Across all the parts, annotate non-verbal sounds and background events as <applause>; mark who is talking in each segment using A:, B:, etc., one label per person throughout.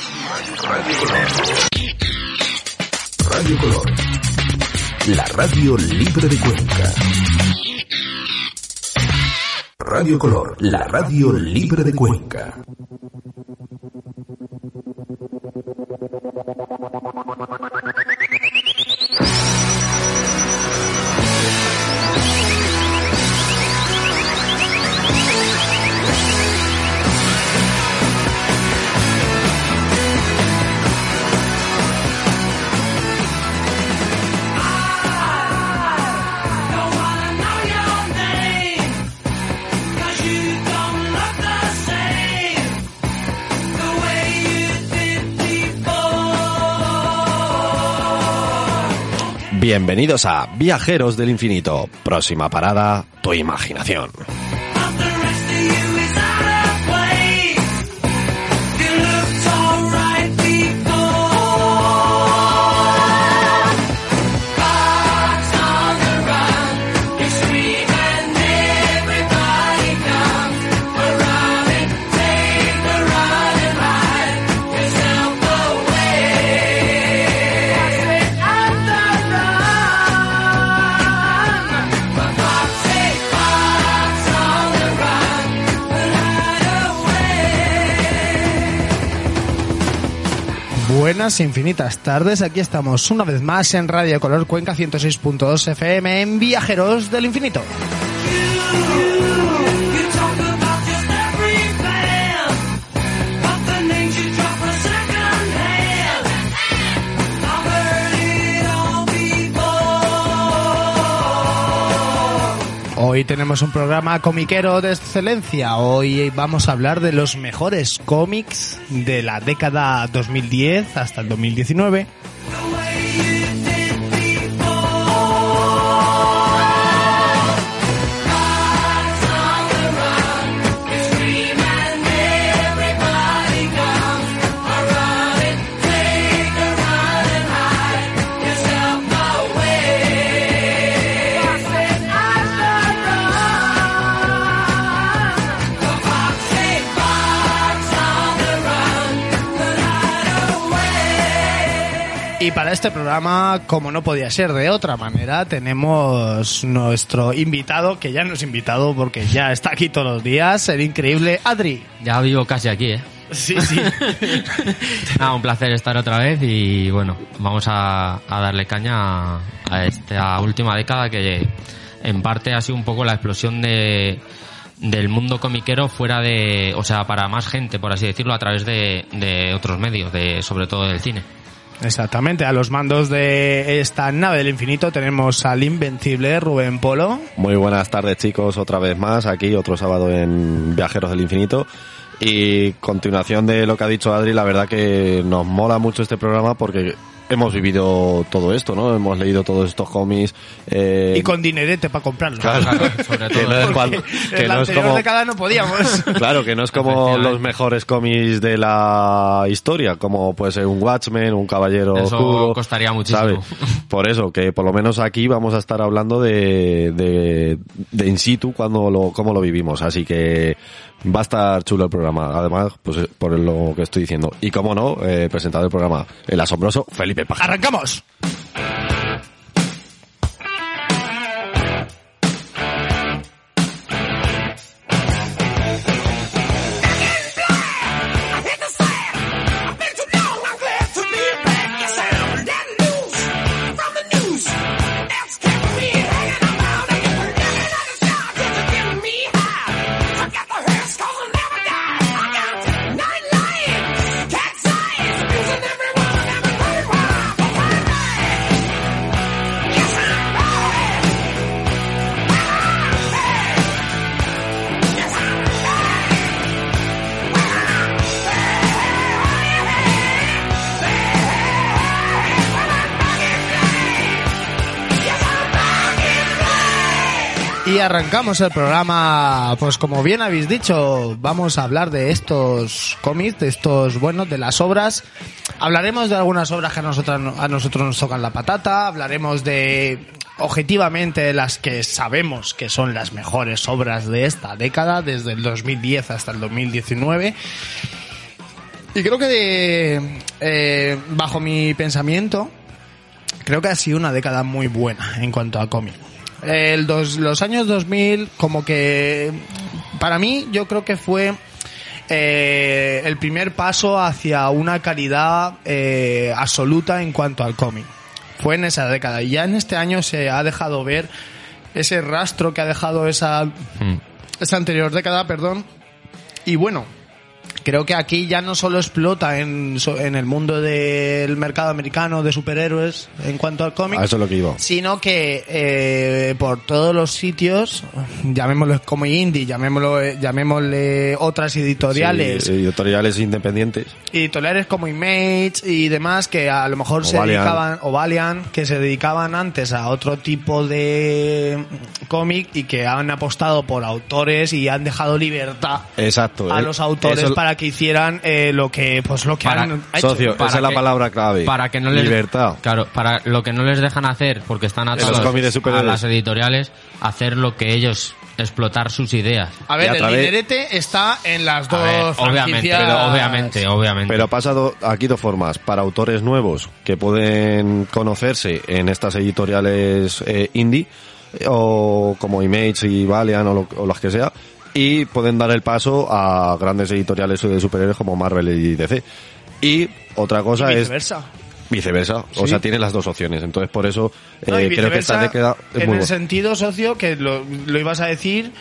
A: Radio Color. Radio Color. La radio libre de Cuenca. Radio Color, la radio libre de Cuenca.
B: Bienvenidos a Viajeros del Infinito. Próxima parada, tu imaginación.
C: Buenas infinitas tardes, aquí estamos una vez más en Radio Color Cuenca 106.2 FM en Viajeros del Infinito. Hoy tenemos un programa comiquero de excelencia. Hoy vamos a hablar de los mejores cómics de la década 2010 hasta el 2019. Y para este programa, como no podía ser de otra manera, tenemos nuestro invitado, que ya no es invitado porque ya está aquí todos los días, el increíble Adri.
D: Ya vivo casi
B: <laughs>
D: aquí, ¿eh?
C: Sí, <laughs> sí.
D: Nada, un placer estar otra vez y bueno, vamos a, a darle caña a, a esta última década que en parte ha sido un poco la explosión de del mundo comiquero fuera de, o sea, para más gente, por así decirlo, a través de, de otros medios, de sobre todo del cine.
C: Exactamente, a los mandos de esta nave del infinito tenemos al invencible Rubén Polo.
B: Muy buenas tardes chicos, otra vez más aquí, otro sábado en Viajeros del Infinito. Y continuación de lo que ha dicho Adri, la verdad que nos mola mucho este programa porque hemos vivido todo esto, ¿no? Hemos leído todos estos cómics. eh,
C: Y con dinerete para comprarlo.
B: <laughs> Claro, <laughs>
D: Claro, <laughs> sobre
B: que no
D: todo.
B: es, cual-
C: en
B: que
C: la
B: no es
C: anterior
B: como...
C: década no
B: <laughs>
C: podíamos.
B: Claro, que no es como
D: Efectivamente.
B: los mejores cómics de la historia, como puede ser un Watchmen, un Caballero
D: Eso
B: Oscuro.
D: costaría muchísimo.
B: ¿sabes? Por eso, que por lo menos aquí vamos a estar hablando de, de, de in situ, cuando lo, cómo lo vivimos. Así que va a estar chulo el programa. Además, pues eh, por lo que estoy diciendo. Y cómo no, eh, presentado el programa, el asombroso Felipe Pajar.
C: ¡Arrancamos! Y arrancamos el programa, pues como bien habéis dicho, vamos a hablar de estos cómics, de estos, bueno, de las obras. Hablaremos de algunas obras que a nosotras no- a nosotros nos tocan la patata, hablaremos de, objetivamente, de las que sabemos que son las mejores obras de esta década, desde el 2010 hasta el 2019.
E: Y creo que de, eh, bajo mi pensamiento, creo que ha sido una década muy buena en cuanto a cómic. El dos- los años 2000, como que para mí yo creo que fue eh, el primer paso hacia una calidad eh, absoluta en cuanto al cómic. Fue en esa década. Y ya en este año se ha dejado ver ese rastro que ha dejado esa
D: Mm.
E: esta anterior década, perdón. Y bueno, creo que aquí ya no solo explota en, so- en el mundo del mercado americano de superhéroes en cuanto al cómic,
B: A eso es lo que iba.
E: sino que eh, por todos los sitios, llamémoslo como indie, llamémoslo, eh, llamémosle otras editoriales,
B: Sí, editoriales independientes.
E: editoriales como Image y demás que a lo mejor
B: O
E: se
B: Valiant.
E: dedicaban o Valiant que se dedicaban antes a otro tipo de mm, cómic y que han apostado por autores y han dejado libertad
B: Exacto.
E: a
B: eh,
E: los autores
B: eso-
E: para que hicieran eh, lo que pues lo que
D: Para-
E: han hecho.
B: Socio,
D: para
B: esa es la
D: que-
B: palabra clave.
D: para que no les
B: Libertad.
D: claro para lo que no les dejan hacer porque están atados
B: cómics de
D: a
B: superhéroes.
D: las editoriales hacer lo que ellos explotar sus ideas
E: a
B: y
E: ver,
B: a
E: el
B: través-
E: dinerete está en las
D: A
E: dos
D: ver, obviamente
E: franquicias.
D: pero obviamente obviamente
B: Pero ha pasado aquí dos formas. Para autores nuevos que pueden conocerse en estas editoriales eh, indie, eh, o como Image y Valiant o, lo- o las que sea, y pueden dar el paso a grandes editoriales de superhéroes como Marvel y DC. Y otra
E: Y
B: cosa es
E: viceversa.
B: viceversa. O
E: Sí.
B: sea, tiene las dos opciones. Entonces, por eso
E: No, y
B: eh, creo que
E: viceversa,
B: esta década es muy
E: en el
B: buena.
E: sentido socio que lo, lo ibas a decir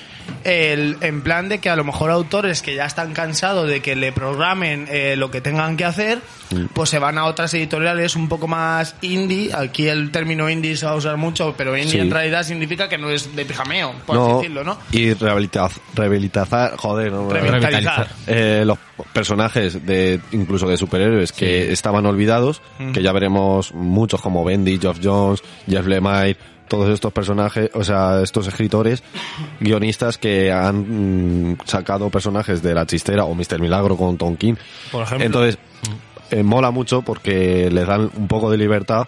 E: el, en plan de que a lo mejor autores que ya están cansados de que le programen eh, lo que tengan que hacer pues se van a otras editoriales un poco más indie aquí el término indie se va a usar mucho pero indie
B: Sí.
E: en realidad significa que no es de pijameo por así decirlo ¿no?
B: Y rehabilitaz, rehabilitazar, joder, no, no, no.
E: Revitalizar.
B: <laughs> Eh, los personajes de incluso de superhéroes que estaban olvidados,
E: Mm.
B: que ya veremos muchos como Bendy, Geoff Jones, Jeff Lemire, todos estos personajes, o sea, estos escritores, guionistas que han mm, sacado personajes de la chistera o Mr. Milagro con Tom King.
E: Por ejemplo.
B: Entonces, eh, mola mucho porque les dan un poco de libertad.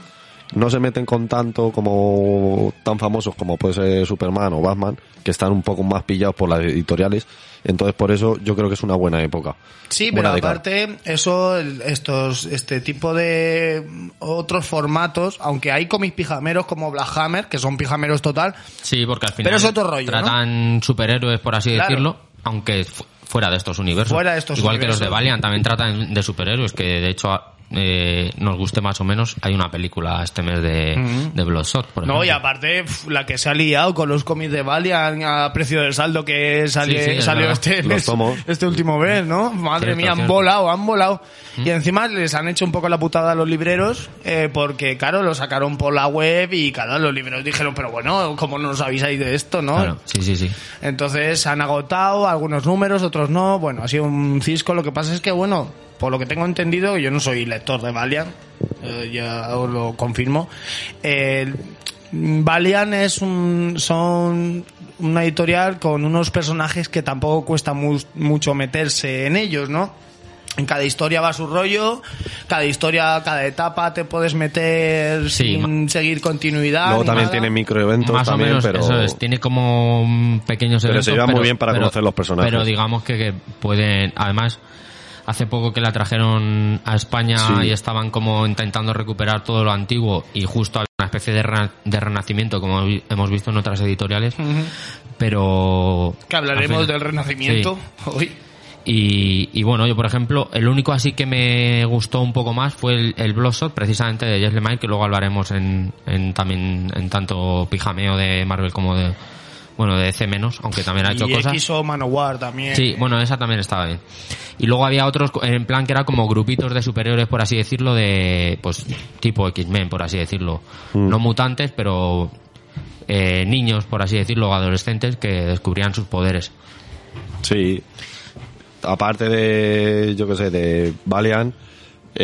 B: No se meten con tanto como tan famosos como puede ser Superman o Batman, que están un poco más pillados por las editoriales. Entonces, por eso yo creo que es una buena época.
E: Sí, pero
B: Buena década.
E: aparte, eso, el- estos, este tipo de mm, otros formatos, aunque hay cómics pijameros como Black Hammer, que son pijameros total,
D: sí porque al final
E: Pero es otro rollo, ¿no?
D: tratan superhéroes por así
E: Claro.
D: decirlo aunque fu- fuera de estos universos
E: Fuera de estos
D: igual que
E: universos.
D: los de Valiant también tratan de superhéroes que de hecho a- eh, nos guste más o menos hay una película este mes de, de Bloodshot por
E: No, y
D: ejemplo.
E: aparte, pf, la que se ha liado con los cómics de Valiant a precio del saldo que sale-
D: Sí, sí, es
E: salió
D: verdad.
E: este,
B: Los tomos.
E: este último mes, ¿no? Madre
D: Cierto,
E: mía, han
D: cierto.
E: volado, han volado. Y encima les han hecho un poco la putada a los libreros, eh, porque, claro, lo sacaron por la web y, claro, los libreros dijeron, pero bueno, ¿cómo no os avisáis de esto, no?
D: Claro, sí sí sí
E: Entonces han agotado algunos números, otros no. Bueno, ha sido un cisco. Lo que pasa es que, bueno, por lo que tengo entendido, yo no soy lector de Valiant, eh, ya os lo confirmo. El- Valiant es un, son una editorial con unos personajes que tampoco cuesta mu- mucho meterse en ellos, ¿no? En cada historia va a su rollo, cada historia, cada etapa te puedes meter
D: Sí,
E: sin seguir continuidad.
B: Luego
E: ni
B: también
E: nada.
B: tiene microeventos
D: más
B: también,
D: o menos
B: pero
D: eso es tiene como mm, pequeños
B: Pero
D: eventos
B: se lleva muy bien para conocer los personajes.
D: pero digamos que, que pueden además hace poco que la trajeron a España
B: Sí.
D: y estaban como intentando recuperar todo lo antiguo y justo había una especie de, rena- de renacimiento como vi- hemos visto en otras editoriales pero
E: Que hablaremos
D: al final-
E: del renacimiento
D: Sí.
E: hoy.
D: y, y bueno, yo por ejemplo, el único así que me gustó un poco más fue el, el Bloodshot, precisamente de Jeff Lemire, que luego hablaremos en, en también en tanto pijameo de Marvel como de bueno de DC menos, aunque también ha hecho
E: y
D: cosas.
E: quiso Manowar también. Eh,
D: Sí, bueno, esa también estaba bien. Y luego había otros co- en plan que era como grupitos de superiores, por así decirlo, de pues tipo X-Men, por así decirlo. No mutantes, pero eh, niños, por así decirlo, adolescentes que descubrían sus poderes.
B: Sí. Aparte de, yo qué sé, de Valiant,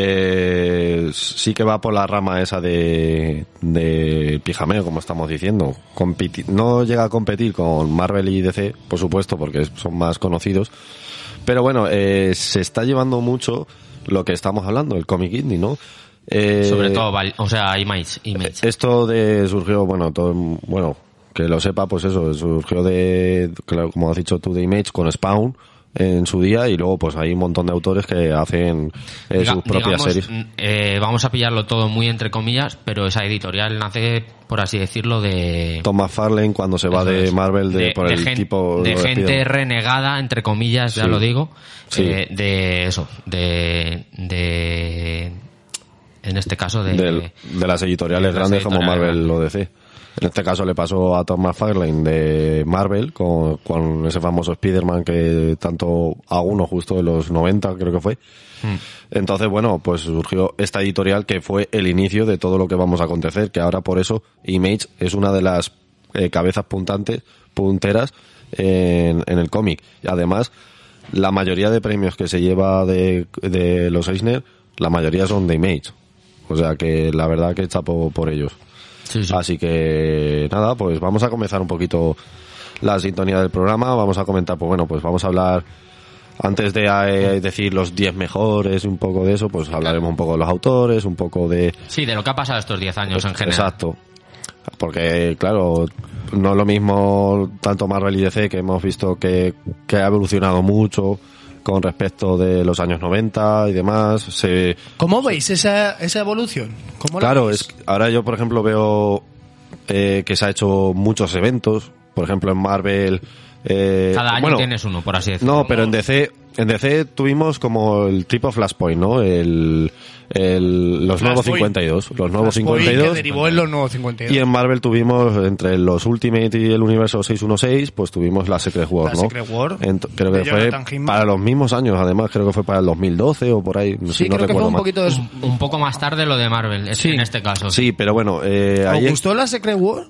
B: eh, sí que va por la rama esa de, de pijameo, como estamos diciendo. Compiti- no llega a competir con Marvel y DC, por supuesto, porque son más conocidos. Pero bueno, eh, se está llevando mucho lo que estamos hablando, el cómic indie, ¿no? Eh,
D: Sobre todo, val- o sea, Image. Image.
B: esto de surgió, bueno, todo, bueno, que lo sepa, pues eso, surgió de, claro, como has dicho tú, de Image con Spawn, en su día y luego pues hay un montón de autores que hacen eh,
D: Diga-
B: sus propias
D: digamos,
B: series.
D: mm, eh, vamos a pillarlo todo muy entre comillas, pero esa editorial nace, por así decirlo, de...
B: Tom McFarlane cuando se va
D: Eso
B: de
D: es.
B: Marvel de, por
D: de
B: el
D: gen-
B: tipo
D: de
B: lo despiden.
D: gente renegada entre comillas ya
B: Sí.
D: lo digo
B: Sí.
D: eh, de eso de de en este caso de
B: Del- de las editoriales
D: de las
B: grandes como
D: editoriales
B: Marvel o DC. En este caso le pasó a Tom McFarlane de Marvel con, con ese famoso Spider-Man que tanto a uno justo de los 90 creo que fue.
D: Hmm.
B: Entonces, bueno, pues surgió esta editorial que fue el inicio de todo lo que vamos a acontecer, que ahora por eso Image es una de las eh, cabezas puntantes, punteras en, en el cómic. Y además, la mayoría de premios que se lleva de, de los Eisner, la mayoría son de Image. O sea que la verdad que chapo por ellos.
D: Sí, sí.
B: Así que nada, pues vamos a comenzar un poquito la sintonía del programa. Vamos a comentar, pues bueno, pues vamos a hablar antes de eh, decir los 10 mejores, un poco de eso, pues hablaremos un poco de los autores, un poco de
D: Sí, de lo que ha pasado estos 10 años en general
B: Exacto. Porque, claro, no es lo mismo tanto Marvel y DC, que hemos visto que, que ha evolucionado mucho con respecto de los años 90 y demás. Se,
E: ¿Cómo veis esa, esa evolución? ¿Cómo la
B: Claro,
E: veis?
B: es que ahora yo por ejemplo veo eh, que se ha hecho muchos eventos, por ejemplo en Marvel. eh,
D: cada año
B: bueno,
D: tienes uno por así decirlo
B: No, pero en DC, en DC tuvimos como el tipo Flashpoint, ¿no? El, el- los nuevos
E: Flashpoint.
B: 52, los nuevos
E: Flashpoint Que
B: 52.
E: derivó en los nuevos 52.
B: Y en Marvel tuvimos entre los Ultimate y el universo 616, pues tuvimos la Secret War,
E: La
B: ¿no?
E: Secret War,
B: Ent- creo
E: de
B: que fue
E: Jonathan Hickman.
B: para los mismos años, además, creo que fue para el 2012 o por ahí,
E: sí,
B: si no
E: creo que fue
B: recuerdo
E: un
B: mal.
E: poquito de eso.
D: Un- un poco más tarde lo de Marvel es- en este caso
B: Sí, pero bueno, eh,
E: ¿Os
B: ahí es-
E: gustó la Secret War?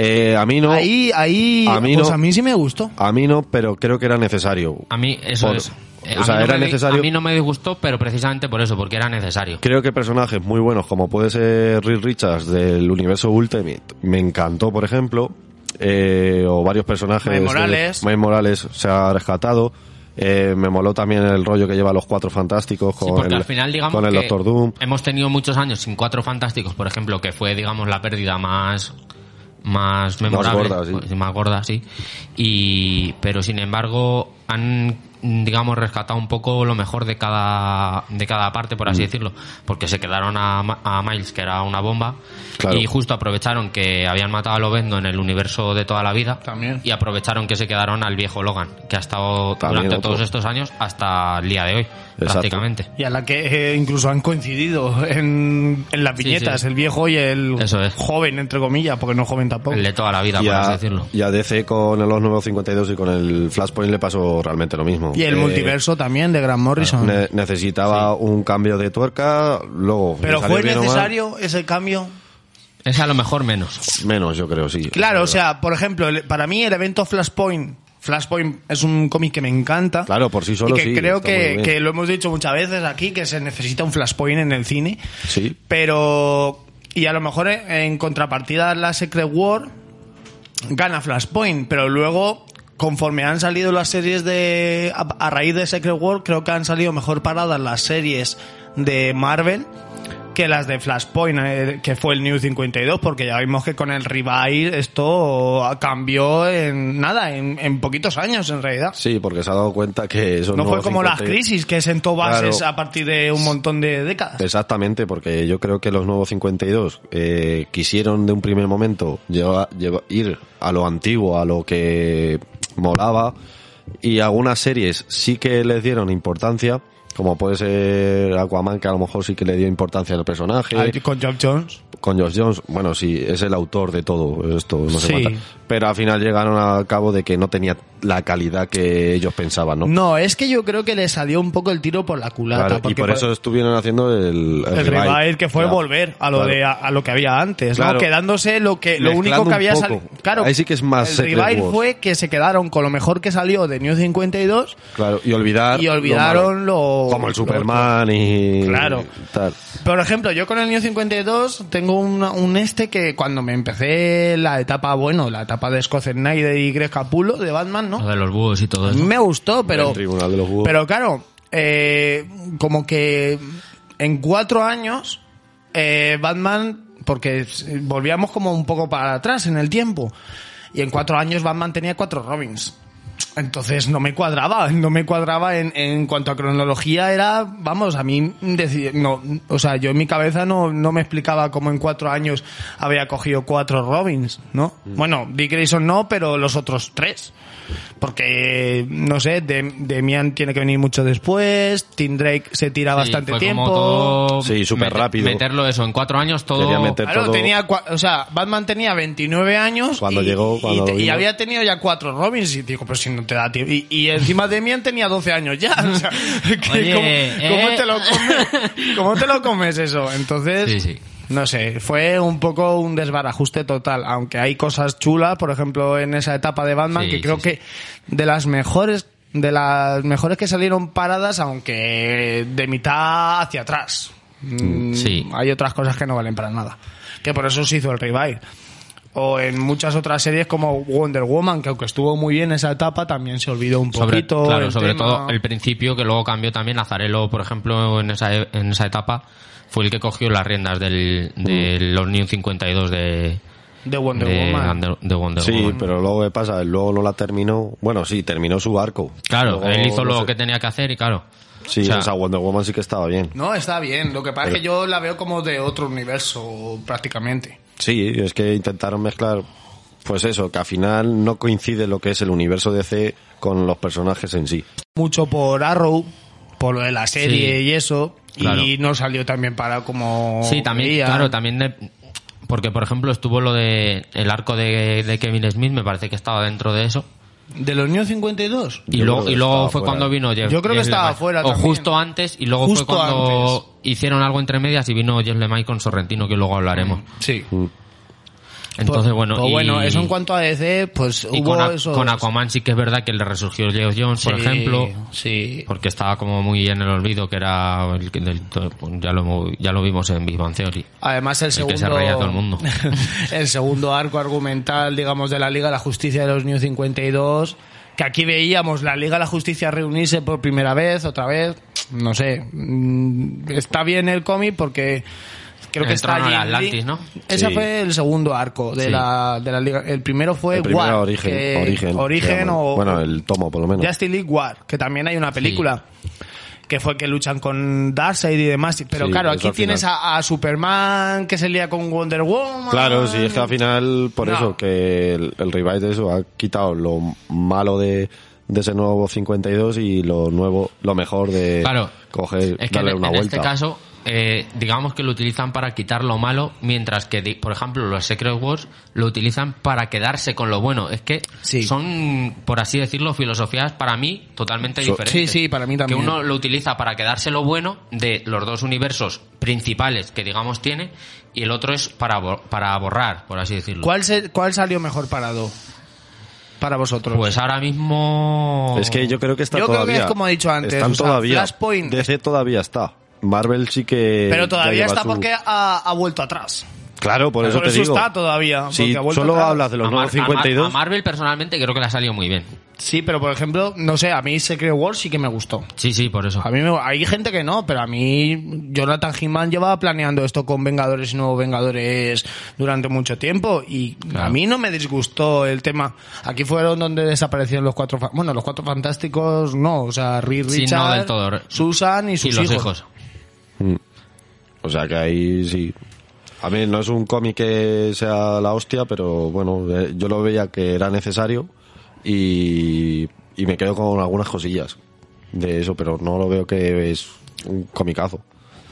B: Eh, a mí no.
E: ahí, ahí,
B: A mí
E: pues
B: no.
E: a mí sí me gustó.
B: A mí no, pero creo que era necesario.
D: a mí eso
B: Por-
D: es Eh,
B: o
D: a
B: sea,
D: mí no
B: era
D: me di-
B: necesario.
D: a mí no me disgustó pero precisamente por eso porque era necesario
B: Creo que personajes muy buenos, como puede ser Reed Richards del universo Ultimate, me encantó, por ejemplo. eh, o varios personajes.
E: Miles
B: eh,
E: Morales.
B: Miles Morales se ha rescatado. Eh, me moló también el rollo que lleva los cuatro fantásticos
D: Sí,
B: con
D: porque
B: el,
D: al final, digamos
B: con el
D: que
B: Doctor Doom.
D: hemos tenido muchos años sin cuatro fantásticos, por ejemplo, que fue, digamos, la pérdida más más memorable,
B: gorda, sí.
D: pues, más gorda, sí. Y pero sin embargo han digamos rescatado un poco lo mejor de cada de cada parte por
B: Mm.
D: así decirlo porque se quedaron a, Ma- a Miles que era una bomba
B: Claro.
D: y justo aprovecharon que habían matado a Lobendo en el universo de toda la vida
E: También.
D: y aprovecharon que se quedaron al viejo Logan que ha estado
B: También
D: durante
B: otro.
D: todos estos años hasta el día de hoy prácticamente
E: Y a la que eh, incluso han coincidido en, en las
D: Sí,
E: viñetas,
D: sí.
E: el viejo y el
D: Eso es.
E: joven, entre comillas, porque no joven tampoco.
D: El de toda la vida,
B: Y
D: por así
B: a,
D: decirlo.
B: y a DC con los nuevos 52 y con el Flashpoint le pasó realmente lo mismo.
E: Y el
B: Eh,
E: multiverso también de Grant Morrison.
B: ne- necesitaba un cambio de tuerca, luego. le
E: Pero
B: salió
E: fue
B: bien o mal.
E: necesario ese cambio.
D: Es a lo mejor menos.
B: Menos, yo creo, sí.
E: Claro, o sea, por ejemplo, el- para mí el evento Flashpoint, Flashpoint es un cómic que me encanta.
B: Claro, por sí solo
E: Y que
B: sí,
E: creo
B: está muy
E: que,
B: bien.
E: que lo hemos dicho muchas veces aquí, que se necesita un Flashpoint en el cine.
B: Sí.
E: Pero. Y a lo mejor eh, en contrapartida la Secret War gana Flashpoint, pero luego. Conforme han salido las series de. A, a raíz de Secret War, creo que han salido mejor paradas las series de Marvel que las de Flashpoint, eh, que fue el New 52, porque ya vimos que con el revive esto cambió en nada, en, en poquitos años en realidad.
B: Sí, porque se ha dado cuenta que eso
E: No fue como las crisis que sentó bases
B: Claro.
E: a partir de un montón de décadas.
B: Exactamente, porque yo creo que los nuevos 52 eh, quisieron de un primer momento lleva- lleva- ir a lo antiguo, a lo que molaba, y algunas series sí que les dieron importancia, como puede ser Aquaman, que a lo mejor sí que le dio importancia al personaje.
E: Ahí Con Job Jones.
B: con Josh Jones, bueno, sí, es el autor de todo esto, no sé
E: Sí.
B: cuántas. Pero al final llegaron al cabo de que no tenía la calidad que ellos pensaban, ¿no?
E: No, es que yo creo que le salió un poco el tiro por la culata.
B: Claro, y
E: porque
B: por eso estuvieron haciendo el,
E: el revive que fue
B: Ya.
E: volver a lo
B: Claro.
E: de a, a lo que había antes,
B: Claro.
E: ¿no? Quedándose lo que lo
B: Mezclando
E: único
B: un
E: que había
B: poco.
E: salido. Claro.
B: Ahí sí que es más
E: El
B: Secret
E: revive
B: Wars.
E: fue que se quedaron con lo mejor que salió de New 52
B: Claro, y olvidar.
E: Y
B: lo
E: olvidaron
B: malo.
E: lo-
B: Como
E: lo-
B: el Superman y.
E: Claro.
B: Tal.
E: Por ejemplo, yo con el New 52 tengo una- un este que cuando me empecé la etapa, bueno, la etapa de Scott Snyder y Greg Capullo de Batman,
D: Lo
E: ¿no?
D: de los búhos y todo
E: A
D: eso.
E: mí me gustó, pero...
B: El Tribunal de los Búhos.
E: Pero claro, eh, como que en cuatro años eh, Batman, porque eh, volvíamos como un poco para atrás en el tiempo, y en cuatro años Batman tenía cuatro Robins. Entonces no me cuadraba, <laughs> no me cuadraba en, en cuanto a cronología era, vamos, a mí decir, no, o sea, yo en mi cabeza no, no me explicaba cómo en cuatro años había cogido cuatro Robins, ¿no?
B: Mm.
E: Bueno, Dick Grayson no, pero los otros tres. Porque, no sé, de, Demian tiene que venir mucho después, Tim Drake se tira
D: Sí,
E: bastante
D: fue
E: tiempo.
D: Como todo
B: Sí, súper
D: meter-
B: rápido.
D: Meterlo eso en cuatro años todo.
B: Quería meter-
E: Claro,
B: todo-
E: tenía, cua- o sea, Batman tenía 29 años
B: Cuando
E: y,
B: llegó,
E: y
B: cuando
E: te- y
B: vino.
E: había tenido ya cuatro Robins y digo, pero si no te da tiempo. Y, y encima Demian tenía 12 años ya. O sea, <laughs> que
D: Oye,
E: ¿cómo, cómo
D: ¿eh?
E: te lo comes, cómo te lo comes eso? Entonces,
D: Sí, sí.
E: no sé, fue un poco un desbarajuste total, aunque hay cosas chulas, por ejemplo, en esa etapa de Batman
D: Sí,
E: que creo
D: sí,
E: que de las mejores de las mejores que salieron paradas, aunque de mitad hacia atrás. Mm,
D: Sí.
E: Hay otras cosas que no valen para nada. Que por eso se hizo el revive. O en muchas otras series como Wonder Woman, que aunque estuvo muy bien esa etapa, también se olvidó un
D: sobre,
E: poquito.
D: claro,
E: el
D: sobre
E: tema.
D: todo el principio que luego cambió también Azarelo, por ejemplo, en esa, e- en esa etapa fue el que cogió las riendas del, de los New 52 de,
E: de Mm. Wonder
D: de
E: Woman.
D: Under- de Wonder
B: Sí,
D: Woman.
B: pero luego ¿qué pasa? Luego no la terminó. Bueno, sí, terminó su barco.
D: Claro,
B: Luego,
D: él hizo
B: no
D: lo
B: sé.
D: que tenía que hacer y claro.
B: Sí,
D: o sea,
B: esa Wonder Woman sí que estaba bien.
E: No, está bien. Lo que pasa es que yo la veo como de otro universo, prácticamente.
B: Sí, es que intentaron mezclar, pues eso, que al final no coincide lo que es el universo DC con los personajes en sí.
E: Mucho por Arrow, por lo de la serie
D: Sí.
E: y eso.
D: Claro.
E: Y no salió también para como.
D: Sí, también,
E: quería.
D: claro, también de- porque por ejemplo estuvo lo de el arco de, de Kevin Smith, me parece que estaba dentro de eso.
E: ¿De los New 52?
D: Y
B: Yo
D: luego,
B: creo
D: y
B: que
D: luego
B: estaba
D: fue
B: fuera.
D: cuando vino Jeff.
E: Yo creo que
D: Jeff
E: estaba
D: Lemire.
E: fuera
D: O
E: también.
D: justo antes, y luego
E: Justo
D: fue cuando
E: antes.
D: hicieron algo entre medias y vino Jeff Lemay con Sorrentino, que luego hablaremos.
E: Sí.
D: Entonces,
E: Mm. Pues-
D: bueno.
E: pues
D: y,
E: bueno, eso en cuanto a DC, pues
D: y
E: hubo
D: con, Ac-
E: eso.
D: con Aquaman sí que es verdad que le resurgió Jeff Jones, por
E: Sí,
D: ejemplo.
E: Sí.
D: Porque estaba como muy en el olvido, que era. el que del to- ya, lo, ya lo vimos en Big Bang Theory.
E: Además, el
D: El
E: segundo.
D: que se reía todo el mundo.
E: <laughs> el segundo arco argumental, digamos, de la Liga de la Justicia de los New 52. Que aquí veíamos la Liga de la Justicia reunirse por primera vez, otra vez. No sé. mm, Está bien el cómic porque. Creo que
D: El
E: está
D: trono de
E: Jim
D: Atlantis,
E: Lee.
D: ¿no?
E: Ese
B: Sí.
E: fue el segundo arco de,
D: Sí.
E: la, de la liga. El primero fue
B: El primero
E: War,
B: era origen,
E: que-
B: origen. se
E: Origen
B: llama.
E: o,
B: Bueno, el tomo por lo menos.
E: Justice League War, que también hay una película. Que fue que luchan con Darkseid y demás. Pero
B: Sí,
E: claro,
B: eso
E: aquí
B: al
E: tienes
B: final.
E: a, a Superman que se lía con Wonder Woman.
B: Claro, sí, es que al final, por
E: No.
B: eso, que el, el revive de eso ha quitado lo malo de, de ese nuevo 52 y lo nuevo, lo mejor de
D: Claro.
B: Eh, coger,
D: Es que
B: darle
D: en,
B: una
D: en
B: vuelta.
D: este caso, eh, digamos que lo utilizan para quitar lo malo, mientras que, di- por ejemplo, los Secret Wars lo utilizan para quedarse con lo bueno. Es que
E: Sí.
D: son, por así decirlo, filosofías para mí totalmente
B: So-
D: diferentes.
E: Sí, sí, para mí también.
D: Que uno lo utiliza para quedarse lo bueno de los dos universos principales que, digamos, tiene, y el otro es para, bo- para borrar, por así decirlo.
E: ¿Cuál, se- ¿Cuál salió mejor parado? Para vosotros.
D: Pues ahora mismo...
B: Es que yo creo que está
E: Yo creo que
B: todavía.
E: es como he dicho antes,
B: Están
E: o sea,
B: todavía.
E: Flashpoint-
B: DC todavía está. Marvel sí que.
E: Pero
B: Eh, ya
E: todavía
B: lleva
E: está
B: su-
E: porque ha, ha vuelto atrás.
B: Claro, por eso
E: Por
B: te
E: eso
B: digo.
E: está todavía,
B: Si
E: porque ha vuelto
B: solo
E: atrás.
B: hablas de los
D: a Mar-
B: nuevos
D: a Mar-
B: 52.
D: a Marvel personalmente creo que le ha salido muy bien.
E: Sí, pero por ejemplo, no sé, a mí Secret Wars sí que me gustó.
D: Sí, sí, por eso.
E: A mí me- hay gente que no, pero a mí Jonathan Hickman llevaba planeando esto con Vengadores y Nuevos Vengadores durante mucho tiempo y a
D: Claro.
E: mí no me disgustó el tema. Aquí fueron donde desaparecieron los cuatro, fa- bueno, los cuatro fantásticos no, o sea, Reed
D: Sí, no
E: Richards,
D: del todo.
E: Susan y
D: y
E: sus
D: los
E: hijos.
D: hijos.
B: O sea que ahí sí. A mí no es un cómic que sea la hostia, pero bueno, eh, yo lo veía que era necesario y, y me quedo con algunas cosillas de eso, pero no lo veo que es un comicazo.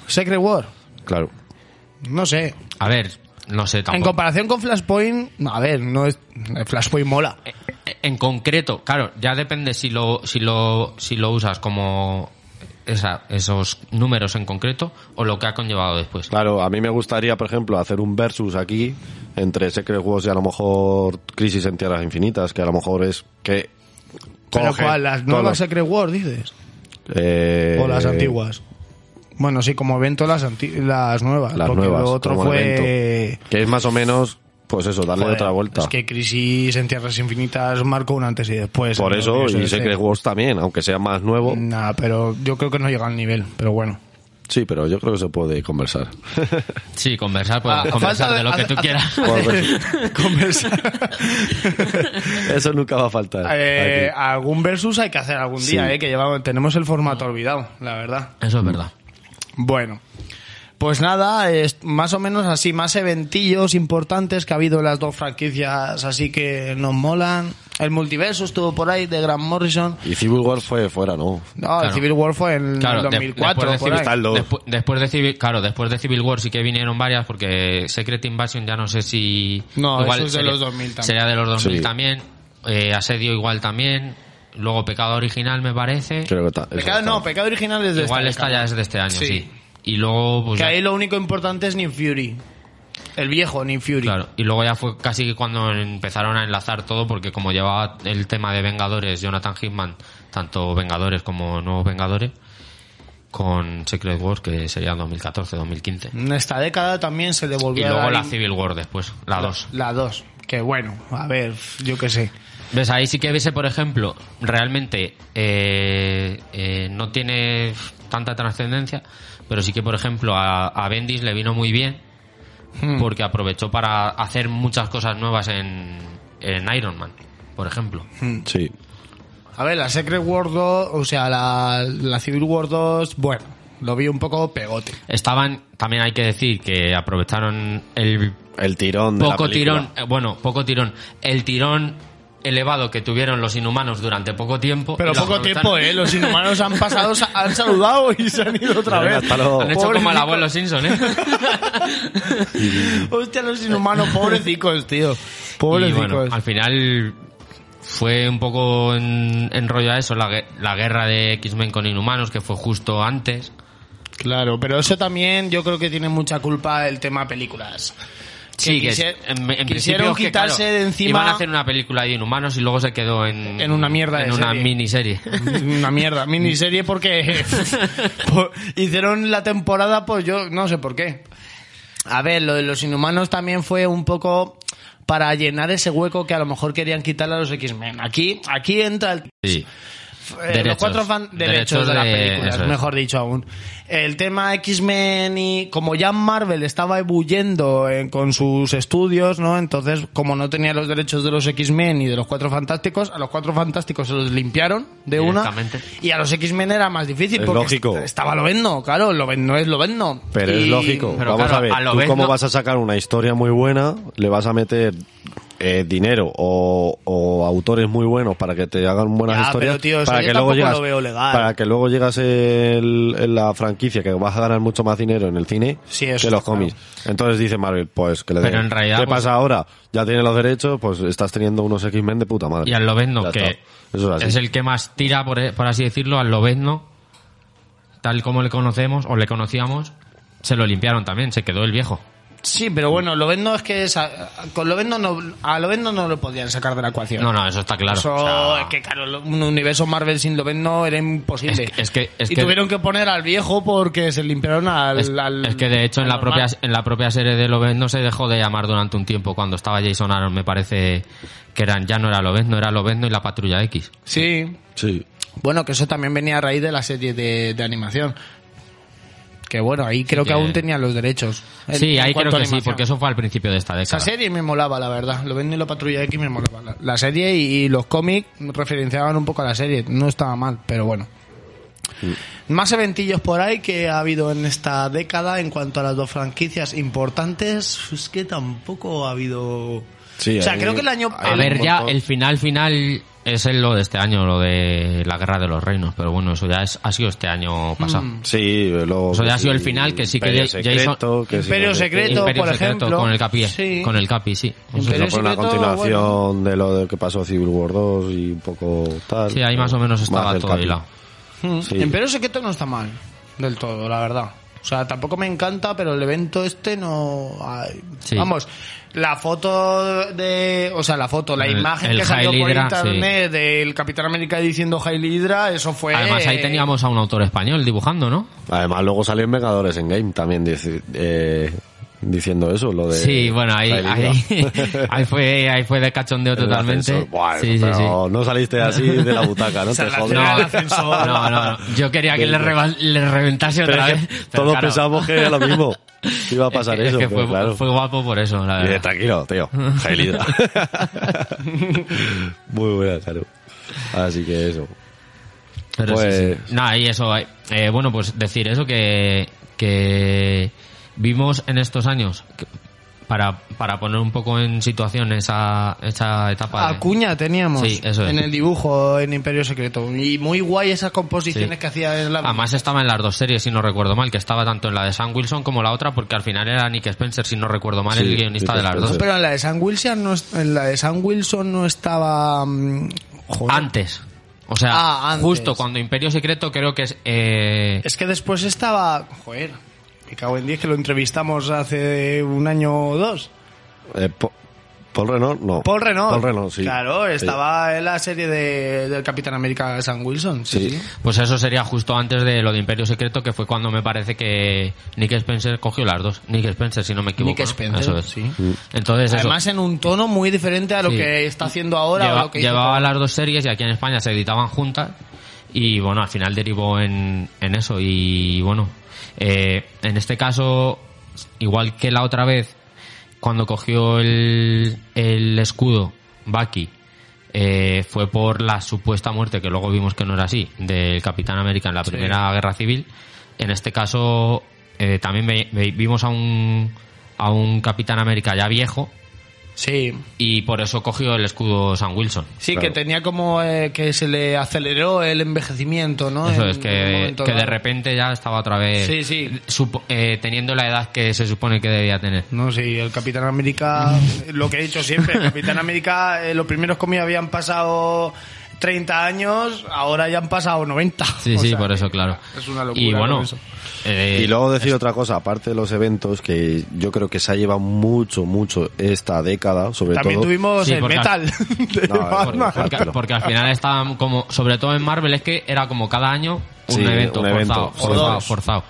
E: Secret War,
B: Claro.
E: no sé.
D: A ver, no sé
E: En
D: tampoco.
E: comparación con Flashpoint, a ver, no es Flashpoint mola.
D: Eh, eh, en concreto, claro, ya depende si lo, si lo, si lo usas como esa- esos números en concreto o lo que ha conllevado después.
B: Claro, a mí me gustaría, por ejemplo, hacer un versus aquí entre Secret Wars y a lo mejor Crisis en Tierras Infinitas, que a lo mejor es que...
E: Pero
B: coge
E: cuál, las
B: todos
E: nuevas
B: los-
E: Secret War dices.
B: eh,
E: O las antiguas. Bueno, sí, como evento las, anti- las nuevas.
B: Las
E: porque
B: nuevas.
E: lo otro
B: como
E: fue...
B: evento. Que es más o menos, pues eso, darle
E: Joder,
B: otra vuelta.
E: Es que Crisis en Tierras Infinitas marcó un antes y después.
B: Por
E: en
B: eso,
E: lo que
B: y
E: es
B: Secret
E: este. Mm.
B: Wars también, aunque sea más nuevo.
E: Nah, pero yo creo que no llega al nivel, pero bueno.
B: Sí, pero yo creo que se puede conversar. <laughs>
D: Sí, conversar, pues,
E: Ah, a
D: conversar
E: falta
D: de,
E: de-
D: lo que
E: a-
D: tú
E: a-
D: quieras.
B: pues
E: <laughs>
B: <laughs> Eso nunca va a faltar.
E: Eh,
B: aquí.
E: algún versus hay que hacer algún día,
B: Sí.
E: eh, que llevamos, tenemos el formato olvidado, la verdad.
D: <laughs> Eso es verdad.
E: Bueno, pues nada, es más o menos así, más eventillos importantes que ha habido en las dos franquicias, así que nos molan. El multiverso estuvo por ahí de Grant Morrison.
B: Y Civil War fue fuera, ¿no?
E: No, el
D: Claro.
E: Civil War fue en
D: Claro,
E: el
D: de-
E: 2004,
D: después de
E: por ahí.
B: Está el dos.
D: Despu- después de Civil, claro, después de Civil War sí que vinieron varias porque Secret Invasion ya no sé si
E: No, eso es de los 2000 también.
D: Sería de los 2000
B: Sí.
D: también. Eh, Asedio igual también. Luego Pecado Original me parece.
B: Creo que ta-
E: Pecado,
B: eso
E: no,
B: está.
E: Pecado Original es de
D: igual
E: esta
D: esta
E: década.
D: ya es de este año,
E: Sí.
D: sí. Y luego pues
E: Que
D: ya-
E: ahí lo único importante es New Fury. El viejo New Fury.
D: Claro, y luego ya fue casi cuando empezaron a enlazar todo, porque como llevaba el tema de Vengadores, Jonathan Hickman, tanto Vengadores como Nuevos Vengadores, con Secret Wars, que sería 2014-2015.
E: En esta década también se le
D: Y
E: volvió a
D: luego
E: dar
D: la
E: in-
D: Civil War después, la 2.
E: La 2. Que bueno, a ver, yo qué sé.
D: ¿Ves? Ahí sí que ves, por ejemplo, realmente eh, eh, no tiene tanta trascendencia, pero sí que, por ejemplo, a, a Bendis le vino muy bien porque aprovechó para hacer muchas cosas nuevas en, en Iron Man, por ejemplo.
B: Sí.
E: A ver, la Secret War 2, o sea, la, la Civil War 2, bueno, lo vi un poco pegote.
D: Estaban, también hay que decir que aprovecharon el
B: El tirón de la
D: poco
B: película.
D: tirón, eh, bueno, poco tirón, el tirón elevado que tuvieron los inhumanos durante poco tiempo.
E: Pero
D: y lo
E: poco
D: aprovecharon.
E: tiempo, ¿eh? Los inhumanos han pasado, sa- han saludado y se han ido otra vez.
B: Hasta luego.
D: Han hecho como el
E: Pobrecico.
D: abuelo Simpson, ¿eh?
E: Hostia, los inhumanos, pobrecicos, tío.
D: y
E: Pobrecicos.
D: bueno, al final fue un poco en, enrollo a eso, la, gue- la guerra de X-Men con inhumanos, que fue justo antes.
E: Claro, pero eso también yo creo que tiene mucha culpa el tema películas.
D: Sí, que
E: quise-
D: en,
E: quisieron
D: en principio es que,
E: quitarse
D: claro,
E: de encima
D: Iban a hacer una película de inhumanos y luego se quedó en,
E: En una mierda de
D: En una
E: serie. <laughs>
D: miniserie.
E: Una mierda, miniserie porque por- hicieron la temporada, pues yo no sé por qué. A ver, lo de los inhumanos también fue un poco para llenar ese hueco que a lo mejor querían quitarle a los X-Men. Aquí, aquí entra el
D: Sí.
E: eh, los
D: Derechos.
E: cuatro fan- derechos,
D: Derechos
E: de, las
D: de-
E: películas,
D: eso es.
E: mejor dicho aún. El tema X-Men y como ya Marvel estaba ebulliendo en- con sus estudios, ¿no? Entonces, como no tenía los derechos de los X-Men y de los Cuatro Fantásticos, a los Cuatro Fantásticos se los limpiaron de una
D: Directamente.
E: y a los X-Men era más difícil
B: Es
E: porque
B: lógico.
E: est- estaba Lobendo, claro, Lobendo es Lobendo.
B: Pero
E: Y-
B: es lógico.
D: pero
B: Vamos
D: claro,
B: a ver,
D: a lo
B: tú
D: vez
B: cómo
D: no-
B: vas a sacar una historia muy buena, le vas a meter eh, dinero o, o autores muy buenos para que te hagan buenas
E: Ya,
B: historias,
E: pero, tío, eso
B: para
E: yo
B: que luego
E: tampoco
B: llegas,
E: lo veo legal.
B: para que luego llegas el- en la franquicia que vas a ganar mucho más dinero en el cine
E: Sí, eso
B: que los
E: está claro.
B: cómics. Entonces dice Marvel, pues que le
D: Pero
B: den.
D: en realidad,
B: ¿Qué
D: pues-
B: pasa ahora? Ya tienes los derechos, pues estás teniendo unos X-Men de puta madre.
D: Y al Lobezno,
B: Ya
D: que
B: está. Eso es así.
D: el que más tira, por, por así decirlo, al Lobezno, tal como le conocemos o le conocíamos, se lo limpiaron también, se quedó el viejo.
E: Sí, pero bueno, Lobendo es que esa- con Lobendo no a Lobendo no lo podían sacar de la ecuación.
D: No, no, eso está claro.
E: Eso,
D: O sea,
E: es que claro, lo- un universo Marvel sin Loven no era imposible.
D: Es que- es que- es
E: y
D: que-
E: tuvieron que poner al viejo porque se limpiaron al.
D: es,
E: al-
D: es que de hecho en la
E: al
D: propia
E: normal.
D: en la propia serie de Lobezno se dejó de llamar durante un tiempo cuando estaba Jason Aaron me parece que eran ya no era Lobezno era Lobezno y la Patrulla X
E: Sí.
B: Sí.
E: Bueno, que eso también venía a raíz de la serie de, de animación. Que bueno, ahí creo que,
D: que-
E: aún tenían los derechos. en-
D: sí
E: en
D: ahí creo
E: cuanto
D: que
E: a
D: sí
E: animación.
D: porque eso fue al principio de esta
E: Esa
D: década
E: serie me molaba, la verdad. Loven y la Patrulla X me molaba. La, la serie y, y los cómics referenciaban un poco a la serie. No estaba mal, pero bueno.
B: Mm.
E: Más eventillos por ahí que ha habido en esta década en cuanto a las dos franquicias importantes, es que tampoco ha habido...
B: Sí,
E: o sea,
B: ahí-
E: creo que el año...
D: a
E: el-
D: ver ya
B: montón.
D: el final final es el lo de este año lo de la Guerra de los Reinos pero bueno eso ya es, ha sido este año
E: Mm.
D: pasado
B: Sí, luego
D: Eso ya
B: que
D: ha sido el final, que sí que
B: Imperio
D: Jason-
B: Secreto, que sí,
E: Imperio
B: no sé qué.
E: Secreto.
D: Imperio
E: por
D: Secreto
E: ejemplo.
D: con el Capi
E: Sí.
D: con el Capi sí Eso
E: Imperio
B: Eso fue una
E: Secreto,
B: continuación de lo de que pasó Civil War 2 y un poco tal.
D: Sí, ahí más o menos estaba
B: del
D: todo
B: capi.
D: hilado.
E: Mm,
B: Sí.
E: Imperio Secreto no está mal del todo, la verdad. O sea, tampoco me encanta, pero el evento este no... ay,
D: Sí.
E: Vamos, la foto de... O sea, la foto, la
D: El-
E: imagen
D: el
E: que salió
D: Hail
E: por
D: Hydra,
E: internet del Capitán América diciendo Hail Hydra, eso fue...
D: Además ahí teníamos a un autor español dibujando, ¿no?
B: Además, luego salió en Vengadores en Game también. dice, eh, diciendo eso, lo de.
D: Sí, bueno, ahí,
B: la
D: ahí,
B: liga. <laughs>
D: <laughs> ahí fue, ahí fue de cachondeo
B: En el
D: totalmente.
B: ascensor. Buah,
D: sí, sí, sí.
B: pero No saliste así de la butaca, ¿no? Te jodas.
D: No, no,
B: <laughs>
D: no, no. Yo quería que le, reba- le reventase
B: Pero
D: otra
B: es
D: vez.
B: que
D: pero
B: todos
D: claro,
B: pensamos que era lo mismo.
D: <laughs>
B: que Iba a pasar
D: es que- es
B: eso.
D: que
B: pero
D: fue,
B: claro.
D: fue guapo por eso, la
B: Y de,
D: verdad.
B: tranquilo,
D: <laughs>
B: tío. Jailida. <laughs> Muy buena, claro. Así que eso.
D: Pero
B: Pues-
D: sí, sí. Nada, y eso, eh, bueno, pues decir eso que, que vimos en estos años, que- para, para poner un poco en situación esa, esa etapa. de-
E: Acuña teníamos
D: Sí, eso es.
E: en el dibujo en Imperio Secreto. Y muy guay esas composiciones
D: Sí.
E: que hacía en la...
D: Además estaba en las dos series, si no recuerdo mal, que estaba tanto en la de Sam Wilson como la otra, porque al final era Nick Spencer, si no recuerdo mal,
B: Sí,
D: el guionista
B: Nick
D: de las dos.
B: Spencer.
E: Pero en la de San Wilson no, es- en la de Sam Wilson no estaba... mm, joder.
D: Antes. O sea,
E: Ah, antes.
D: justo cuando Imperio Secreto creo que es... eh,
E: Es que después estaba... Joder, me cago en 10 que lo entrevistamos hace un año o dos.
B: Eh, Po- Paul Renault, no.
E: Paul Renault.
B: Paul Renault, sí.
E: Claro,
B: Sí.
E: estaba en la serie de, del Capitán América de Sam Wilson.
B: Sí.
E: Sí, sí.
D: Pues eso sería justo antes de lo de Imperio Secreto, que fue cuando me parece que Nick Spencer cogió las dos. Nick Spencer, si no me equivoco.
E: Nick
D: ¿no?
E: Spencer,
D: Eso es.
E: sí.
B: Mm.
D: Entonces, eso.
E: Además en un tono muy diferente a lo
D: Sí.
E: que está haciendo ahora. o
D: Lleva-
E: lo que hizo
D: llevaba las dos series y aquí en España se editaban juntas. Y bueno, al final derivó en, en eso. Y bueno, eh, en este caso, igual que la otra vez, cuando cogió el, el escudo Bucky, eh, fue por la supuesta muerte, que luego vimos que no era así, del Capitán América en la Primera Guerra Civil. En este caso, eh, también ve- ve- vimos a un, a un Capitán América ya viejo,
E: Sí.
D: y por eso cogió el escudo San Wilson.
E: Sí,
B: Claro.
E: que tenía como eh, que se le aceleró el envejecimiento, ¿no?
D: Eso
E: En
D: es,
E: un
D: que,
E: momento
D: que de
E: dado.
D: repente ya estaba otra vez
E: Sí, sí.
D: supo- eh, teniendo la edad que se supone que debía tener.
E: No, sí, el Capitán América, lo que he dicho siempre, el Capitán América, eh, los primeros cómics habían pasado 30 años, ahora ya han pasado 90.
D: Sí,
E: O
D: sí,
E: sea,
D: por eso, claro.
E: Es una locura.
D: y bueno,
E: ¿no? Eso.
D: eh,
B: Y luego decir otra cosa, aparte de los eventos, que yo creo que se ha llevado mucho, mucho esta década, sobre
E: También
B: todo.
E: tuvimos
D: Sí,
E: el <laughs>
D: porque-
E: metal de
B: No,
D: porque,
E: Batman.
B: <laughs>
D: porque- porque al final estaban como, sobre todo en Marvel, es que era como cada año un
B: Sí,
D: evento
B: un
D: forzado,
B: evento, sí.
D: forzado,
B: Joder.
D: forzado.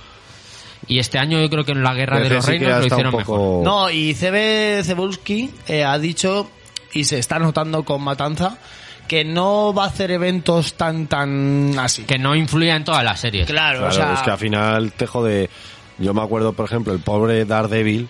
D: Y este año yo creo que en la Guerra de
B: Parece
D: los
B: sí que
D: Reinos
B: ha
D: lo
B: estado
D: hicieron
B: un
D: mejor.
B: poco-
E: No, y CB Cebulski eh, ha dicho, y se está notando con matanza, que no va a hacer eventos tan, tan así.
D: Que no influía en todas las series.
E: claro,
B: Claro,
E: o sea,
B: es que al final te jode. Yo me acuerdo, por ejemplo, el pobre Daredevil.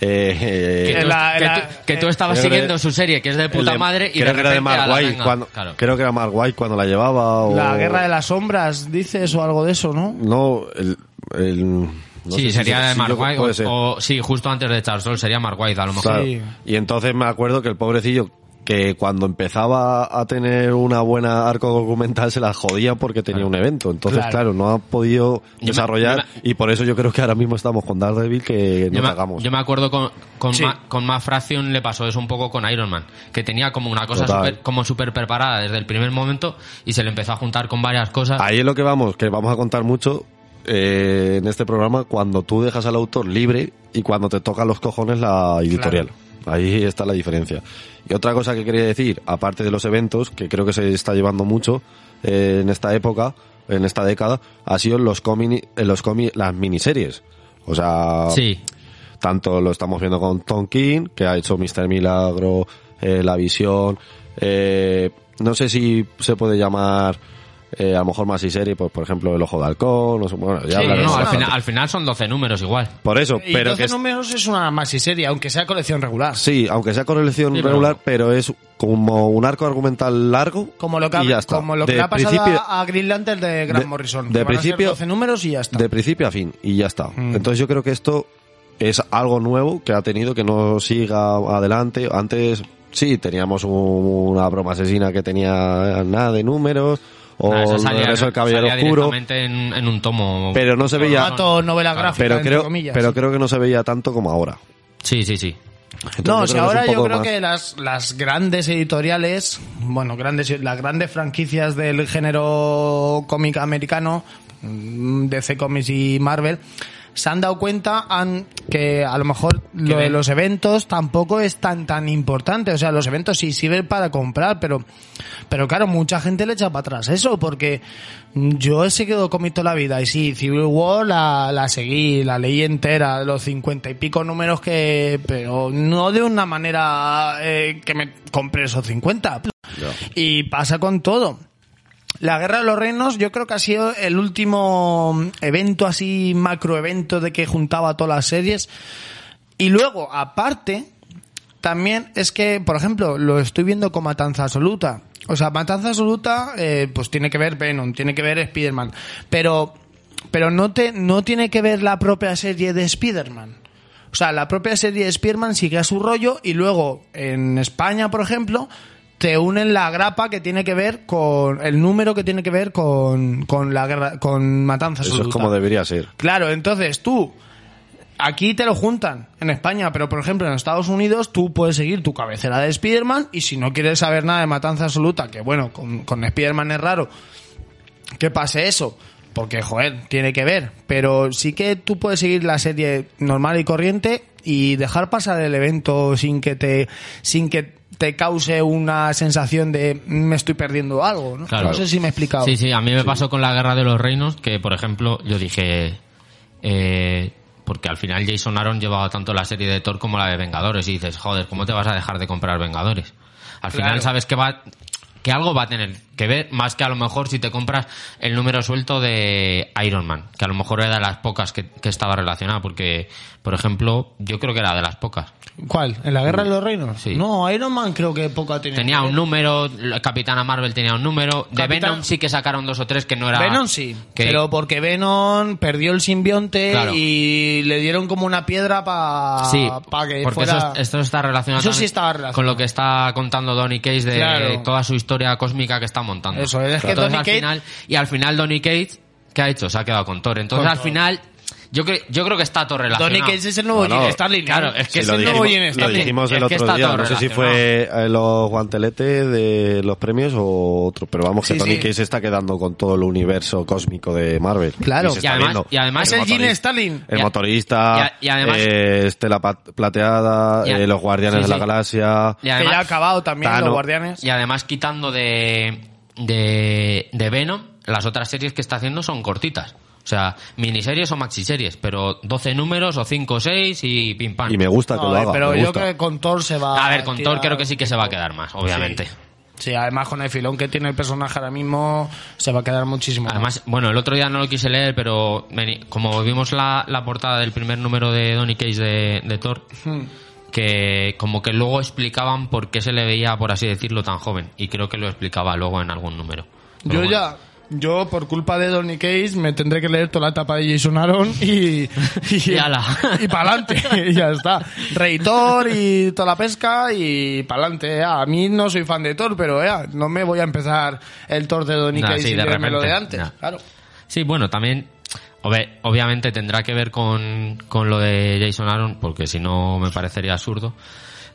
B: eh, eh,
D: Que,
E: En
D: tú,
E: la-
D: que
E: en la- eh,
D: tú- que tú estabas
B: creo que-
D: siguiendo su serie, que es de
B: el
D: puta
B: de-
D: madre, y
B: creo
D: de
B: que era de
D: repente a la
B: Mark White
D: venga.
B: cuando
D: Claro.
B: creo que era Mark White cuando la llevaba o
E: la guerra de las sombras, dices, o algo de eso, ¿no?
B: no el, el- no sé
D: sí,
B: si-
D: sería de
B: si
D: Mark
B: yo-
D: White.
B: puede ser.
D: o, o- sí, justo antes de Charles Soule sería Mark White, a lo mejor.
B: Claro.
E: Sí.
B: Y entonces me acuerdo que el pobrecillo que cuando empezaba a tener una buena arco documental se la jodía porque tenía un evento. Entonces,
E: Claro.
B: claro, no ha podido desarrollar
D: yo
B: y por eso yo creo que ahora mismo estamos con Daredevil que no
D: Yo, me,
B: hagamos.
D: yo me acuerdo con, con,
E: Sí.
D: Ma- con Matt Fraction le pasó eso un poco con Iron Man, que tenía como una cosa
B: Total.
D: super, como súper preparada desde el primer momento y se le empezó a juntar con varias cosas.
B: Ahí es lo que vamos, que vamos a contar mucho eh, en este programa cuando tú dejas al autor libre y cuando te toca los cojones la editorial. Ahí está la diferencia. Y otra cosa que quería decir, aparte de los eventos, que creo que se está llevando mucho eh, en esta época, en esta década, ha sido los cómics, los cómic- las miniseries. O sea,
D: Sí,
B: tanto lo estamos viendo con Tom King, que ha hecho Mr. Milagro, eh, La Visión, eh, no sé si se puede llamar eh, a lo mejor más y serie, pues, por ejemplo El Ojo de Halcón, no sé, bueno, ya
D: Sí,
B: hablaremos
D: no, al,
B: bastante.
D: final, al final son 12 números igual.
B: Por eso,
E: Y
B: pero
E: 12
B: que es-
E: números es una masiserie, aunque sea colección regular.
B: sí, aunque sea correlación
D: Sí, pero-
B: regular, pero... es como un arco argumental largo
E: Como lo que,
B: y ya
E: ha,
B: está.
E: como lo que
B: De
E: le ha pasado
B: principio-
E: a a Green Lantern de Grant
B: de-
E: Morrison.
B: de
E: que van a ser
B: principio-
E: 12 números y ya está.
B: de principio a fin y ya está. Entonces yo creo que esto es algo nuevo que ha tenido que no siga adelante. Antes sí teníamos un- una broma asesina que tenía eh, nada de números o
D: Ah, eso
B: el regreso del caballero
D: salía
B: oscuro,
D: directamente en, en un tomo.
B: pero no se veía.
E: Formato novela gráfica,
B: Pero
E: entre
B: creo,
E: comillas.
B: pero creo que no se veía tanto como ahora.
D: Sí, sí, sí.
B: Entonces,
E: No,
B: yo
E: o sea,
B: creo que es
E: ahora
B: un
E: yo
B: poco
E: creo
B: más-
E: que las, las grandes editoriales, bueno, grandes las grandes franquicias del género cómic americano, mm, DC Comics y Marvel, se han dado cuenta han, que a lo mejor lo de
D: ven.
E: los eventos tampoco es tan tan importante. O sea, los eventos sí sirven para comprar, pero, pero claro, mucha gente le echa para atrás eso, porque yo he seguido cómic toda la vida. Y sí, Civil War la, la seguí, la leí entera, los cincuenta y pico números que. Pero no de una manera eh, que me compré esos cincuenta. Y pasa con todo. La Guerra de los Reinos yo creo que ha sido el último evento así, macroevento de que juntaba todas las series. Y luego, aparte, también es que, por ejemplo, lo estoy viendo con Matanza Absoluta. O sea, Matanza Absoluta, eh, pues tiene que ver Venom, tiene que ver Spider-Man. Pero, pero no, te, no tiene que ver la propia serie de Spider-Man. O sea, la propia serie de Spider-Man sigue a su rollo y luego en España, por ejemplo, te unen la grapa que tiene que ver con el número que tiene que ver con, con la guerra, con Matanza
B: Eso es
E: Absoluta.
B: como debería ser.
E: Claro, entonces tú, aquí te lo juntan en España, pero por ejemplo en Estados Unidos tú puedes seguir tu cabecera de Spider-Man y si no quieres saber nada de Matanza Absoluta, que bueno, con, con Spider-Man es raro que pase eso, porque joder, tiene que ver, pero sí que tú puedes seguir la serie normal y corriente y dejar pasar el evento sin que te sin que te cause una sensación de "Mm, me estoy perdiendo algo, ¿no?
D: Claro.
E: No sé si me he explicado.
D: Sí, sí, a mí me pasó con la Guerra de los Reinos, que por ejemplo yo dije, eh, porque al final Jason Aaron llevaba tanto la serie de Thor como la de Vengadores, y dices, joder, ¿cómo te vas a dejar de comprar Vengadores? Al final
E: Claro.
D: sabes que va que algo va a tener que ver, más que a lo mejor si te compras el número suelto de Iron Man, que a lo mejor era de las pocas que, que estaba relacionada, porque, por ejemplo, yo creo que era de las pocas.
E: ¿Cuál? ¿En la Guerra de los Reinos?
D: Sí.
E: No, Iron Man creo que poco ha tenido.
D: Tenía un número, la Capitana Marvel tenía un número, de
E: Capitán-
D: Venom sí que sacaron dos o tres que no era...
E: Venom sí,
D: que-
E: pero porque Venom perdió el simbionte
D: Claro.
E: y le dieron como una piedra para
D: Sí,
E: que
D: porque
E: fuera...
D: eso, esto está relacionado,
E: Eso sí
D: también
E: estaba relacionado.
D: con lo que está contando Donny Cates de
E: Claro.
D: toda su historia cósmica que está montando.
E: Eso, es que
D: Entonces,
E: Donny
D: al
E: Cates-
D: final- y al final Donny Cates, ¿qué ha hecho? Se ha quedado con Thor. Entonces,
E: Con
D: al
E: Thor.
D: final, yo, cre- yo creo que está todo relacionado.
E: Tony Cage es el nuevo
B: Bueno,
E: Jim Starlin.
D: claro, es que
B: Sí,
D: es
B: lo
D: el
B: dijimos,
D: nuevo
E: Jim
B: lo
E: Starlin.
B: dijimos el
D: Es que
B: otro
D: está
B: día,
D: todo
B: no sé si fue eh, los guanteletes de los premios o otro, pero vamos que
E: Sí,
B: Tony
E: sí.
B: Cage se está quedando con todo el universo cósmico de Marvel.
E: Claro.
B: se
E: Y
B: está
D: además-
B: viendo.
D: y además
E: Es el Jim
B: motorista-
E: Starlin.
B: El
D: Y a-
B: motorista,
D: y a- y además-
B: eh, Estela Pat- Plateada,
D: Y a-
B: eh, los Guardianes
D: sí,
B: de la
D: sí.
B: Galaxia,
D: Y
E: que ya ha
D: además-
E: acabado también
B: Thanos.
E: los guardianes.
D: Y además quitando de, de, de Venom, las otras series que está haciendo son cortitas. O sea, miniseries o maxiseries, pero 12 números o 5 o 6 y pim pam.
B: y me gusta que
E: No,
B: lo haga.
E: pero
B: me
E: yo
B: gusta.
E: creo que con Thor se va
D: A ver, con
E: tirar
D: Thor creo que sí que se va a quedar más, obviamente.
E: Sí, además con el filón que tiene el personaje ahora mismo se va a quedar muchísimo. más.
D: Además, bueno, el otro día no lo quise leer, pero veni- como vimos la, la portada del primer número de Donny Case de, de Thor,
E: Hmm.
D: que como que luego explicaban por qué se le veía, por así decirlo, tan joven. Y creo que lo explicaba luego en algún número. Pero
E: Yo
D: bueno.
E: ya, yo por culpa de Donny Case me tendré que leer toda la etapa de Jason Aaron
D: <laughs>
E: y.
D: Y ala.
E: Y pa'lante, y ya está. Rey Thor y toda la pesca y pa'lante. eh. A mí no soy fan de Thor, pero eh, no me voy a empezar el Thor de Donny
D: Nah,
E: Case
D: sí,
E: y
D: de
E: leerme lo de
D: repente,
E: antes.
D: nah.
E: Claro.
D: Sí, bueno, también obve- obviamente tendrá que ver con, con lo de Jason Aaron, porque si no me parecería absurdo.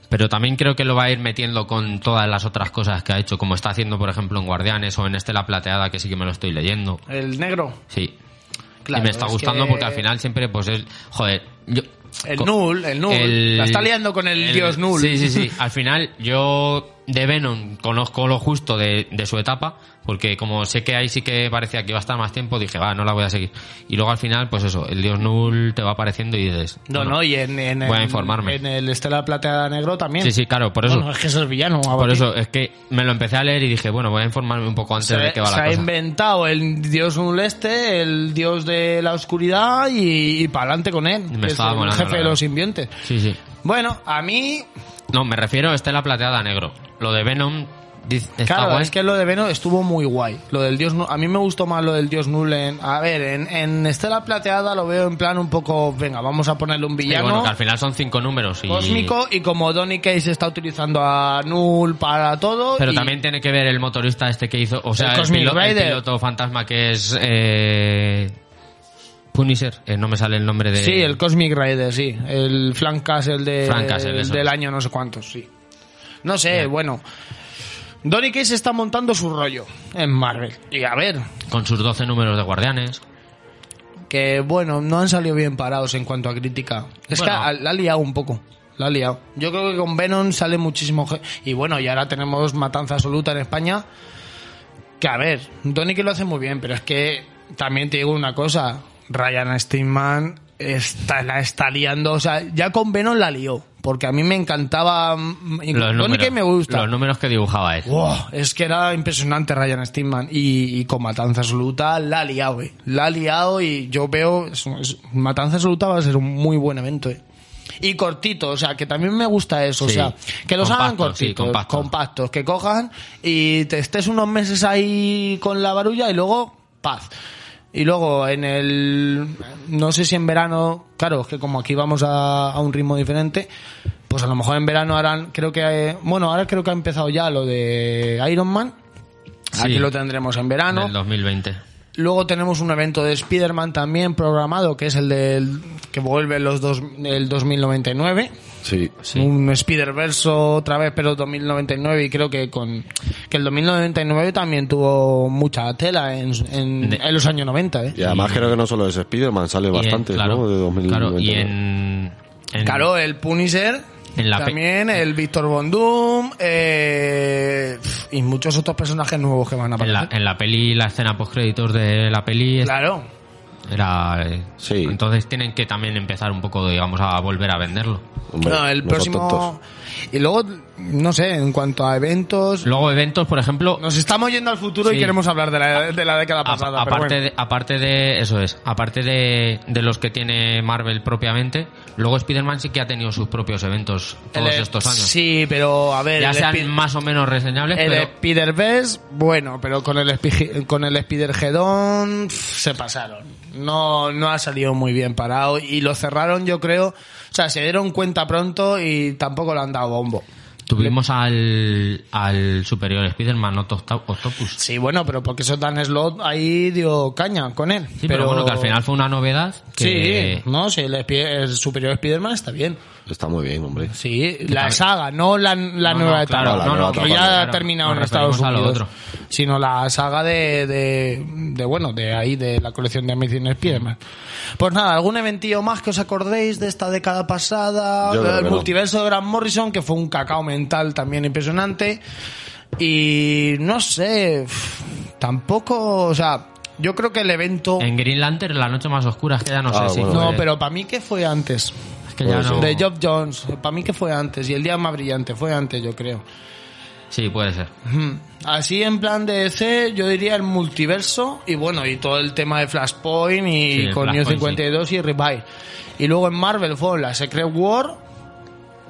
D: Pero también creo que lo va a ir metiendo con todas las otras cosas que ha hecho, como está haciendo, por ejemplo, en Guardianes o en Estela Plateada, que sí que me lo estoy leyendo.
E: El negro.
D: Sí.
E: Claro,
D: y me está
E: es
D: gustando
E: que
D: porque al final siempre, pues es. Joder, yo.
E: El
D: co-
E: Null, el Null. La está liando con el dios Null.
D: Sí, sí, sí. Al final, yo de Venom conozco lo justo de, de su etapa, porque como sé que ahí sí que parecía que iba a estar más tiempo, dije, va, no la voy a seguir. Y luego al final, pues eso, el dios Null te va apareciendo y dices.
E: No,
D: bueno,
E: no, y en, en
D: voy a
E: el,
D: informarme.
E: en el Estela Plateada Negro también.
D: Sí, sí, claro, por eso.
E: Bueno, es que es el villano. a
D: por
E: batir.
D: eso es que me lo empecé a leer y dije, bueno, voy a informarme un poco antes
E: se,
D: de qué va
E: se
D: la
E: ha
D: cosa.
E: inventado el dios nuleste, el dios de la oscuridad y, para adelante con él.
D: Me
E: que es
D: estaba
E: el
D: molando, la
E: jefe de
D: verdad.
E: los simbiontes.
D: Sí, sí.
E: Bueno, a mí,
D: No, me refiero a Estela Plateada Negro. Lo de Venom dice- está
E: claro,
D: guay.
E: es que lo de Venom estuvo muy guay. Lo del dios, nu- a mí me gustó más lo del dios nul en, a ver, en, en Estela Plateada lo veo en plan un poco, venga, vamos a ponerle un
D: Y
E: villano.
D: bueno, que al final son cinco números. Y...
E: Cósmico y como Donny Case está utilizando a Null para todo
D: Pero
E: y-
D: también tiene que ver el motorista este que hizo, o sea, el,
E: Cosmic
D: pilo- el
E: Rider.
D: piloto fantasma que es eh, Punisher, Eh, no me sale el nombre de...
E: Sí, el Cosmic Rider, sí. El Frank Castle, de,
D: Frank Castle, eso
E: del
D: es.
E: año no sé cuántos, sí. No sé, bueno. Donny Case está montando su rollo en Marvel. Y a ver,
D: Con sus 12 números de guardianes.
E: que bueno, no han salido bien parados en cuanto a crítica. Es
D: Bueno.
E: que ha- la ha liado un poco. La ha liado. Yo creo que con Venom sale muchísimo. ge- Y bueno, y ahora tenemos Matanza Absoluta en España. Que a ver, Tony que lo hace muy bien, pero es que también te digo una cosa. Ryan Steinman está, la está liando. O sea, ya con Venom la lió. Porque a mí me encantaba. mm,
D: Los
E: Donny
D: números,
E: Cain me gusta.
D: los números que dibujaba él.
E: Wow, es que era impresionante Ryan Steedman y, y con Matanza Absoluta la ha liado, eh. La ha liado y yo veo... es- es- Matanza Absoluta va a ser un muy buen evento, eh. Y cortito, o sea, que también me gusta eso, o
D: Sí,
E: sea, que los hagan
D: compactos, sí,
E: cortitos,
D: compactos.
E: compactos, que cojan y te estés unos meses ahí con la barulla y luego paz. Y luego en el, no sé si en verano, claro, es que como aquí vamos a, a un ritmo diferente, pues a lo mejor en verano harán, creo que, eh, bueno, ahora creo que ha empezado ya lo de Iron Man.
D: Sí.
E: Aquí lo tendremos en verano.
D: Del 2020.
E: Luego tenemos un evento de Spider-Man también programado, que es el del que vuelve los dos, el 2099.
B: Sí.
D: Sí.
E: Un Spider-Verse otra vez, pero 2099 y creo que con que el 2099 también tuvo mucha tela en, en,
D: De-
E: en los años 90, ¿eh?
B: Y además
D: Y-
B: creo que no solo es Spider-Man, sale
D: Y en-
B: bastante,
D: claro,
B: ¿no? De 2000.
D: Claro, y en... en-
E: Claro, el Punisher,
D: En la pe-
E: también el Víctor Bondum eh, y muchos otros personajes nuevos que van a
D: En
E: aparecer.
D: la, en la peli, la escena post créditos de la peli es-
E: Claro,
D: era. eh,
B: Sí.
D: Entonces tienen que también empezar un poco, digamos, a volver a venderlo.
B: Hombre,
E: no, el
B: no son
E: próximo...
B: tontos.
E: Y luego, no sé, en cuanto a eventos...
D: Luego, eventos, por ejemplo.
E: Nos estamos yendo al futuro y
D: Sí.
E: queremos hablar de la, de la década
D: a-
E: pasada. pero
D: aparte,
E: bueno.
D: de, aparte de. Eso es. Aparte de, de los que tiene Marvel propiamente. Luego, Spider-Man sí que ha tenido sus propios eventos todos
E: El- E-
D: estos años.
E: Sí, pero a ver,
D: ya
E: el,
D: sean
E: Spi-
D: más o menos reseñables,
E: el
D: pero.
E: Spider-Verse, bueno, pero con el, Spi- con el Spider-Gedón pff, se pasaron. No, no ha salido muy bien parado y lo cerraron, yo creo. O sea, se dieron cuenta pronto y tampoco le han dado bombo.
D: Tuvimos al, al superior Spider-Man, Octo- Octopus.
E: Sí, bueno, pero porque eso Dan Slot ahí dio caña con él.
D: Sí, pero, bueno, que al final fue una novedad. Que,
E: Sí, no, sí, el, Spi- el superior Spider-Man está bien.
B: Está muy bien, hombre.
E: Sí, la saga, no la, la
D: No,
E: nueva
D: no,
E: etapa.
D: claro,
B: no, no,
E: que
B: claro,
E: ya
D: claro.
E: ha terminado
D: Nos
E: en Estados
D: referimos a lo
E: Unidos.
D: otro.
E: Sino la saga de, de, de, bueno, de ahí, de la colección de Amazing Spider-Man. Pues nada, algún eventillo más que os acordéis de esta década pasada.
B: Yo creo
E: El
B: que no.
E: multiverso de Grant Morrison, que fue un cacao mental también impresionante. Y no sé, uf, tampoco, o sea, yo creo que el evento...
D: En Green Lantern, la noche más oscura, es que ya no
B: Ah,
D: sé si.
B: bueno.
D: fue-
E: No, pero para mí que fue antes.
D: Es que ya
B: Puede
D: no.
E: De Job Jones, para mí que fue antes. Y el día más brillante fue antes, yo creo.
D: Sí, puede ser.
E: Ujú. Así en plan de DC, yo diría el multiverso y bueno, y todo el tema de Flashpoint
D: Sí,
E: y
D: el
E: con New
D: Flashpoint,
E: 52 y Revive. Y luego en Marvel fue la Secret War.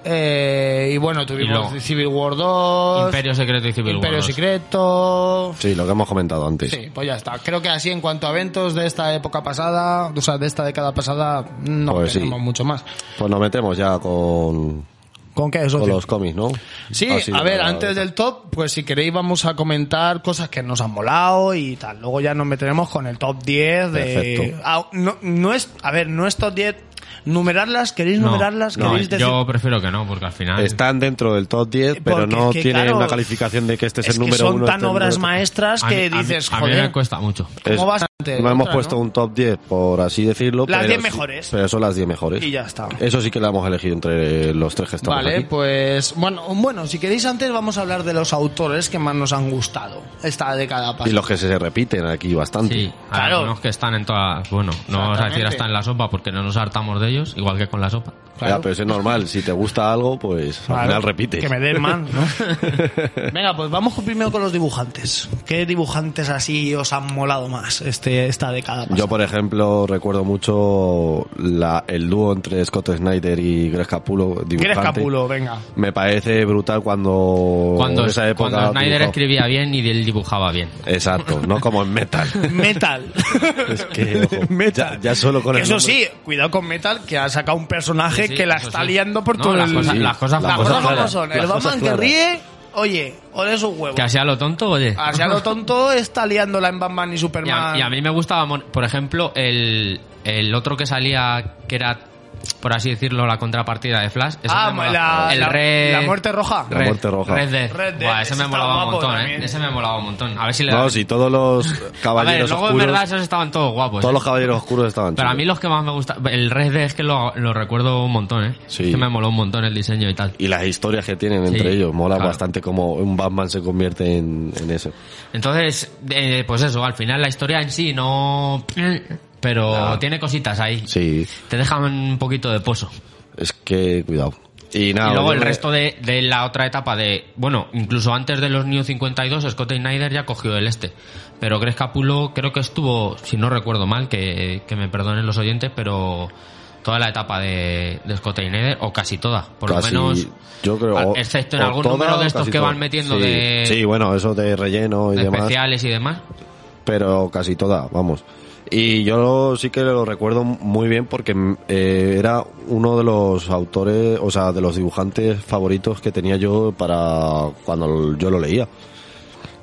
E: eh, y bueno, tuvimos
D: luego-
E: Civil War 2,
D: Imperio Secreto y Civil
E: Imperio
D: War. dos.
E: Secreto.
B: Sí, lo que hemos comentado antes.
E: Sí, pues ya está. Creo que así en cuanto a eventos de esta época pasada, o sea, de esta década pasada, no
B: Pues sí.
E: tenemos mucho más.
B: Pues nos metemos ya con,
E: ¿Con qué, socio?
B: con los cómics, ¿no?
E: Sí,
B: Así
E: a
B: de
E: ver,
B: la-
E: antes del top, pues si queréis vamos a comentar cosas que nos han molado y tal. Luego ya nos meteremos con el top 10 de...
B: Perfecto.
E: Ah, no, no es, a ver, no es top 10. ¿Numerarlas? ¿Queréis
D: No,
E: numerarlas?
D: no,
E: ¿Queréis decir?
D: yo prefiero que no, porque al final.
B: Están dentro del top 10, pero
E: Eh, Porque
B: no
E: es que,
B: tienen
E: claro,
B: una calificación de que este es,
E: es
B: el número
E: que son
B: uno.
E: tan obras
B: maestras
E: maestras
D: A mí-
E: que
D: a mí-
E: dices,
D: a mí,
E: joder,
D: me cuesta mucho.
E: como bastante,
B: No hemos
E: otra,
B: puesto
E: ¿no?
B: un top 10, por así decirlo.
E: Las
B: pero
E: 10
B: sí-
E: mejores.
B: Pero son las 10 mejores.
E: Y ya está.
B: Eso sí que la hemos elegido entre los tres que estamos
E: Vale,
B: aquí.
E: pues bueno, bueno, si queréis antes vamos a hablar de los autores que más nos han gustado esta década pasada.
B: Y los que se repiten aquí bastante.
D: Sí, hay
E: Claro.
D: algunos que están en todas. Bueno, no vamos a decir
E: Exactamente.
D: hasta en la sopa porque no nos hartamos de ellos, igual que con la sopa.
E: Claro.
B: Ya, pero eso es normal. Si te gusta algo, pues
E: Claro,
B: al final repites.
E: Que me den man, ¿no?
B: <laughs>
E: Venga, pues vamos primero con los dibujantes. ¿Qué dibujantes así os han molado más este, esta década? pasada?
B: Yo, por ejemplo, recuerdo mucho la- el dúo entre Scott Snyder y Greg Capullo.
E: ¿Quieres
B: dibujante.
E: Capulo? Venga.
B: Me parece brutal cuando.
D: Cuando,
B: en esa época
D: cuando Snyder
B: dibujaba-
D: escribía bien y él dibujaba bien.
B: Exacto, no como en metal.
D: <laughs>
E: Metal.
B: Es <laughs> que, ojo,
E: <laughs> metal.
B: ya- ya solo con
E: Que
B: el
E: Eso
B: nombre.
E: sí, cuidado con Metal, que ha sacado un personaje
D: Sí, sí,
E: que la
D: eso
E: está
D: sí.
E: liando por
D: No,
E: todo
D: las
E: el-
D: cosas- las cosas-
E: las
D: las
E: cosas
D: cosas
E: como
B: claras,
E: son.
B: las
E: El
B: cosas
E: Batman que
B: claras.
E: ríe, oye, ole sus huevos.
D: Que así a lo tonto, oye.
E: Así a lo tonto está liándola en Batman y
D: Y a,
E: Superman.
D: y a mí me gustaba, mon- por ejemplo, el, el otro que salía, que era por así decirlo, la contrapartida de Flash. Ese
E: Ah,
D: me mola.
E: la-
D: el
E: la-
D: Red-
E: la muerte roja.
B: La muerte roja.
D: Red Dead.
E: Red Dead,
D: Buah, ese,
E: ese
D: me
E: estaba
D: molaba un
E: guapo
D: montón,
E: también.
D: ¿eh? Ese me molaba un montón. A ver si le
B: No,
D: da-
B: si todos los
D: A ver,
B: caballeros
D: luego
B: oscuros.
D: en verdad esos estaban todos guapos.
B: Todos
D: ¿eh?
B: los caballeros oscuros estaban
D: Pero a
B: chulos.
D: mí los que más me gusta El Red Dead es que lo, lo recuerdo un montón, ¿eh?
B: Sí.
D: Es que me moló un montón el diseño y tal.
B: Y las historias que tienen
D: Sí,
B: entre ellos. Mola
D: claro.
B: bastante como un Batman se convierte en, en eso.
D: Entonces, eh, pues eso, al final la historia en sí no... Pero tiene cositas ahí.
B: Sí,
D: Te dejan un poquito de pozo.
B: es que cuidado. Y nada.
D: y luego
B: yo
D: el
B: me-
D: resto de, de la otra etapa de... Bueno, incluso antes de los New 52, Scott Snyder ya cogió el este. Pero Greg Capulo creo que estuvo, si no recuerdo mal, que, que me perdonen los oyentes, pero toda la etapa de, de Scott Snyder, o casi toda, por
B: casi,
D: lo menos...
B: Yo creo.
D: al-
B: o-
D: excepto en
B: o
D: algún
B: toda
D: número
B: o
D: de estos
B: casi
D: que van
B: toda.
D: metiendo
B: Sí,
D: de-
B: Sí, bueno, eso de relleno y
D: de
B: demás.
D: especiales y demás.
B: pero casi toda, vamos. Y yo sí que lo recuerdo muy bien porque mm, eh, era uno de los autores, o sea, de los dibujantes favoritos que tenía yo para cuando yo lo leía.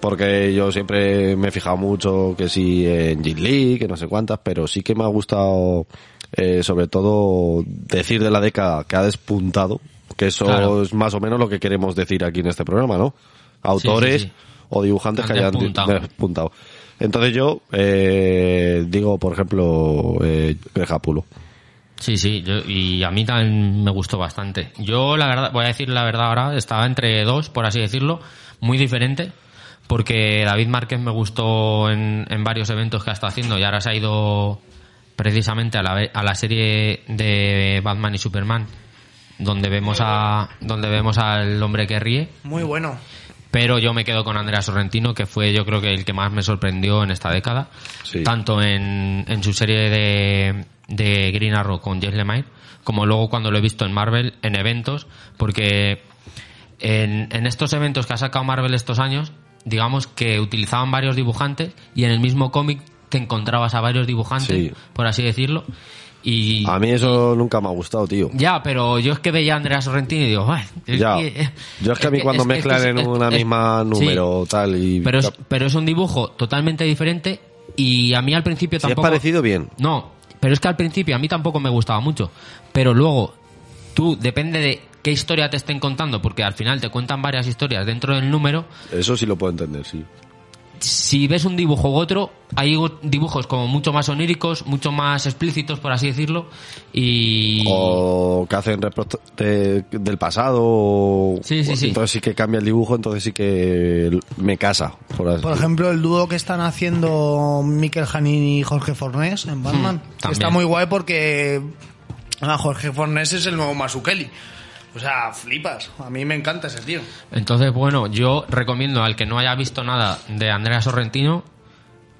B: Porque yo siempre me he fijado mucho que sí en Jin Lee, que no sé cuántas, pero sí que me ha gustado eh, sobre todo decir de la década que ha despuntado, que eso
D: Claro.
B: es más o menos lo que queremos decir aquí en este programa, ¿no? Autores
D: sí.
B: o dibujantes que
D: Han
B: hayan
D: despuntado.
B: de- despuntado. Entonces yo eh, digo, por ejemplo, eh, Grejapulo.
D: Sí, sí, yo- y a mí también me gustó bastante. Yo, la verdad, voy a decir la verdad ahora, estaba entre dos, por así decirlo, muy diferente, porque David Márquez me gustó en, en varios eventos que ha estado haciendo y ahora se ha ido precisamente a la, ve- a la serie de Batman y Superman, donde vemos, a, donde vemos al hombre que ríe,
E: Muy bueno.
D: pero yo me quedo con Andrea Sorrentino, que fue yo creo que el que más me sorprendió en esta década,
B: Sí.
D: tanto en, en su serie de, de Green Arrow con James Lemire, como luego cuando lo he visto en Marvel, en eventos, porque en, en estos eventos que ha sacado Marvel estos años, digamos que utilizaban varios dibujantes y en el mismo cómic te encontrabas a varios dibujantes,
B: Sí.
D: por así decirlo, y...
B: A mí eso nunca me ha gustado, tío.
D: Ya, pero yo es que veía a Andrea Sorrentino y digo, "Ay, es
B: Ya.
D: que-
B: Yo es que a mí cuando
D: es- es
B: mezclan
D: que-
B: en
D: es-
B: una
D: es-
B: misma
D: sí.
B: número tal y...
D: Pero es, pero es un dibujo totalmente diferente y a mí al principio
B: si es
D: tampoco...
B: parecido, bien.
D: No, pero es que al principio a mí tampoco me gustaba mucho. Pero luego, tú, depende de qué historia te estén contando, porque al final te cuentan varias historias dentro del número,
B: Eso sí lo puedo entender, sí.
D: si ves un dibujo u otro, hay u- dibujos como mucho más oníricos, mucho más explícitos, por así decirlo, y...
B: O que hacen repro- de- del pasado. o-
D: Sí, sí, sí.
B: Entonces sí que cambia el dibujo, entonces sí que me casa. Por, así-
E: Por ejemplo, el dúo que están haciendo Miquel Janín y Jorge Fornés en Batman.
D: también.
E: está muy guay porque ah, Jorge Fornés es el nuevo Masukeli. O sea, flipas. A mí me encanta ese tío.
D: Entonces, bueno, yo recomiendo al que no haya visto nada de Andrea Sorrentino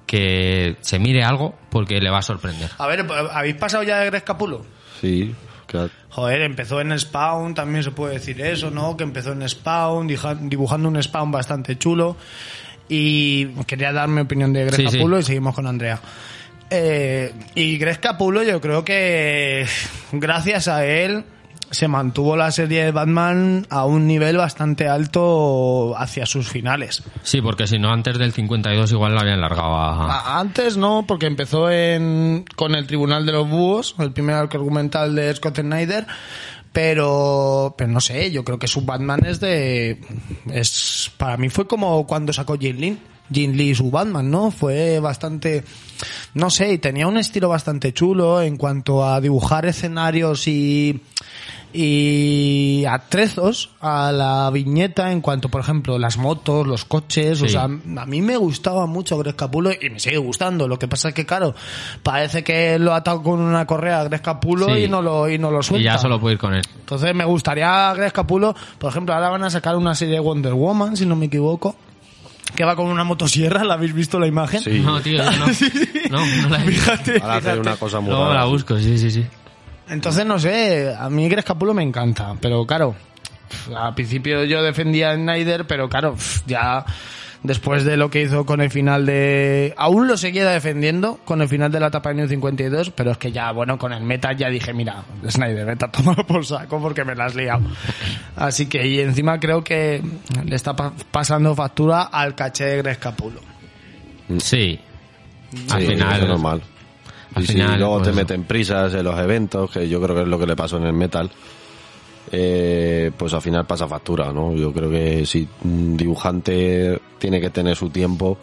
D: que se mire algo porque le va a sorprender.
E: A ver, ¿habéis pasado ya de Greg Capulo?
B: Sí.
E: <laughs>
B: claro.
E: Joder, empezó en Spawn, también se puede decir eso, ¿no? Que empezó en Spawn, dija- dibujando un Spawn bastante chulo. Y quería dar mi opinión de Greg
D: Sí, sí.
E: Capulo y seguimos con Andrea. Eh, y Greg Capulo yo creo que gracias a él se mantuvo la serie de Batman a un nivel bastante alto hacia sus finales.
D: Sí, porque si no, antes del 52 igual la habían largado
B: Ah,
D: a...
E: A- Antes no, porque empezó en, con el Tribunal de los Búhos, el primer arco argumental de Scott Snyder, pero, pero no sé, yo creo que su Batman es de... es Para mí fue como cuando sacó Jim Lee. Jim Lee y su Batman, ¿no? Fue bastante... No sé, y tenía un estilo bastante chulo en cuanto a dibujar escenarios y y atrezos a la viñeta en cuanto, por ejemplo, las motos, los coches. O
D: Sí.
E: sea, a mí me gustaba mucho Greg Capulo y me sigue gustando. Lo que pasa es que, claro, parece que lo ha atado con una correa a Greg Capulo
D: Sí.
E: y, no lo, y no lo
D: Y
E: suelta.
D: ya solo puedo ir con él.
E: Entonces me gustaría Greg Capulo, por ejemplo, ahora van a sacar una serie de Wonder Woman, si no me equivoco, que va con una motosierra, ¿la habéis visto la imagen?
B: <laughs> Sí.
D: No, tío, yo no. No, no la he
E: <laughs>
D: visto.
E: Fíjate,
B: Ahora hacer
E: fíjate.
B: una cosa muy
D: Luego
B: rara,
D: la
B: sí.
D: busco, sí, sí, sí.
E: Entonces, no sé, a mí Greg Capulo me encanta, pero claro, al principio yo defendía a Snyder, pero claro, ya después de lo que hizo con el final de... Aún lo seguía defendiendo con el final de la etapa de New 52, pero es que ya, bueno, con el meta ya dije, mira, Snyder, vete a tomar por saco porque me la has liado. Así que, y encima creo que le está pa- pasando factura al caché de Greg Capulo.
D: Sí. Al
B: Mm. Sí,
D: final,
B: es normal.
D: Al
B: y
D: final,
B: si luego
D: pues
B: te
D: eso.
B: meten prisas en los eventos, que yo creo que es lo que le pasó en el metal, eh, pues al final pasa factura, ¿no? Yo creo que si un dibujante tiene que tener su tiempo,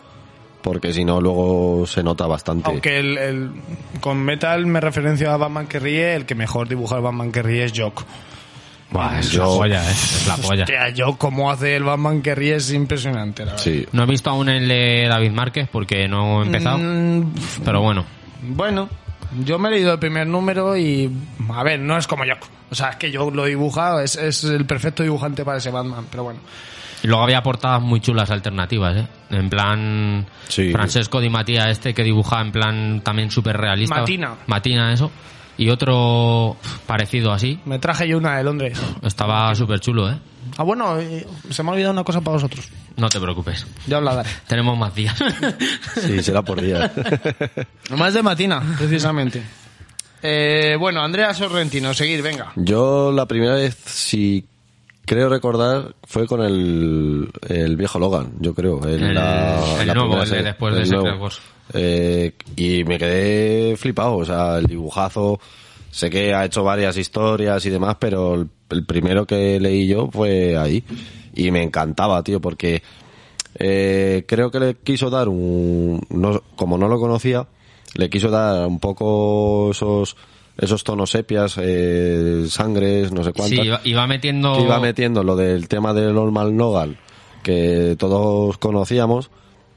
B: porque si no luego se nota bastante.
E: Aunque el, el- con Metal me referencio a Batman que ríe, el que mejor dibuja el Batman que ríe es Jock.
D: Buah, es
B: Yo-
D: la polla, ¿eh? Es la polla.
E: Hostia, Jock, cómo hace el Batman que ríe es impresionante, la verdad.
B: Sí.
D: No he visto aún el de David Márquez porque no he empezado,
E: Mm,
D: pero bueno.
E: bueno, yo me he leído el primer número y, a ver, no es como Jock. O sea, es que Jock lo dibuja, es, es el perfecto dibujante para ese Batman, pero bueno.
D: Y luego había portadas muy chulas alternativas, ¿eh? En plan...
B: Sí.
D: Francesco Di Mattia este que dibuja en plan también súper realista.
E: Matina.
D: Matina, eso. Y otro parecido así.
E: Me traje yo una de Londres.
D: Estaba súper chulo, ¿eh?
E: Ah, bueno, eh, se me ha olvidado una cosa para vosotros.
D: No te preocupes.
E: Ya os la daré.
D: Tenemos
B: <laughs>
D: más días.
B: Sí, será por día.
E: Más de Matina, precisamente. Eh, bueno, Andrea Sorrentino, seguir, venga.
B: <laughs> Yo la primera vez, si creo recordar, fue con el, el viejo Logan, yo creo. en
D: El-
B: la-
D: el
B: la
D: nuevo,
B: primera
D: el de
B: serie,
D: después de
B: el
D: Secret
B: nuevo.
D: Wars.
B: Eh, y me quedé flipado, o sea, el dibujazo. Sé que ha hecho varias historias y demás, pero el, el primero que leí yo fue ahí. Y me encantaba, tío, porque eh, creo que le quiso dar un... no- como no lo conocía, le quiso dar un poco esos esos tonos sepias, eh, sangres, no sé
D: sí,
B: cuántas
D: iba, iba metiendo...
B: que iba metiendo lo del tema del Normal Nogal, que todos conocíamos,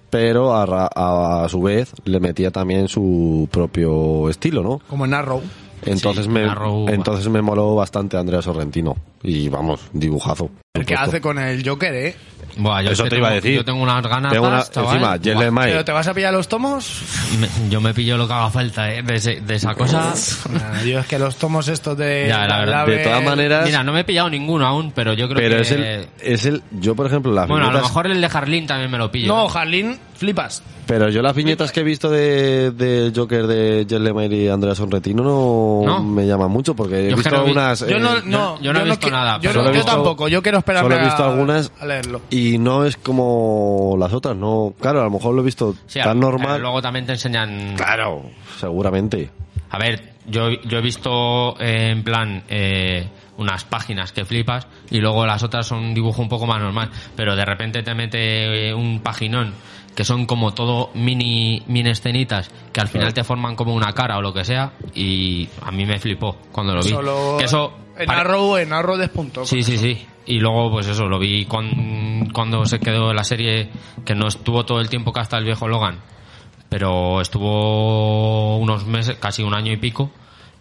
B: pero a, ra- a su vez le metía también su propio estilo, ¿no?
E: Como en Arrow.
B: Entonces,
D: Sí,
B: me,
D: Arrow.
B: entonces me moló bastante Andrea Sorrentino. Y vamos, dibujazo.
E: El que hace con el Joker, ¿eh?
D: Buah, yo es
B: Eso
D: que
B: te iba a
D: tengo-
B: decir.
D: Yo tengo unas ganas,
B: Tengo una-
D: chaval.
B: encima,
D: Buah,
B: Jelle May.
E: Pero te vas a pillar los tomos.
B: <laughs>
D: me- yo me pillo lo que haga falta, ¿eh? De, ese- de esa cosa...
E: Nah, yo es que los tomos estos de.
D: Ya, la verdad,
B: De todas maneras,
D: Mira, no me he pillado ninguno aún, pero yo creo
B: pero
D: que...
B: es el, es el, yo por ejemplo las
D: Bueno, a lo
B: viñetas-
D: mejor el de Harlín también me lo pillo.
E: No,
D: ¿eh?
E: Harlin, flipas.
B: pero yo las viñetas que he visto de, de Joker de Jelle May y Andrea Sorrentino no,
D: No.
B: me llaman mucho porque he
D: Yo es que
B: visto
D: no vi-
B: algunas
E: Yo
B: eh,
E: no,
D: yo
E: no,
D: no he visto
E: qui-
D: nada,
E: Yo,
D: pero-
E: no-
D: Solo he
E: yo
D: visto-
E: tampoco, yo quiero esperarme
B: Solo he visto
E: a-
B: algunas
E: a leerlo.
B: y no es como las otras, no. Claro, a lo mejor lo he visto
D: Sí,
B: tan
D: pero
B: normal.
D: Luego también te enseñan...
B: Claro, seguramente.
D: A ver, yo, yo he visto eh, en plan eh, unas páginas que flipas y luego las otras son un dibujo un poco más normal, pero de repente te mete eh, un paginón que son como todo mini mini escenitas que al final te forman como una cara o lo que sea y a mí me flipó cuando lo vi.
E: Solo.
D: Que eso
E: En
D: pare-
E: Arrow, en Arrow despuntó.
D: Sí, sí, sí. Y luego, pues eso, lo vi con- cuando se quedó la serie, que no estuvo todo el tiempo que hasta el viejo Logan, pero estuvo unos meses, casi un año y pico,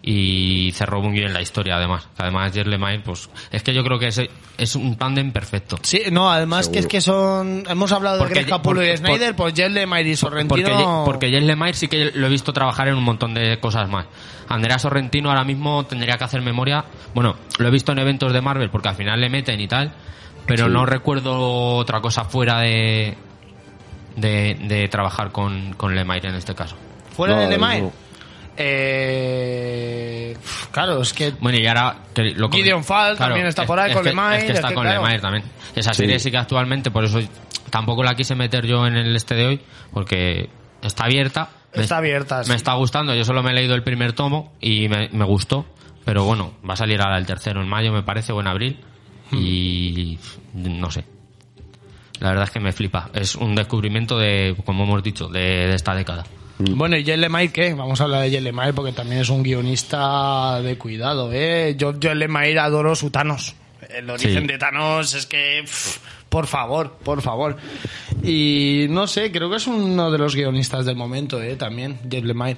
D: y cerró muy bien la historia, además. Que Además, Jerry Mayer, pues es que yo creo que ese es un tándem perfecto.
E: Sí, no, además que es que son. Hemos hablado
D: Porque-
E: de Greg Capullo y
D: porque-
E: de Snyder, pues Jell de Mighty
D: Porque,
E: Sorrentino.
D: Ye- porque Jess Lemire sí que lo he visto trabajar en un montón de cosas más. Andrea Sorrentino ahora mismo tendría que hacer memoria. Bueno, lo he visto en eventos de Marvel porque al final le meten y tal. Pero no recuerdo otra cosa fuera de. de, de trabajar con, con Lemire en este caso.
E: Fuera
B: No,
E: de Lemire.
B: no.
E: Eh, claro, es que.
D: Bueno, y ahora. Que lo com-
E: Gideon Fall también está por ahí con
D: que-
E: Lemire,
D: Es que está
E: es que
D: con
E: claro.
D: Lemire también. Esa
B: Sí.
D: serie sí que actualmente, por eso tampoco la quise meter yo en el este de hoy, porque está abierta. Me-
E: Está abierta, sí.
D: Me está gustando, yo solo me he leído el primer tomo y me, me gustó, pero bueno, va a salir ahora el tercero en mayo, me parece, o en abril,
E: Hmm.
D: y no sé. La verdad es que me flipa, es un descubrimiento de, como hemos dicho, de, de esta década.
E: Bueno, ¿y Jell Lemire qué? Vamos a hablar de Jell Lemire porque también es un guionista de cuidado, ¿eh? Yo Jell Lemire adoro su Thanos. El origen
D: Sí.
E: de Thanos es que... pff, por favor, por favor. Y no sé, creo que es uno de los guionistas del momento, ¿eh? También, Jell Lemire.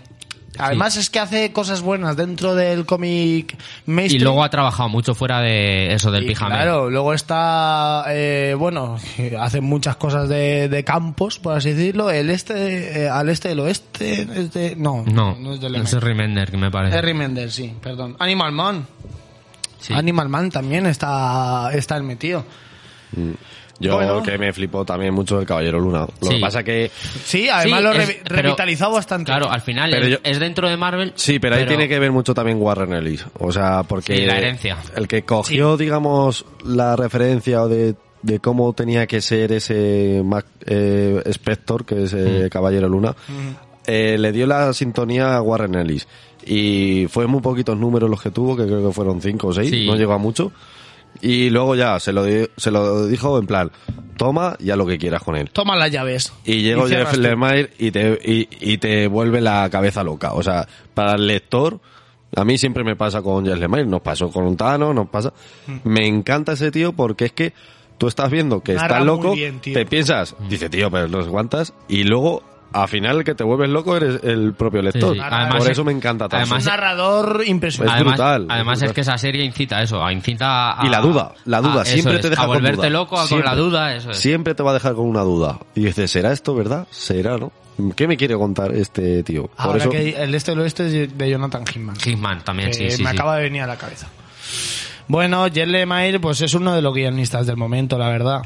E: Además es que hace cosas buenas dentro del cómic
D: Y
E: mainstream.
D: luego ha trabajado mucho fuera de eso del
E: Y
D: pijameo.
E: Claro, luego está, eh, bueno, <laughs> hacen muchas cosas de, de campos, por así decirlo. El este, eh, al este del oeste, es de- no,
D: No,
E: es de
D: es Remender, que me parece.
E: Harry Mendel, sí, perdón. Animal Man.
D: Sí.
E: Animal Man también está, está el metido.
B: Yo
E: Bueno.
B: que me flipó también mucho el Caballero Luna. Lo
D: Sí.
B: que pasa que
E: Sí, además
D: Sí,
E: lo
D: es-
E: revi-
D: pero-
E: revitalizó bastante.
D: Claro, al final
B: Pero
D: es,
B: yo-
D: es dentro de Marvel.
B: sí, pero ahí tiene que ver mucho también Warren Ellis, o sea, porque
D: Sí, la herencia.
B: el que cogió, digamos, la referencia o de de cómo
D: Mm.
B: tenía que ser ese Mac- eh, Spector, que es eh, Caballero Luna, eh, le dio la sintonía a Warren Ellis. Y fue muy poquitos números los que tuvo, que creo que fueron cinco o seis,
D: Sí.
B: no llegó a mucho. Y luego ya se lo, di- se lo dijo en plan, toma ya lo que quieras con él.
E: Toma las llaves.
B: Y llegó
E: cierras
B: Jeff
E: tú.
B: Lemire y te, y, y te vuelve la cabeza loca. O sea, para el lector, a mí siempre me pasa con Jeff Lemire, nos pasó con Tano, nos pasa.
E: Hmm.
B: Me encanta ese tío porque es que tú estás viendo que
E: Narra
B: está
E: muy
B: loco,
E: bien, tío.
B: te piensas,
D: Hmm.
B: dice tío, pero los aguantas, y luego al final el que te vuelves loco eres el propio lector.
D: sí. Además,
B: Por
D: eh,
B: eso me encanta tanto.
E: Un
D: además-
E: narrador impresionante.
B: Es
D: además,
B: brutal, es
D: Además es,
B: brutal.
D: que esa serie incita a eso, a- incita a...
B: y la duda, la duda,
D: a- ah, eso
B: siempre
D: es,
B: te deja
D: A
B: con
D: volverte
B: duda.
D: loco a- con
B: Siempre.
D: la duda, eso es.
B: Siempre te va a dejar con una duda. Y dices, ¿será esto verdad? ¿Será, no? ¿Qué me quiere contar este tío? Por
E: Ahora
B: eso-
E: que el este el oeste es de Jonathan Hickman.
D: Hitman también,
E: que
D: Pues, sí, sí,
E: Eh, me
D: sí.
E: acaba de venir a la cabeza. Bueno, Jerry Lemire pues es uno de los guionistas del momento, la verdad.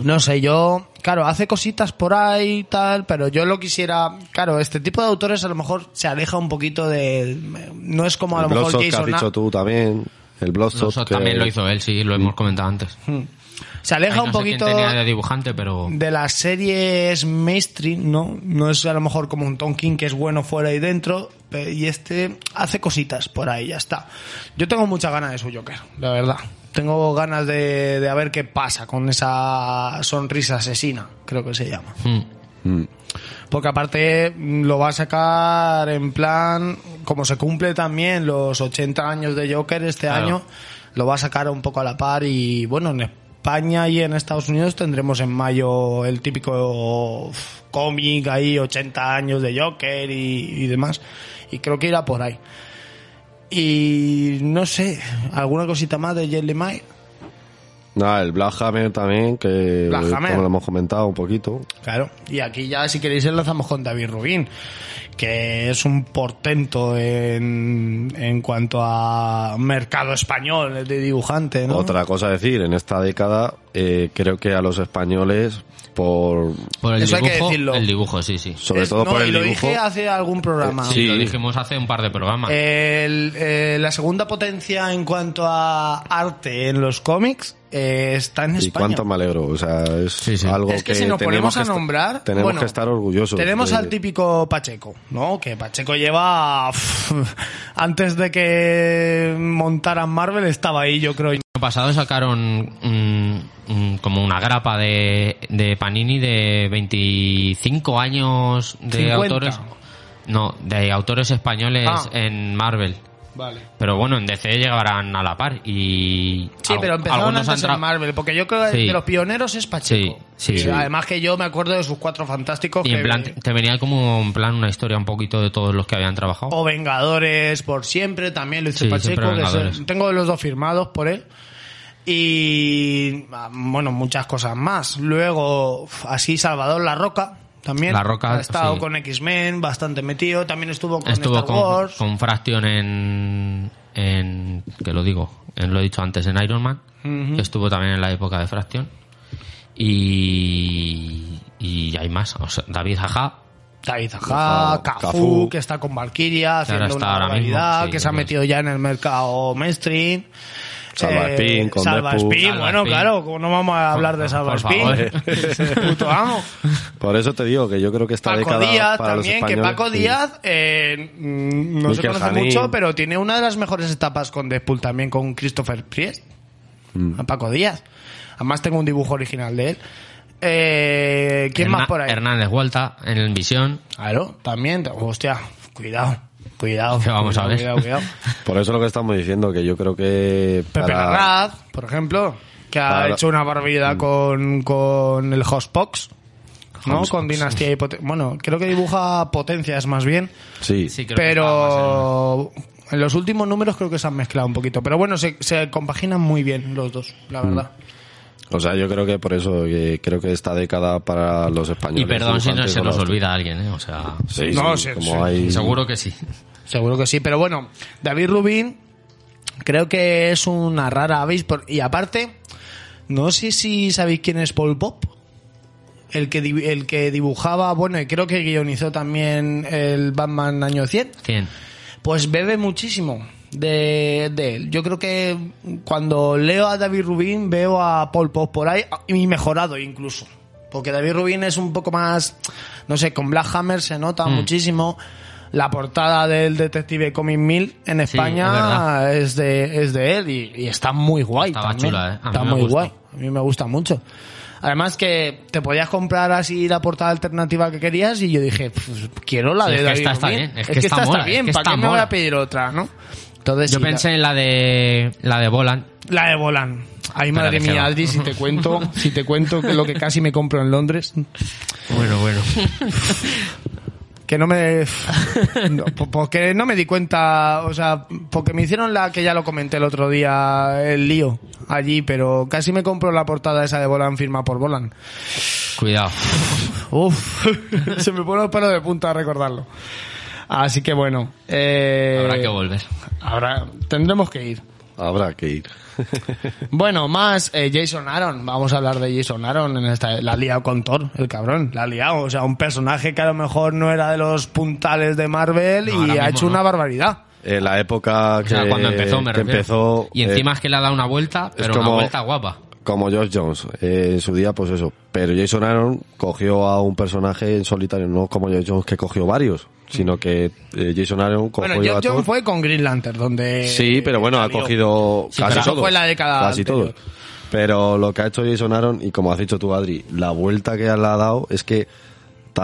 E: No sé, yo, claro, hace cositas por ahí y tal, pero yo lo quisiera, claro, este tipo de autores a lo mejor se aleja un poquito de no es como a
B: el
E: lo mejor
B: Bloodshot que has
E: Jason.
B: dicho
E: A-
B: tú también. El Bloodshot
D: Nosotros
B: que-
D: también lo hizo él, sí,
B: Mm.
D: lo hemos comentado antes.
E: Se aleja
D: Ay, no
E: un
D: sé
E: poquito
D: quién tenía de dibujante, pero...
E: de las series mainstream, ¿no? No es a lo mejor como un Tonkin que es bueno fuera y dentro, pe- y este hace cositas por ahí, ya está. Yo tengo muchas ganas de su Joker, la verdad. Tengo ganas de, de a ver qué pasa con esa sonrisa asesina, creo que se llama.
D: Mm.
E: Porque aparte mm, lo va a sacar en plan, como se cumple también los 80 años de Joker este
D: Claro.
E: año, lo va a sacar un poco a la par y bueno, en España y en Estados Unidos tendremos en mayo el típico uf, cómic ahí, 80 años de Joker y, y demás. Y creo que irá por ahí. Y no sé, alguna cosita más de Jelly Mike.
B: No, el Black Hammer también, que
E: Black Hammer.
B: como lo hemos comentado un poquito.
E: Claro. Y aquí ya, si queréis, enlazamos con David Rubin, que es un portento en, en cuanto a mercado español de dibujante, ¿no?
B: Otra cosa a decir, en esta década eh, creo que a los españoles, por
D: Por el
E: Eso hay que
D: dibujo,
E: decirlo.
D: el dibujo, sí, sí.
B: sobre
E: Es-
B: todo
E: Eh, no,
B: por
E: y
B: el
E: lo
B: dibujo, Eh,
E: dije hace algún programa.
B: Sí.
D: Lo dijimos hace un par de programas.
E: El- eh, la segunda potencia en cuanto a arte en los cómics eh, está en
B: y
E: España.
B: cuánto me alegro. O sea, es
D: Sí, sí.
B: algo
E: Es que, si nos
B: tenemos
E: ponemos
B: que
E: a
B: esta-
E: nombrar.
B: Tenemos
E: bueno,
B: que estar orgullosos.
E: Tenemos
B: de-
E: al típico Pacheco, ¿no? Que Pacheco lleva. <laughs> antes de que montaran Marvel estaba ahí, yo creo.
D: año pasado sacaron mm, mm, como una grapa de, de Panini de 25 años de
E: 50.
D: autores. No, de autores españoles
E: Ah.
D: en Marvel.
E: Vale.
D: Pero bueno, en DC llegarán a la par y...
E: Sí,
D: al-
E: pero empezaron
D: algunos
E: antes
D: han tra-
E: en Marvel, porque yo creo que
D: Sí.
E: de los pioneros es Pacheco.
D: Sí, sí,
E: Y
D: sí.
E: Además que yo me acuerdo de sus cuatro fantásticos.
D: Y en
E: que-
D: plan, te venía como en plan una historia un poquito de todos los que habían trabajado.
E: O Vengadores por siempre, también lo hizo
D: Sí, siempre
E: Pacheco. que
D: Vengadores.
E: se- tengo los dos firmados por él. Y ah, bueno, muchas cosas más. Luego, uf, así Salvador La Roca también.
D: La Roca,
E: ha estado
D: sí.
E: con X-Men, bastante metido. También estuvo con
D: Estuvo
E: Star
D: con,
E: Wars.
D: con Fraction en, en. que lo digo, en, lo he dicho antes, en Iron Man. que estuvo también en la época de Fraction. Y. y hay más. o sea, David Jaja.
E: David Aja,
B: Cafú,
E: Cafú,
B: Cafú.
E: que está con Valkyria haciendo
D: está
E: una
D: ahora mismo,
E: barbaridad,
D: sí,
E: que se ha
D: creo que
E: metido ya en el mercado mainstream. Eh,
B: Salva Spin, con
E: Salva
B: Deadpool.
E: Spin,
D: Salva
E: bueno,
D: Spin.
E: claro, como no vamos a hablar de
D: Por
E: Salva
D: favor.
E: Spin, <laughs> puto
D: <laughs>
E: amo.
B: Por eso te digo que yo creo que esta
E: Paco
B: década
E: Díaz
B: para
E: también,
B: los
E: que
B: españoles...
E: Paco
B: sí.
E: Díaz eh, mm, no se
B: Miquel
E: conoce
B: Janín.
E: mucho, pero tiene una de las mejores etapas con Deadpool también, con Christopher Priest.
D: Mm.
E: A Paco Díaz. Además tengo un dibujo original de él. Eh, ¿Quién
D: Herna-
E: más por ahí?
D: Hernández Vuelta en el Visión.
E: Claro, también. te- Hostia, cuidado, cuidado.
D: Que vamos
E: cuidado,
D: a ver.
E: Cuidado, cuidado.
D: <laughs>
B: Por eso lo que estamos diciendo, que yo creo que
E: Pepe
B: para-
E: Larraz, por ejemplo, que ha
B: Para-
E: hecho una
D: Mm.
E: barbaridad con, con el Hostbox. ¿no?
D: Hostbox,
E: Con Dinastía y Poten- Bueno, creo que dibuja potencias más bien,
B: Sí.
D: Sí, creo que estaba más
E: pero en los últimos números creo que se han mezclado un poquito. Pero bueno, se, se compaginan muy bien los dos,
D: Mm.
E: la verdad.
B: O sea, yo creo que por eso que creo que esta década para los
D: en-
B: españoles.
D: Y perdón si no
B: dibujantes
D: se
B: son
D: nos
B: la hostia.
D: olvida a alguien, ¿eh? O sea.
B: Sí,
E: No,
B: sí,
E: sí,
B: como
E: sí.
B: hay-
D: Seguro que sí.
E: Seguro que sí, pero bueno, David Rubin creo que es una rara avis por- y aparte no sé si sabéis quién es Paul Pop, el que di- el que dibujaba, bueno, y creo que guionizó también el Batman año 100,
D: ¿Quién?
E: pues bebe muchísimo de, de él. Yo creo que cuando leo a David Rubin veo a Paul Pop por ahí y mejorado incluso. O que David Rubin es un poco más, no sé, con Black Hammer se nota
D: Mm.
E: muchísimo. La portada del Detective Comic 1000 en
D: Sí,
E: España es, de, es de él y, y está muy guay.
D: Estaba
E: también.
D: chula, ¿eh? A mí
E: Está
D: me
E: muy
D: gustó.
E: guay. A mí me gusta mucho. Además que te podías comprar así la portada alternativa que querías y yo dije, "Pues, quiero la
D: Sí,
E: de
D: es que
E: David
D: esta está
E: Rubin.
D: bien, es
E: Es
D: que
E: que
D: está
E: esta
D: mola,
E: está
D: es
E: bien,
D: que
E: ¿para
D: está
E: qué me voy
D: mola.
E: a pedir otra, no? Entonces,
D: Yo
E: sí, la-
D: pensé en la de la de Volan.
E: la de Volan. Ay,
D: Pero
E: madre
D: de
E: mía,
D: Jeva.
E: Adri, si te
D: <laughs>
E: cuento, si te cuento que lo que casi me compro en Londres,
D: Bueno, bueno.
E: que no me...
D: <laughs>
E: no, po- porque no me di cuenta, o sea, porque me hicieron la que ya lo comenté el otro día, el lío allí, pero casi me compro la portada esa de Volan firma por Volan.
D: Cuidado.
E: Uf, <laughs> se me ponen los pelos de punta a recordarlo. Así que bueno, eh,
D: Habrá que volver.
E: habrá- tendremos que ir.
B: Habrá que ir.
E: Bueno, más eh, Jason Aaron. Vamos a hablar de Jason Aaron. En esta, la ha liado con Thor, el cabrón. La ha liado. O sea, un personaje que a lo mejor no era de los puntales de Marvel
D: No, ahora
E: y ha
D: mismo
E: hecho
D: no.
E: una barbaridad.
B: Eh, la época
D: O
B: que,
D: sea, cuando empezó, me
B: Eh, que
D: refiero.
B: empezó,
D: y
B: eh,
D: encima es que le ha dado una vuelta, pero una
B: como-
D: vuelta guapa.
B: como Josh Jones eh, en su día, pues eso. Pero Jason Aaron cogió a un personaje en solitario, no como Josh Jones que cogió varios, sino que eh, Jason Aaron cogió
E: Mm. Bueno,
B: a
E: John John
B: todos.
E: fue con Green Lantern, donde.
B: Sí, pero bueno, ha
E: salió.
B: cogido
D: Sí,
B: casi
D: pero eso
B: todos.
E: fue la década
B: casi
E: anterior.
B: todos. Pero lo que ha hecho Jason Aaron, y como has dicho tú, Adri, la vuelta que le ha dado es que.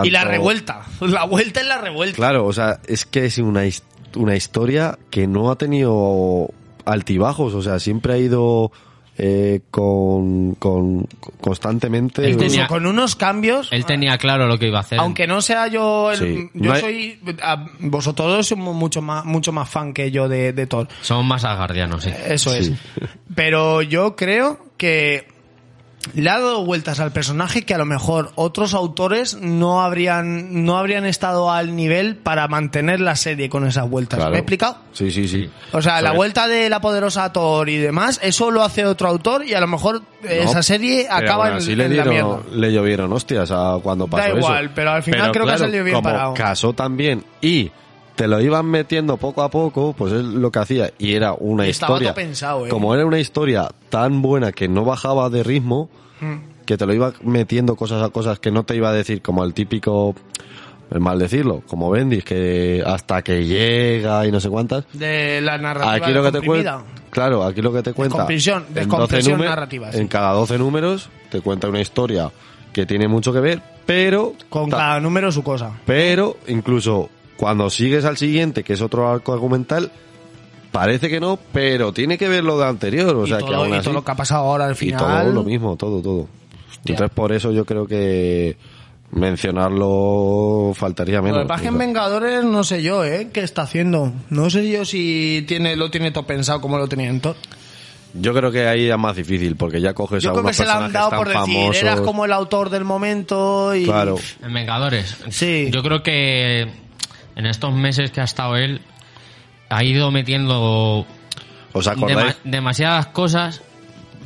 E: Y la
B: tanto-
E: revuelta. <laughs> La vuelta es la revuelta.
B: Claro, o sea, es que es una, his- una historia que no ha tenido altibajos, o sea, siempre ha ido eh, con, con- constantemente.
D: Él
E: Incluso
D: tenía-
E: con unos cambios.
D: Él tenía claro lo que iba a hacer.
E: Aunque no sea yo el-
B: Sí.
E: yo
B: No hay-
E: soy a- vosotros sois mucho más mucho más fan que yo de, de Thor.
D: Son más asgardianos, sí.
E: Eso
B: Sí.
E: es. Pero yo creo que le ha dado vueltas al personaje que a lo mejor otros autores no habrían no habrían estado al nivel para mantener la serie con esas vueltas.
B: Claro.
E: ¿Me he explicado?
B: Sí, sí, sí.
E: O sea, la
B: Sobre-
E: vuelta de la poderosa Thor y demás, eso lo hace otro autor y a lo mejor
B: No,
E: esa serie
B: pero
E: acaba
B: aún
E: en,
B: así le,
E: en la mierda.
B: dieron- le llovieron hostias a cuando pasó eso.
E: igual, pero al final creo que ha salido bien
B: como
E: parado.
B: casó también y te lo iban metiendo poco a poco, pues es lo que hacía y era una
E: Y estaba
B: historia.
E: todo pensado, ¿eh?
B: Como era una historia tan buena que no bajaba de ritmo,
E: Hmm.
B: que te lo iba metiendo cosas a cosas que no te iba a decir, como el típico es mal decirlo, como Bendis que hasta que llega y no sé cuántas.
E: De la narrativa
B: Aquí lo que te
E: comprimida.
B: cuenta, claro, aquí lo que te cuenta
E: Descompresión-
B: en
E: descompresión
B: 12 números-
E: narrativa, sí.
B: En cada 12 números te cuenta una historia que tiene mucho que ver, pero
E: Con
B: ta-
E: cada número su cosa.
B: pero incluso cuando sigues al siguiente, que es otro arco argumental, parece que no, pero tiene que ver lo de anterior, o sea
E: y
B: que
E: todo,
B: aún
E: y
B: así-
E: todo lo que ha pasado ahora al
B: y
E: final.
B: todo lo mismo, todo, todo. Entonces por eso yo creo que mencionarlo faltaría
E: Lo
B: menos.
E: que pasa es que
B: o
E: en
B: sea.
E: Vengadores no sé yo, ¿eh? ¿Qué está haciendo? No sé yo si tiene, lo tiene todo pensado como lo tenía en Thor.
B: Pues Yo creo que ahí es más difícil porque ya coges
E: Yo
B: a
E: creo que
B: unos
E: se la han
B: personajes
E: dado
B: tan
E: por decir,
B: famosos.
E: eras como el autor del momento y...
B: Claro.
D: En Vengadores.
E: Sí.
D: Yo creo que en estos meses que ha estado él, ha ido metiendo
B: ¿Os acordáis?
D: dema- demasiadas cosas.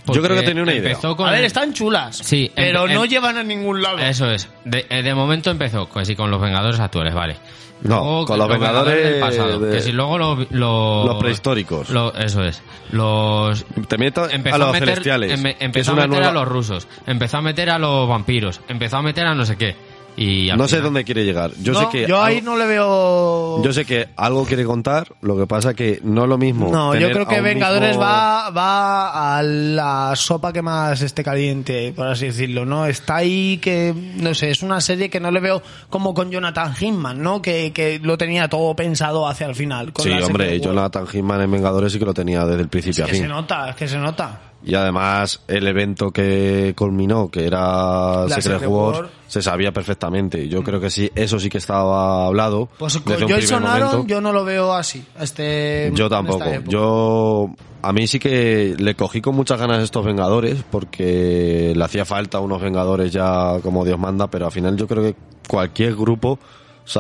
B: Yo creo que
D: porque
B: tenía una idea.
D: empezó con
E: A ver,
D: el-
E: están chulas,
D: Sí,
E: pero
D: en-
E: no
D: en-
E: llevan a ningún lado.
D: Eso es. De, eh, de momento empezó pues, sí, con los Vengadores actuales, vale.
B: No, con los Vengadores
D: del pasado.
B: de-
D: Que si luego lo- lo-
B: Los prehistóricos.
D: lo- eso es. Los
B: Te meto
D: empezó
B: a los
D: meter,
B: celestiales.
D: em-
B: que
D: empezó
B: es
D: a
B: una
D: meter
B: nueva-
D: a los rusos, empezó a meter a los vampiros, empezó a meter a no sé qué. Y al
B: No sé
D: final-
B: dónde quiere llegar. Yo
E: No,
B: sé que
E: yo ahí
B: algo-
E: no le veo...
B: Yo sé que algo quiere contar, lo que pasa que no es lo mismo.
E: No, yo
B: tener
E: creo
B: a
E: que
B: un
E: Vengadores
B: mismo-
E: va, va a la sopa que más esté caliente, por así decirlo, ¿no? Está ahí que, no sé, es una serie que no le veo como con Jonathan Hickman, ¿no? Que, que lo tenía todo pensado hacia el final. con
B: Sí,
E: la
B: hombre,
E: Secret War.
B: Jonathan Hickman en Vengadores sí que lo tenía desde el principio
E: Es
B: a
E: que
B: fin.
E: se nota, es que se nota.
B: Y además, el evento que culminó, que era
E: La
B: Secret
E: Secret
B: Wars,
E: War.
B: se sabía perfectamente. Yo creo que sí, eso sí que estaba hablado.
E: Pues
B: desde
E: con
B: un primer
E: Jason Aaron
B: momento.
E: yo no lo veo así. Este, en
B: Yo
E: esta
B: tampoco.
E: época.
B: Yo a mí sí que le cogí con muchas ganas estos Vengadores porque le hacía falta unos Vengadores ya como Dios manda, pero al final yo creo que cualquier grupo,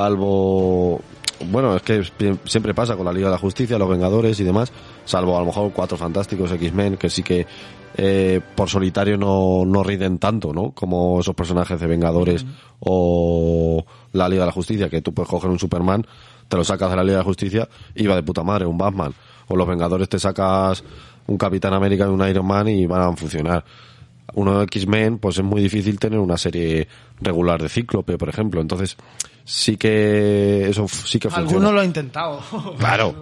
B: salvo bueno, es que pi- siempre pasa con la Liga de la Justicia, los Vengadores y demás, salvo a lo mejor Cuatro Fantásticos, X-Men, que sí que eh, por solitario no, no rinden tanto, ¿no? Como esos personajes de Vengadores o la Liga de la Justicia, que tú puedes coger un Superman, te lo sacas de la Liga de la Justicia y va de puta madre, un Batman. O los Vengadores te sacas un Capitán América y un Iron Man y van a funcionar. uno de X-Men, pues es muy difícil tener una serie regular de Cíclope, por ejemplo. Entonces, sí que eso f- sí que funciona.
E: Alguno lo ha intentado. <laughs>
B: Claro.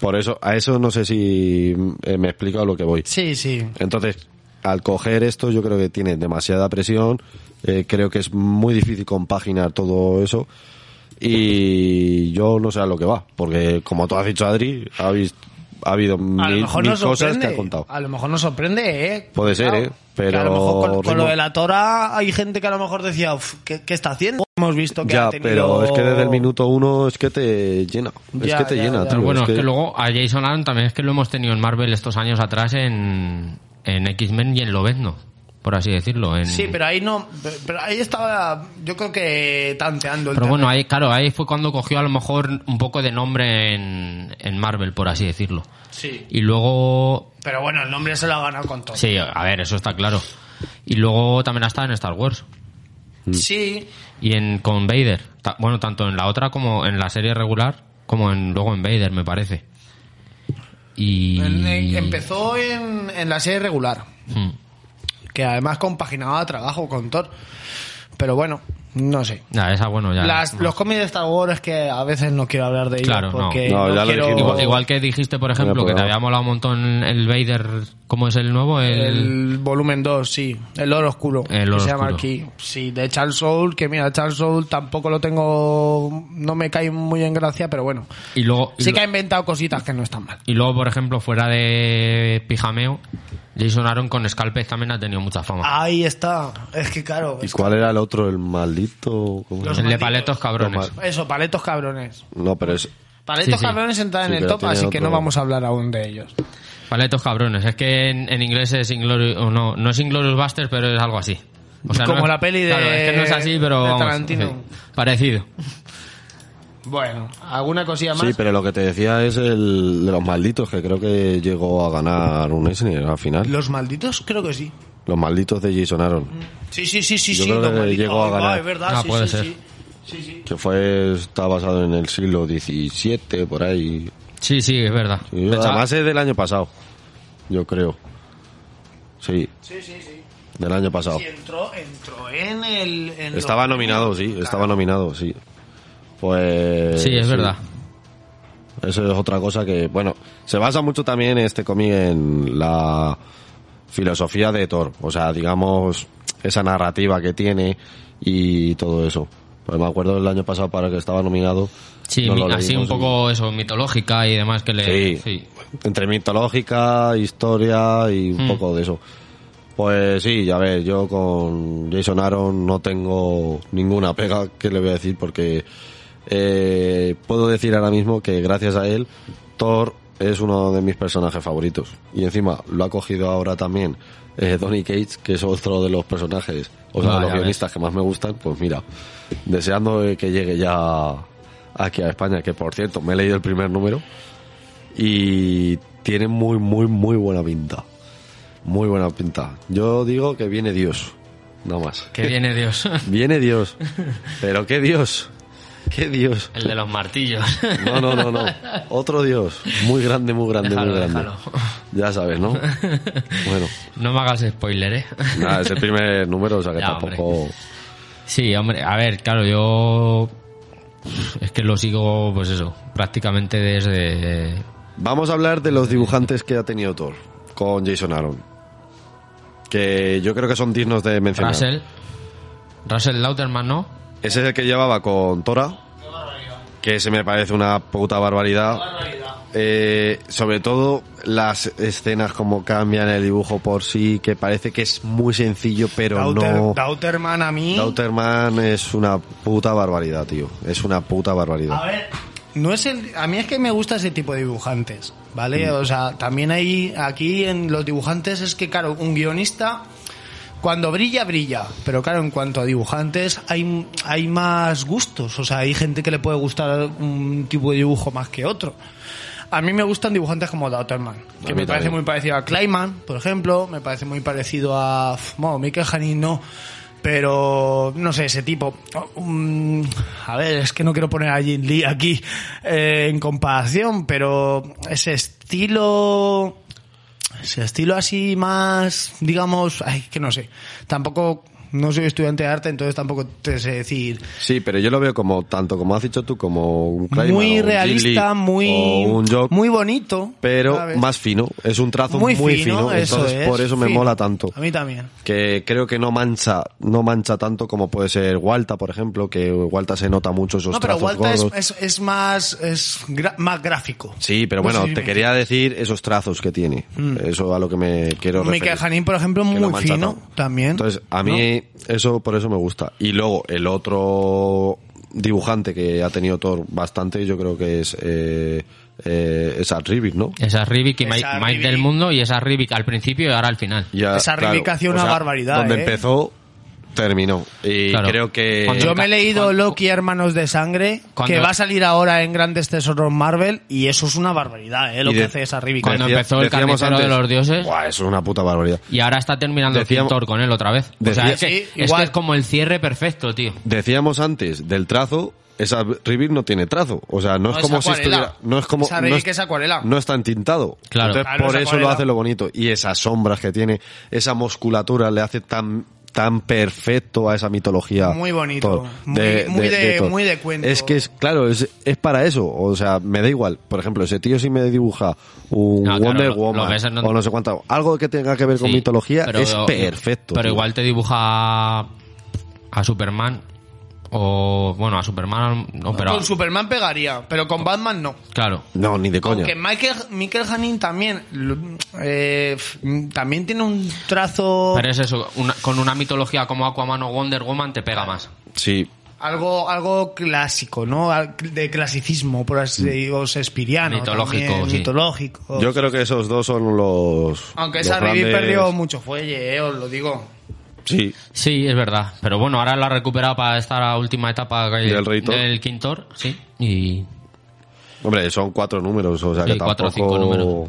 B: Por eso, a eso no sé si eh, me he explicado lo que voy.
E: Sí, sí.
B: Entonces, al coger esto, yo creo que tiene demasiada presión. eh, creo que es muy difícil compaginar todo eso. Y yo no sé a lo que va, porque como tú has dicho, Adri, ha, vis- ha habido
E: A lo
B: mil,
E: mejor
B: mil
E: nos
B: cosas que
E: sorprende.
B: ha contado.
E: A lo mejor nos sorprende, ¿eh?
B: Puede ser,
E: Claro.
B: ¿eh? Pero
E: Que a lo mejor con, con lo
B: Ritmo-
E: de la Tora hay gente que a lo mejor decía, "Uf, ¿qué, qué está haciendo? Hemos visto que
B: Ya,
E: ha tenido...
B: pero es que desde el minuto uno es que te llena. Es
E: Ya,
B: que te
E: ya,
B: llena. tío,
E: ya.
D: Pero bueno,
B: es que-
D: luego a Jason Aaron también es que lo hemos tenido en Marvel estos años atrás en, en X-Men y en Lobezno, por así decirlo. En,
E: Sí, pero ahí no... Pero ahí estaba, yo creo que tanteando el
D: Pero
E: terreno.
D: bueno, ahí, claro, ahí fue cuando cogió a lo mejor un poco de nombre en, en Marvel, por así decirlo.
E: Sí.
D: Y luego.
E: Pero bueno, el nombre se lo ha ganado con todo.
D: Sí, a ver, eso está claro. Y luego también ha estado en Star Wars.
E: Sí,
D: Y en con Vader. Ta- bueno, tanto en la otra como en la serie regular, como en luego en Vader, me parece. Y.
E: en- en- empezó en, en la serie regular,
D: Hmm.
E: que además compaginaba trabajo con Thor. Pero bueno, no sé.
D: Ya, esa, bueno, ya.
E: Las- los cómics de Star Wars es que a veces no quiero hablar de ellos
D: Claro, no.
E: porque
B: No, ya lo
E: quiero-
B: dijimos.
D: Igual, igual que dijiste, por ejemplo, que te
B: programa.
D: había molado un montón el Vader, ¿cómo es el nuevo? El,
E: El volumen 2, sí. El oro oscuro.
D: El Oro
E: que se llama
D: Oscuro.
E: aquí. Sí, de Charles Soul, que mira, Charles Soul tampoco lo tengo. No me cae muy en gracia, pero bueno.
D: y luego y
E: Sí
D: lo-
E: que ha inventado cositas que no están mal.
D: Y luego, por ejemplo, fuera de Pijameo, Jason Aaron con Scalpes también ha tenido mucha fama.
E: Ahí está. Es que claro.
B: ¿Y
E: es-
B: cuál era el otro? ¿El maldito? ¿Cómo
E: Los
B: era?
D: el de
E: malditos.
D: paletos cabrones.
B: Los
E: Eso, paletos cabrones.
B: No, pero es...
E: Paletos
D: Sí, sí.
E: cabrones entran
B: Sí,
E: en el
B: pero
E: top,
B: tiene
E: así que
B: otro-
E: no vamos a hablar aún de ellos.
D: Paletos cabrones. Es que en, en inglés es Inglorious... o No, no es Inglorious Busters, pero es algo así. O sea,
E: Como
D: no es-
E: la peli de-
D: Claro, es que no es así, pero
E: de
D: vamos,
E: Tarantino.
D: sí, parecido.
E: Bueno, ¿alguna cosilla más?
B: Sí, pero lo que te decía es el de los malditos, que creo que llegó a ganar un Eisner al final.
E: Los malditos, creo que sí.
B: Los malditos de Jason Aaron,
E: Sí, sí, sí, sí,
B: Yo
E: sí.
B: creo
E: los
B: que
E: malditos.
B: llegó a
E: Ahí va,
B: ganar.
E: es verdad,
D: Ah,
E: sí,
D: puede
E: sí,
D: ser.
E: sí. Sí, sí.
B: que fue está basado en el siglo XVII, por ahí.
D: Sí, sí, es verdad.
B: Y
D: Pensaba-
B: además es del año pasado, yo creo. Sí,
E: Sí, sí, sí.
B: del año pasado.
E: Sí, entró, entró en el. en los-
B: Estaba nominado, sí, estaba nominado, sí. Pues...
D: sí, es verdad.
B: Eso es otra cosa que, bueno, se basa mucho también este cómic en la filosofía de Thor, o sea, digamos, esa narrativa que tiene y todo eso. Pues me acuerdo del año pasado para el que estaba nominado.
D: Sí,
B: no
D: mi-
B: lo
D: así
B: leímos,
D: un poco eso, mitológica y demás que le...
B: Sí, entre mitológica, historia y un
D: Mm.
B: poco de eso. Pues sí, a ver, yo con Jason Aaron no tengo ninguna pega que le voy a decir porque eh, puedo decir ahora mismo que gracias a él Thor es uno de mis personajes favoritos. Y encima lo ha cogido ahora también eh, Donny Cates, que es otro de los personajes, o sea,
D: Ah,
B: de los
D: ya ves.
B: guionistas que más me gustan. Pues mira, deseando eh, que llegue ya aquí a España, que por cierto, me he leído el primer número y tiene muy, muy, muy buena pinta. Muy buena pinta. Yo digo que viene Dios, no más.
D: Que viene
E: <laughs>
D: Dios.
B: Viene
D: <laughs>
B: Dios. Pero qué Dios. Qué Dios.
D: El de los martillos.
B: No, no, no, no. Otro Dios. Muy grande, muy grande,
D: Déjalo,
B: muy grande.
D: déjalo.
B: Ya sabes, ¿no? Bueno.
D: <laughs> No me hagas spoiler, eh.
B: Nada, es el primer número, o sea que
D: Ya, hombre.
B: tampoco...
D: Sí, hombre, a ver, claro, yo es que lo sigo, pues eso, prácticamente desde...
B: Vamos a hablar de los dibujantes que ha tenido Thor con Jason Aaron. Que yo creo que son dignos de mencionar.
D: Russell. Russell Lauterman, ¿no?
B: Ese es el que llevaba con Tora. Que se me parece una puta barbaridad. Eh, sobre todo las escenas como cambian el dibujo por sí, que parece que es muy sencillo, pero
E: Dauter-
B: no.
E: Dauterman a mí.
B: Dauterman es una puta barbaridad, tío. Es una puta
E: A
B: barbaridad.
E: ver, no es el, a mí es que me gusta ese tipo de dibujantes,
B: Mm.
E: ¿vale? O sea, también hay aquí en los dibujantes es que, claro, un guionista cuando brilla, brilla, pero claro, en cuanto a dibujantes hay, hay más gustos, o sea, hay gente que le puede gustar un tipo de dibujo más que otro. A mí me gustan dibujantes como Dauterman, que
B: mí
E: me parece
B: también.
E: muy parecido a Kleiman, por ejemplo, me parece muy parecido a... f- Bueno, Michael Hanin no, pero no sé, ese tipo... Oh, mm, a ver, es que no quiero poner a Jin Lee aquí eh, en comparación, pero ese estilo ese estilo así más, digamos, ay, que no sé. Tampoco no soy estudiante de arte, entonces tampoco te sé decir.
B: Sí, pero yo lo veo como tanto como has dicho tú, como un Kleiman, o
E: muy
B: un
E: realista,
B: Ghibli,
E: muy
B: o un Jock,
E: muy bonito,
B: pero
E: ¿sabes?
B: más fino. Es un trazo Ah, muy, fino,
E: eso
B: entonces
E: es,
B: por eso me
E: fino.
B: mola tanto.
E: A mí también.
B: que creo que no mancha no mancha tanto como puede ser Walta por ejemplo que Walta se nota mucho esos
E: No, pero
B: trazos
E: Walta es,
B: gordos.
E: es- es más es gra- más gráfico. Pues
B: sí pero
E: No
B: bueno
E: sé si
B: te
E: me-
B: quería decir esos trazos que tiene eso a lo que me quiero
E: Miquel
B: referir
E: Mm. Janín, por ejemplo,
B: que no
E: muy
B: mancha
E: fino
B: tanto.
E: también.
B: entonces a mí eso por eso me gusta y luego el otro dibujante que ha tenido Thor bastante yo creo que es eh, eh, es Art Ribic, ¿no?
D: Esa Rivik y Mike,
E: Esa
D: Mike
E: Rivik.
D: del mundo y esa Rivik al principio y ahora al final.
B: Ya,
E: Esa Ribic hacía una barbaridad,
B: donde
E: ¿eh?
B: empezó terminó y
D: Claro.
B: creo que
D: Cuando
E: Yo me he leído
D: Cuando-
E: Loki Hermanos de Sangre,
D: Cuando-
E: que va a salir ahora en Grandes Tesoros Marvel, y eso es una barbaridad, ¿eh? Lo
B: Y
E: que
B: de-
E: hace esa Ribic.
D: Cuando empezó el
B: decíamos
D: carnicero de los dioses.
B: Buah, eso es una puta barbaridad.
D: Y ahora está terminando
B: Decíamos-
D: el Thor con él otra vez. O sea,
B: Decía-
D: es, que,
E: Sí,
D: es que
E: igual.
D: es como el cierre perfecto, tío.
B: Decíamos antes del trazo, esa Ribic no tiene trazo. O sea, no,
E: No,
B: es
E: es
B: como si
E: acuarela.
B: estuviera. No es como.
E: Esa
B: no,
E: Ribic es acuarela.
B: no está entintado.
D: Claro.
B: Entonces,
E: Claro,
B: por
E: es
B: eso lo
E: acuarela.
B: hace lo bonito. Y esas sombras que tiene, esa musculatura le hace tan tan perfecto a esa mitología
E: Muy bonito.
B: Thor,
E: Muy- muy de-
B: Thor.
E: muy de cuento.
B: es que es claro es, es para eso o sea me da igual por ejemplo ese tío si me dibuja un
D: No, claro,
B: Wonder
D: lo- lo
B: Woman
D: ves en-
B: o no sé cuánto algo que tenga que ver con
D: Sí,
B: mitología
D: pero-
B: es perfecto
D: Pero
B: tío.
D: igual te dibuja a Superman o bueno, a Superman no, pero
E: Con Superman pegaría, pero con Batman no.
D: claro.
B: no ni de coña
E: Aunque Michael, Michael Janin también lo- eh, f- también tiene un trazo
D: Pero es eso, una- con una mitología como Aquaman o Wonder Woman te pega más.
B: Sí,
E: algo algo clásico, ¿no? Al- De clasicismo, por así decirlo, espiriano.
D: Mitológico, sí.
E: Mitológico.
B: Mm. yo creo que esos dos son los.
E: Aunque
B: los
E: esa Ribic
B: grandes-
E: perdió mucho fuelle, eh, os lo digo.
B: Sí,
D: Sí, es verdad. Pero bueno, ahora la ha recuperado para esta última etapa que-
B: Del Rey Thor.
D: del Quintor, sí. Y
B: hombre, son cuatro números, o sea
D: Sí,
B: que tampoco.
D: cuatro o cinco números.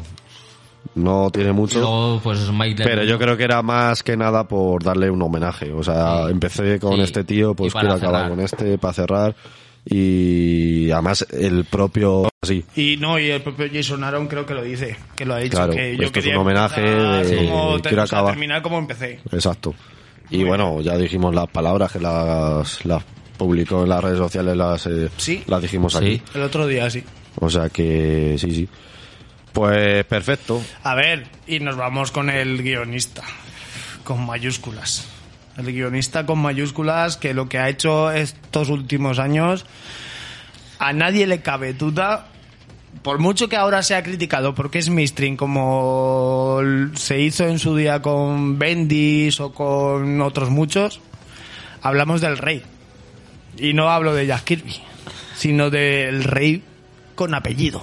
B: No tiene mucho.
D: luego pues Mike del-
B: Pero yo creo que era más que nada por darle un homenaje. O sea,
D: Sí.
B: empecé con
D: Sí.
B: este tío,
D: Y
B: pues
D: para
B: quiero acabar
D: cerrar.
B: con este para cerrar. Y además el propio. Sí,
E: Y no, y el propio Jason Aaron creo que lo dice, que lo ha dicho.
B: Claro,
E: que
B: esto
E: yo
B: es
E: quería
B: un homenaje
E: empezar
B: de-
E: como te-
B: quiero
E: o sea,
B: acabar.
E: terminar como empecé.
B: exacto. Y bueno, ya dijimos las palabras que las, las publicó en las redes sociales, las, eh,
E: Sí.
B: las dijimos
D: Sí.
B: aquí.
E: El otro día, sí.
B: O sea que sí, sí. Pues perfecto.
E: A ver, y nos vamos con el guionista, con mayúsculas. El guionista con mayúsculas que lo que ha hecho estos últimos años a nadie le cabe duda. Por mucho que ahora sea criticado porque es mainstream, como l- se hizo en su día con Bendis o con otros muchos, hablamos del rey. Y no hablo de Jack Kirby, sino del rey con apellido,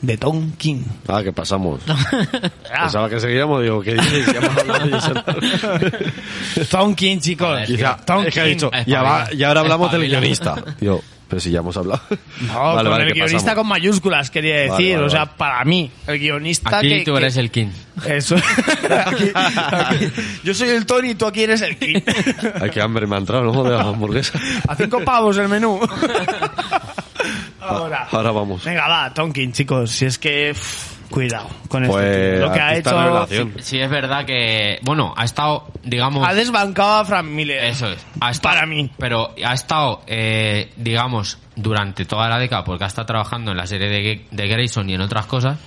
E: de Tom King.
B: Ah, que pasamos. Pensaba que seguíamos, digo, ¿qué dices? Ya hemos hablado de Jason
E: <laughs>
B: Aaron.
E: Tonkin, chicos.
D: Joder,
B: Y ya-
E: Tonkin.
B: es que ha dicho, ya, va- ya ahora hablamos del guionista. Digo, pero si ya hemos hablado. <laughs>
E: No,
B: Vale,
E: con
B: vale,
E: el
B: que
E: guionista
B: pasamos.
E: con mayúsculas quería decir.
B: Vale, vale,
E: o sea,
B: vale.
E: para mí, el guionista
D: Aquí
E: que...
D: tú
E: que-
D: eres el King.
B: <laughs>
E: Eso. Aquí- aquí- Yo soy el Tony y tú aquí eres el King.
B: Ay, qué hambre me ha entrado, ¿no? De las
E: <laughs>
B: hamburguesas.
E: A cinco pavos el menú. Ahora.
B: Ahora vamos.
E: Venga, va, Tonkin, chicos. Si es que... uff, cuidado con
B: Pues,
E: este tío. Lo que ha
B: artista
E: hecho...
B: revelación.
D: Sí, es verdad que bueno, ha estado digamos
E: Ha desbancado a Frank Miller.
D: Eso es. Ha estado-
E: Para mí.
D: Pero ha estado, eh, digamos, durante toda la década, porque ha estado trabajando en la serie de, Ge- de Grayson y en otras cosas,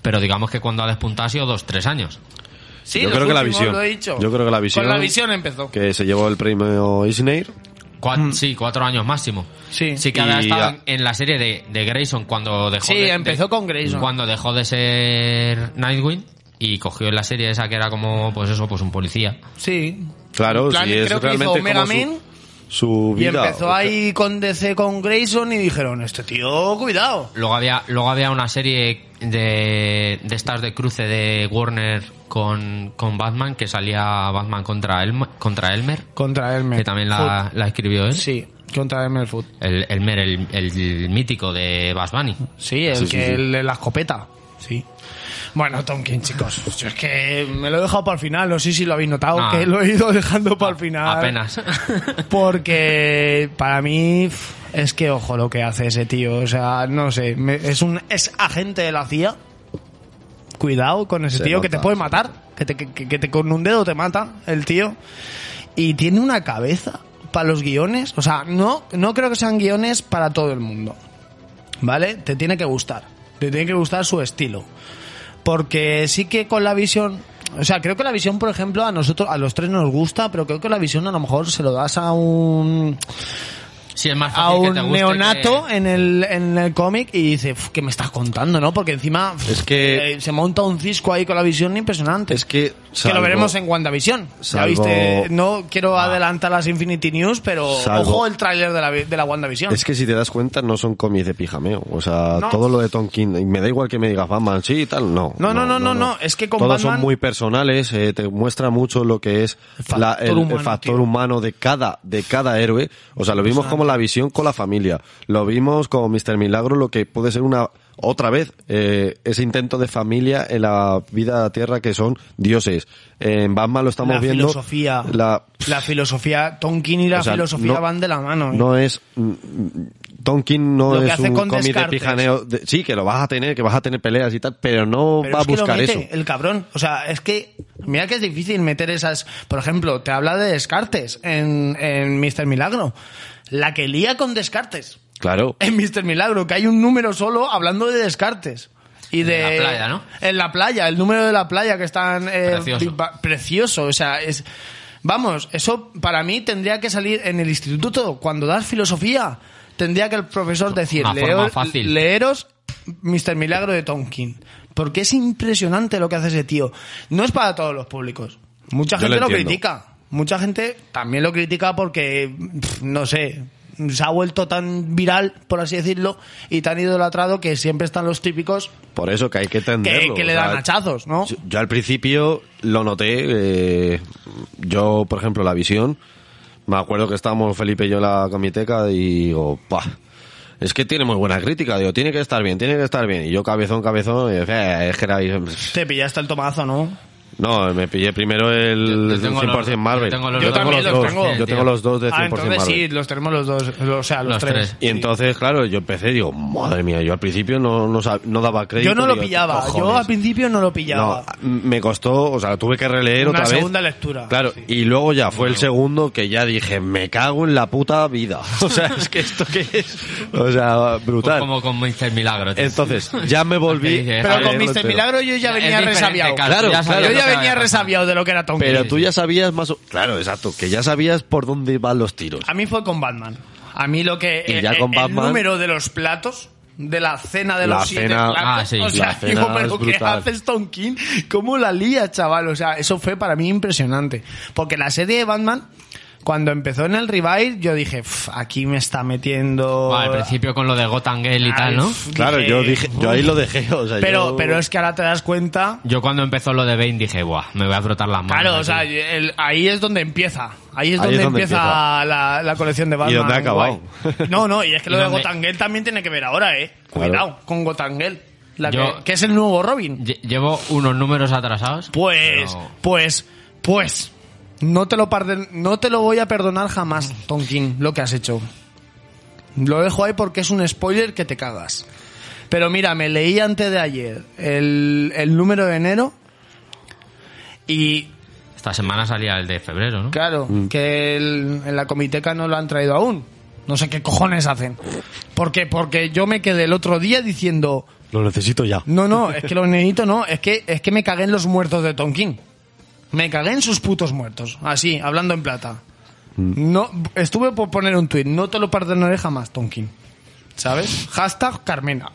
D: pero digamos que cuando ha despuntado ha sido dos, tres años.
E: Sí,
B: Yo
E: los
B: creo que la
E: últimos,
B: visión.
E: lo he dicho.
B: Yo creo que la visión.
E: Con la visión empezó.
B: Que se llevó el premio Isneir.
D: Cua- Sí, cuatro años máximo.
E: Hmm. Sí.
D: Sí que
B: Y
D: ha estado
B: a-
D: en, en la serie de, de Grayson cuando dejó
E: Sí,
D: de- de-
E: empezó con Grayson.
D: Cuando dejó de ser Nightwing y cogió en la serie esa que era como, pues eso, pues un policía.
E: Sí.
B: Claro,
E: En plan,
B: sí, es
E: creo que hizo
B: realmente
E: Omega
B: como su-
E: Man
B: su
E: Y
B: vida.
E: empezó ahí con DC con Grayson y dijeron, este tío, cuidado.
D: Luego había, luego había una serie de, de estas de cruce de Warner con, con Batman, que salía Batman contra, Elm- contra Elmer,
E: Contra Elmer.
D: que también la, la escribió él.
E: Sí, contra Elmer Food.
D: El, Elmer, el, el mítico de Bugs Bunny.
E: Sí, el
B: Sí, sí,
E: que
B: sí.
E: el de la escopeta. Sí. Bueno, Tonkin, chicos, yo es que me lo he dejado para el final, no sé si lo habéis notado,
D: No.
E: que lo he ido dejando para el final. <laughs>
D: Apenas.
E: Porque para mí pf, es que ojo lo que hace ese tío, o sea, no sé, me- es un es agente de la CIA cuidado con ese
B: Se
E: tío que
B: nota,
E: te puede
B: se
E: matar, que, te, que- que te- con un dedo te mata el tío. Y tiene una cabeza para los guiones. O sea, no, no creo que sean guiones para todo el mundo. ¿Vale? Te tiene que gustar. Te tiene que gustar su estilo. Porque sí que con la visión. O sea, creo que la visión, por ejemplo, a nosotros, a los tres nos gusta, pero creo que la visión a lo mejor se lo das a un
D: Si es más
E: a
D: fácil que
E: un
D: te guste
E: neonato
D: que-
E: en el, en el cómic y dice, "Uf, ¿qué me estás contando, no? Porque encima
B: Es
E: uf,
B: que-
E: eh, se monta un cisco ahí con la visión impresionante.
B: Es que,
E: que
B: salvo-
E: lo veremos en WandaVision. Ya
B: salvo- Ah.
E: viste, no quiero adelantar las Infinity News, pero
B: Salvo-
E: ojo el tráiler de la, vi- de la WandaVision.
B: Es que si te das cuenta, no son cómics de pijameo. O sea, todo lo de Tonkin, y me da igual que me digas Batman, sí y tal, no.
E: No, no, no, no, no, es que con
B: Todos
E: Batman-
B: son muy personales, eh, te muestra mucho lo que es
E: factor
B: la- el, el
E: humano,
B: factor
E: tío.
B: humano de cada, de cada héroe. O sea, lo vimos como la visión con la familia. Lo vimos con Mr. Milagro, lo que puede ser una, otra vez, eh, ese intento de familia en la vida tierra que son dioses. En Batman lo estamos
E: la
B: viendo.
E: filosofía, la,
B: La,
E: filosofía Tonkin y la
B: o sea,
E: filosofía
B: no-
E: van de la mano. ¿eh?
B: No es. mm, Tonkin no
E: Lo que
B: es
E: hace
B: un
E: con
B: cómic de
E: Descartes.
B: pijaneo. de- sí, que lo vas a tener, que vas a tener peleas y tal, pero no
E: Pero
B: va a
E: es que lo
B: buscar
E: mete,
B: eso.
E: El cabrón. O sea, es que. Mira que es difícil meter esas. Por ejemplo, te habla de Descartes en, en Mr. Milagro. La que lía con Descartes.
B: Claro.
E: En Mr. Milagro, que hay un número solo hablando de Descartes. Y de,
D: la playa, ¿no?
E: En la playa, el número de la playa que están. eh,
D: Precioso.
E: pa- precioso. O sea, es. Vamos, eso para mí tendría que salir en el instituto. Cuando das filosofía, tendría que el profesor decir:
D: Una forma
E: "Leo-
D: fácil.
E: leeros Mr. Milagro de Tonkin. Porque es impresionante lo que hace ese tío. No es para todos los públicos. Mucha
B: Yo
E: gente
B: lo
E: lo,
B: entiendo.
E: critica. Mucha gente también lo critica porque, pff, no sé, se ha vuelto tan viral, por así decirlo, y tan idolatrado que siempre están los típicos
B: Por eso que hay que
E: que,
B: entenderlo.
E: que
B: o
E: le
B: sea,
E: dan hachazos, ¿no?
B: Yo, yo al principio lo noté. eh, yo, por ejemplo, la visión. Me acuerdo que estábamos Felipe y yo en la comiteca y digo, "Buah, Es que tiene muy buena crítica, digo, tiene que estar bien, tiene que estar bien. Y yo cabezón, cabezón, y decía, "Eh, es que era...
E: Te pillaste el tomazo, ¿no?
B: No, me pillé primero el
D: Yo tengo
B: 100%
D: los-
B: Marvel.
D: yo tengo los
E: dos también
B: dos.
E: los tengo.
B: Yo tengo los dos de 100%
E: ah, entonces
B: Marvel.
E: sí, los tenemos los dos, o sea, los,
D: Los
E: tres.
D: tres.
B: Y entonces, claro, yo empecé y digo, madre mía, yo al principio no, no, sab- no daba crédito.
E: Yo no lo
B: digo,
E: pillaba, yo
B: "Cojones".
E: al principio no lo pillaba.
B: No, me costó, o sea, tuve que releer
E: Una
B: otra vez.
E: segunda lectura,
B: Claro,
E: sí.
B: y luego ya fue el segundo que ya dije, me cago en la puta vida. <laughs> O sea, es que esto que es, o sea,
D: Pues
B: brutal.
D: como con Mr. Milagro. tío.
B: Entonces, ya me
D: Es
B: volví.
D: que dices,
E: Pero
D: Vale,
E: con
B: leerlo
E: Mr.
B: entero.
E: Milagro yo ya
D: Es
E: venía
D: diferente,
E: resabiado.
D: claro,
B: Claro,
D: ya sabes
B: claro.
E: Yo ya
D: lo que va a
E: venía
D: pasar.
E: resabiado de lo que era Tonkin.
B: Pero tú ya sabías más o... Claro, exacto, que ya sabías por dónde van los tiros.
E: A mí fue con Batman. A mí lo que.
B: Y ya
E: eh,
B: con
E: eh,
B: Batman-
E: El número de los platos. De la cena de
B: La
E: los siete
B: cena-
E: platos.
D: ah, sí,
E: o
D: la
E: sea,
B: cena
E: digo, pero
B: es
E: ¿qué
B: brutal.
E: haces, Tonkin? ¿Cómo la lía, chaval? O sea, eso fue para mí impresionante. Porque la serie de Batman, cuando empezó en el revive, yo dije, "Uf, aquí me está metiendo.
D: Bueno, al principio con lo de Gotham Gale y
E: Ay,
D: tal, ¿no?
E: uf,
B: Claro, yo dije, yo ahí lo dejé, o sea,
E: Pues Pero,
B: yo-
E: pero es que ahora te das cuenta
D: Yo cuando empezó lo de Bane dije, buah, me voy a frotar las manos.
E: Claro, o
D: aquí".
E: sea, el- ahí es donde empieza. Ahí es
B: Ahí
E: donde,
B: es donde
E: empieza,
B: empieza.
E: La, la colección de Batman.
B: Y donde ha acabado.
E: guay. No, no, y es que
D: Y
E: lo de
D: donde-
E: Gotangel también tiene que ver ahora, ¿eh?
B: Claro.
E: Cuidado con Gotangel. La que-
D: Yo-
E: que, es el nuevo Robin.
D: Lle- Llevo unos números atrasados.
E: Pues,
D: pero-
E: pues, pues. No te, lo parden- no te lo voy a perdonar jamás, Tonkin, lo que has hecho. Lo dejo ahí porque es un spoiler que te cagas. Pero mira, me leí antes de ayer el, el número de enero y
D: Esta semana salía el de febrero, ¿no?
E: Claro, que el- en la comiteca no lo han traído aún. No sé qué cojones hacen. Porque, porque yo me quedé el otro día diciendo,
B: Lo necesito ya.
E: no, no, es que los nenitos no, es que, es que me cagué en los muertos de Tonkin. Me cagué en sus putos muertos. Así, hablando en plata. No, estuve por poner un tuit, no te lo perdonaré jamás, Tonkin. ¿Sabes? Hashtag Carmena.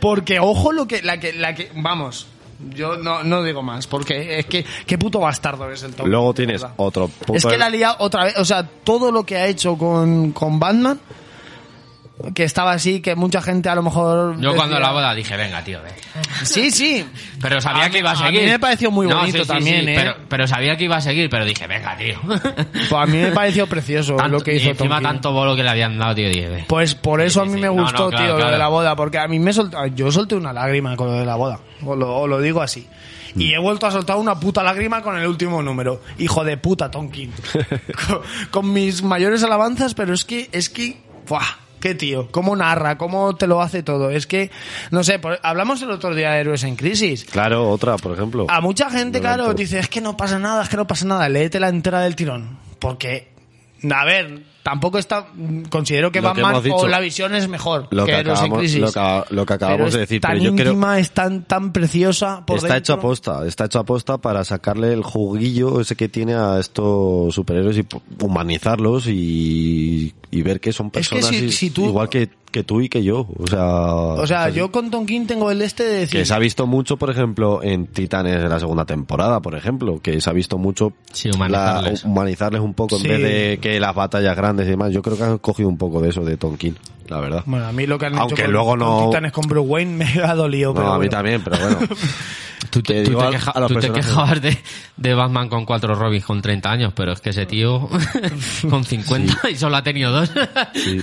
E: porque ojo lo que, la que, la que, vamos. Yo no, no digo más, porque es que qué puto bastardo es el Tonkin.
B: Luego
E: de
B: tienes
E: verdad.
B: otro puto-
D: Pues
E: Es que la liado otra vez, o sea, todo lo que ha hecho con, con Batman, que estaba así, que mucha gente a lo mejor...
D: Yo cuando
E: decía-
D: la boda dije, venga, tío, ve.
E: Sí, sí.
D: Pero sabía
E: A
D: que iba a
E: mí- a
D: seguir.
E: mí me pareció muy bonito también, ¿eh?
D: Pero, pero sabía que iba a seguir, pero dije, venga, tío.
E: <laughs> Pues a mí me pareció precioso
D: <laughs> Tanto-
E: lo que
D: y
E: hizo
D: encima
E: Tonkin.
D: tanto bolo que le habían dado, tío, dije, ve.
E: Pues por eso a
D: Sí,
E: mí
D: sí,
E: me
D: sí. No,
E: gustó,
D: no, claro,
E: tío, lo
D: claro.
E: de la boda, porque a mí me soltó, yo solté una lágrima con lo de la boda, o lo, o lo digo así.
D: Mm.
E: Y he vuelto a soltar una puta lágrima con el último número. Hijo de
D: <laughs>
E: puta, Tonkin. con, con mis mayores alabanzas, pero es que, es que, ¡buah! qué tío, cómo narra, cómo te lo hace todo. Es que, no sé, por- hablamos el otro día de Héroes en Crisis.
B: Claro, otra, por ejemplo.
E: A mucha gente,
B: Del
E: claro,
B: autor.
E: dice, es que no pasa nada, es que no pasa nada, léete la entera del tirón. Porque, a ver, tampoco está, considero que
B: Lo que
E: Batman
B: hemos dicho.
E: o la visión es mejor
B: Lo
E: que,
B: que
E: Héroes en
B: acabamos-
E: Crisis.
B: lo que- lo que acabamos
E: Pero es
B: de decir,
E: tan
B: pero yo creo-
E: íntima, es tan, tan preciosa por
B: está hecho
E: dentro.
B: aposta, está hecho aposta para sacarle el juguillo ese que tiene a estos superhéroes y pu- humanizarlos y, y ver que son
E: Es que
B: personas
E: si-
B: i-
E: si tú-
B: igual que, que tú y que yo. O sea,
E: O sea, yo con Tonkin tengo el este de decir,
B: que se ha visto mucho, por ejemplo, en Titanes de la segunda temporada, por ejemplo, que se ha visto mucho
D: Sí, humanizarles.
B: la- humanizarles un poco
E: Sí.
B: en vez de que las batallas grandes y demás. Yo creo que han cogido un poco de eso de Tonkin, la verdad.
E: bueno, a mí lo que han hecho
B: Aunque
E: con,
B: luego no-
E: con Titanes con Bruce Wayne <laughs> me ha dolido.
B: No,
E: pero
B: a mí
E: bueno.
B: también, pero
E: <laughs>
B: bueno.
E: Pues
D: Tú te,
B: Que
D: tú
B: digo
D: te
B: a-
D: queja-
B: a los
D: tú te
B: personajes.
D: quejabas de, de Batman con cuatro Robins con 30 años, pero es que
E: <laughs>
D: ese tío con 50 y solo ha tenido dos.
B: Sí.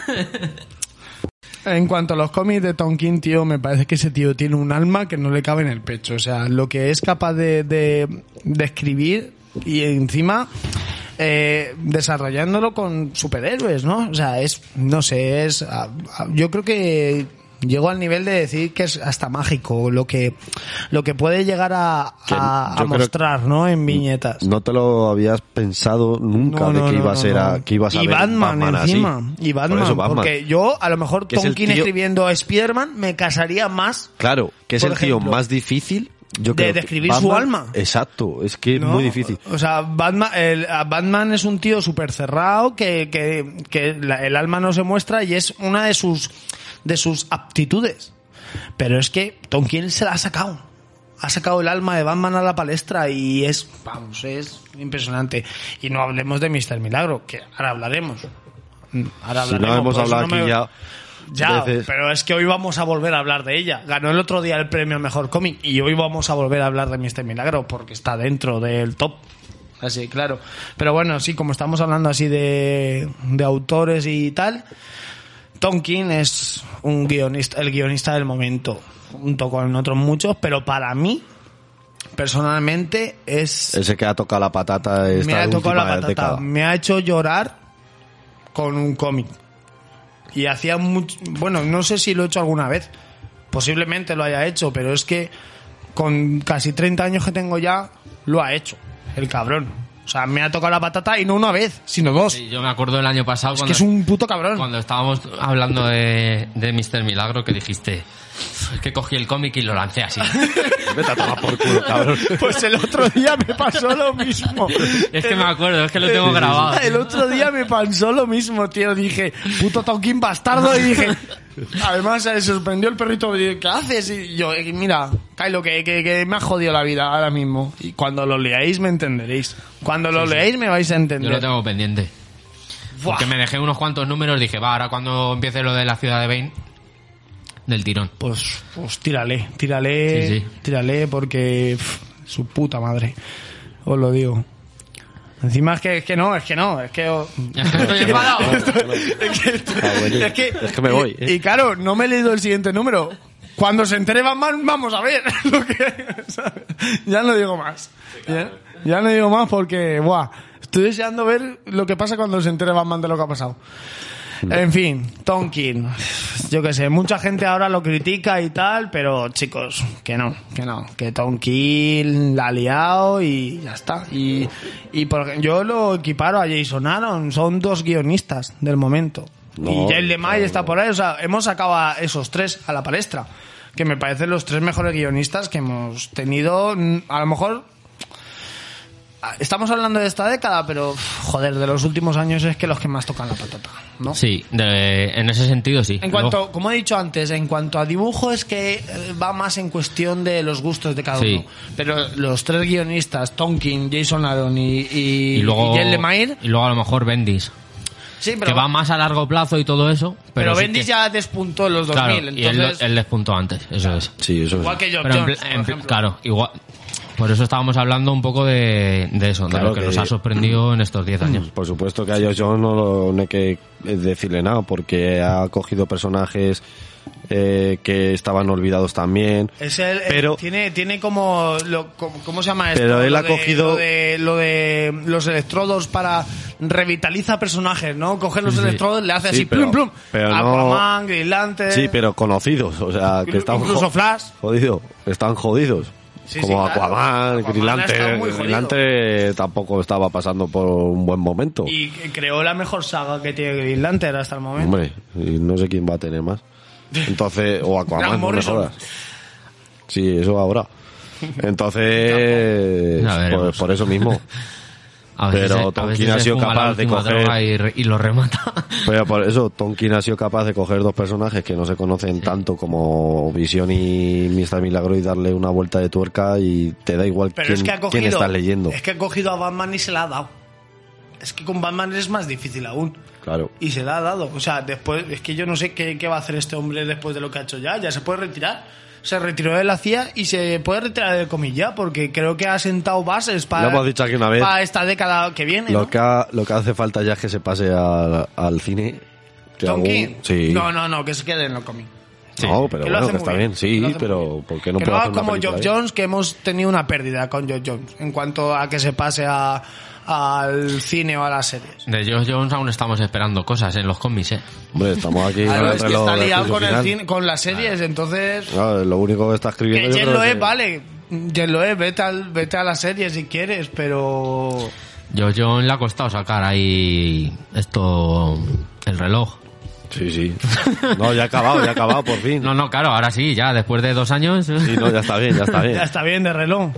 E: En cuanto a los cómics de Tonkin, tío, me parece que ese tío tiene un alma que no le cabe en el pecho. O sea, lo que es capaz de, de- de escribir y encima eh, desarrollándolo con superhéroes, ¿no? O sea, es, no sé, es... a- a- yo creo que llegó al nivel de decir que es hasta mágico lo que, lo que puede llegar a,
B: Que
E: a-
B: yo
E: a
B: creo-
E: mostrar, ¿no? En viñetas.
B: No te lo habías pensado nunca
E: No,
B: de
E: no,
B: que
E: no,
B: iba a
E: no,
B: ser a,
E: no.
B: que ibas a
E: y
B: ver
E: Batman,
B: así.
E: encima y
B: Por
E: Batman,
B: eso Batman.
E: porque yo a lo mejor
B: Que es el
E: Tonkin
B: tío-
E: escribiendo a Spider-Man me casaría más
B: Claro, que es
E: por
B: el tío
E: ejemplo,
B: más difícil. Yo
E: de
B: creo que
E: describir su
B: Batman-
E: alma.
B: Exacto, es que es
E: ¿no?
B: muy difícil.
E: O sea, Batman, el- a Batman es un tío súper cerrado que, que- que la- el alma no se muestra y es una de sus, de sus aptitudes. Pero es que Tonkin se la ha sacado. Ha sacado el alma de Batman a la palestra y es, vamos, es impresionante. Y no hablemos de Mr. Milagro, que ahora hablaremos. Ahora
B: Si no
E: hablaremos,
B: hemos
E: por eso
B: hablado
E: no
B: aquí
E: me-
B: ya.
E: ya,
B: veces.
E: pero es que hoy vamos a volver a hablar de ella. Ganó el otro día el premio a Mejor Cómic y hoy vamos a volver a hablar de Mr. Milagro porque está dentro del top. Así, claro. Pero bueno, sí, como estamos hablando así de, de autores y tal, Tonkin es un guionista, el guionista del momento, junto con otros muchos, pero para mí, personalmente, es...
B: Ese que ha tocado la patata esta
E: me ha tocado la
B: última
E: patata.
B: década.
E: Me ha hecho llorar con un cómic. Y hacía mucho. Bueno, no sé si lo he hecho alguna vez. Posiblemente lo haya hecho, pero es que con casi 30 años que tengo ya, lo ha hecho. El cabrón. O sea, me ha tocado la patata y no una vez, sino dos.
D: <laughs> Sí, Yo me acuerdo el año pasado
E: es que
D: cuando,
E: es un puto cabrón.
D: cuando estábamos hablando de, de Mr. Milagro que dijiste "Es que cogí el cómic y lo
E: <laughs>
D: lancé así.
B: Vete a tomar por culo, cabrón.
E: <laughs> Pues el otro día me pasó lo
D: <laughs>
E: mismo.
D: Es que me acuerdo, es que lo tengo grabado.
E: Ah, El otro día me pasó lo mismo, tío. Dije, puto Tonkin bastardo. Y dije, además se sorprendió el perrito. dije, ¿Qué haces? Y yo, eh, mira, Kylo, que, que, que me ha jodido la vida ahora mismo. Y cuando lo leáis me entenderéis. Cuando lo leáis me vais a
D: Yo
E: entender.
D: lo tengo pendiente.
E: Buah.
D: Porque me dejé unos cuantos números, dije, va, ahora cuando empiece lo de la ciudad de Bane, del tirón.
E: Pues, pues tírale, tírale,
D: Sí, sí.
E: tírale porque pf, su puta madre. Os lo digo. Encima es que, es que no, es que no, es que...
B: <laughs>
E: oh,
D: Es
E: <laughs>
D: que estoy enfadado.
E: es, que,
B: Ah, bueno.
E: es que-
B: Es que me voy,
E: Y,
B: ¿eh?
E: y claro, no me he leído el siguiente número. Cuando se entere Batman, vamos a ver. <laughs> lo que- ¿sabes? ya no digo más. Ya, ya no digo más porque, buah, estoy deseando ver lo que pasa cuando se entere Batman de lo que ha pasado. En fin, Tonkin. Yo qué sé, mucha gente ahora lo critica y tal, pero chicos, que no, que no. Que Tonkin la ha liado y ya está. Y, y por- yo lo equiparo a Jason Aaron, son dos guionistas del momento.
B: No,
E: y Jael de
B: no,
E: está por ahí, o sea, hemos sacado a esos tres a la palestra. Que me parecen los tres mejores guionistas que hemos tenido. mm, A lo mejor estamos hablando de esta década, pero uf, joder, de los últimos años es que los que más tocan la patata, ¿no?
D: Sí, de- en ese sentido sí.
E: En cuanto, como he dicho antes, en cuanto a dibujo es que eh, va más en cuestión de los gustos de cada
D: Sí.
E: uno. Pero los tres guionistas, Tonkin, Jason Aaron y, y,
D: y luego,
E: y Jael Lemire,
D: y luego a lo mejor Bendis.
E: sí, pero,
D: que va más a largo plazo y todo eso. Pero,
E: pero
D: sí
E: Bendis
D: que-
E: ya despuntó en los 2000,
D: claro, y él,
E: entonces...
D: lo- él despuntó antes, eso es.
B: Sí, eso
E: Igual
B: es.
E: que George
D: Pero en
E: Jones,
D: pla-
E: por
D: en pla-
E: ejemplo.
D: claro, igual. Por eso estábamos hablando un poco de, de eso, de
B: Claro
D: lo que,
B: que-
D: nos ha sorprendido en estos 10 años.
B: Por supuesto que a ellos yo no, lo- no hay que decirle nada porque ha cogido personajes eh, que estaban olvidados también.
E: Es el,
B: pero,
E: tiene, tiene como, lo, como- ¿Cómo se llama esto?
B: Pero él
E: Lo
B: ha
E: de-
B: cogido-
E: Lo de, lo de los electrodos para. Revitaliza personajes, ¿no? Coge los
D: Sí, sí.
E: electrodos, le hace
B: Sí,
E: así,
B: pero-
E: plum, plum.
B: pero no-
E: Aquaman, Green Lantern.
B: sí, pero conocidos, o sea, que están
E: Incluso
B: jo-
E: Flash.
B: jodido, están jodidos.
E: Sí,
B: Como
E: sí, claro.
B: Aquaman,
E: Aquaman
B: Green
E: ha
B: Lantern,
E: estado muy
B: Green
E: jodido.
B: Lantern tampoco estaba pasando por un buen momento.
E: Y creó la mejor saga que tiene Green Lantern hasta el momento.
B: Hombre, y no sé quién va a tener más. Entonces,
E: <laughs>
B: o Aquaman,
E: Grant
B: no me
E: Morrison.
B: jodas. Sí, eso ahora.
E: <laughs>
B: Entonces,
D: Ya
B: por,
D: veremos.
B: por eso mismo.
D: A
B: Pero
D: veces- a
B: Tonkin
D: veces
B: ha
D: se
B: sido
D: fuma la
B: capaz de
D: última
B: coger-
D: droga Y, re- y lo remata. <laughs>
B: Pero por eso Tonkin ha sido capaz de coger dos personajes que no se conocen tanto como Visión y Mr. Milagro y darle una vuelta de tuerca y te da igual
E: Pero
B: quién,
E: es que ha
B: quién
E: cogido.
B: estás leyendo.
E: Es que ha cogido a Batman y se la ha dado. Es que con Batman es más difícil aún.
B: Claro.
E: Y se la ha dado. O sea, después, es que yo no sé qué, qué va a hacer este hombre después de lo que ha hecho ya. Ya se puede retirar. Se retiró de la CIA y se puede retirar de comillas porque creo que ha sentado bases para,
B: Lo hemos dicho aquí una vez.
E: para esta década que viene.
B: Lo
E: ¿no?
B: que, ha- lo que hace falta ya es que se pase al, al cine. Que
E: Tom
B: algún-
E: King.
B: Sí.
E: No, no, no, que se quede en lo cómic.
B: No, pero
E: Que
B: bueno,
E: lo hace
B: que
E: muy
B: está bien,
E: bien, que
B: sí,
E: lo hace muy
B: pero
E: bien.
B: ¿por qué no
E: que
B: puedo
E: no
B: hacer
E: haga
B: una
E: como
B: película
E: Geoff
B: bien?
E: Jones, que hemos tenido una pérdida con Geoff Jones en cuanto a que se pase a- al cine o a las series.
D: De Geoff Jones aún estamos esperando cosas en los cómics, ¿eh?
B: Hombre, estamos aquí.
E: Claro,
B: con el
E: es que
B: reloj
E: está
B: de
E: liado
B: juicio
E: con, el
B: final.
E: cine, con las series, entonces...
B: Claro, lo único que está
E: Que
B: escribiendo. yo
E: Jen
B: creo
E: lo es,
B: que-
E: vale. Jen lo es, vete, al- vete a las series si quieres, pero...
D: Geoff Jones le ha costado sacar ahí esto, el reloj.
B: Sí, sí. No, ya ha acabado, ya ha acabado, Ah, por fin.
D: <laughs> No, no, claro, ahora sí, ya después de dos años.
B: Sí, no, ya está bien, ya está bien.
E: <laughs> Ya está bien de reloj.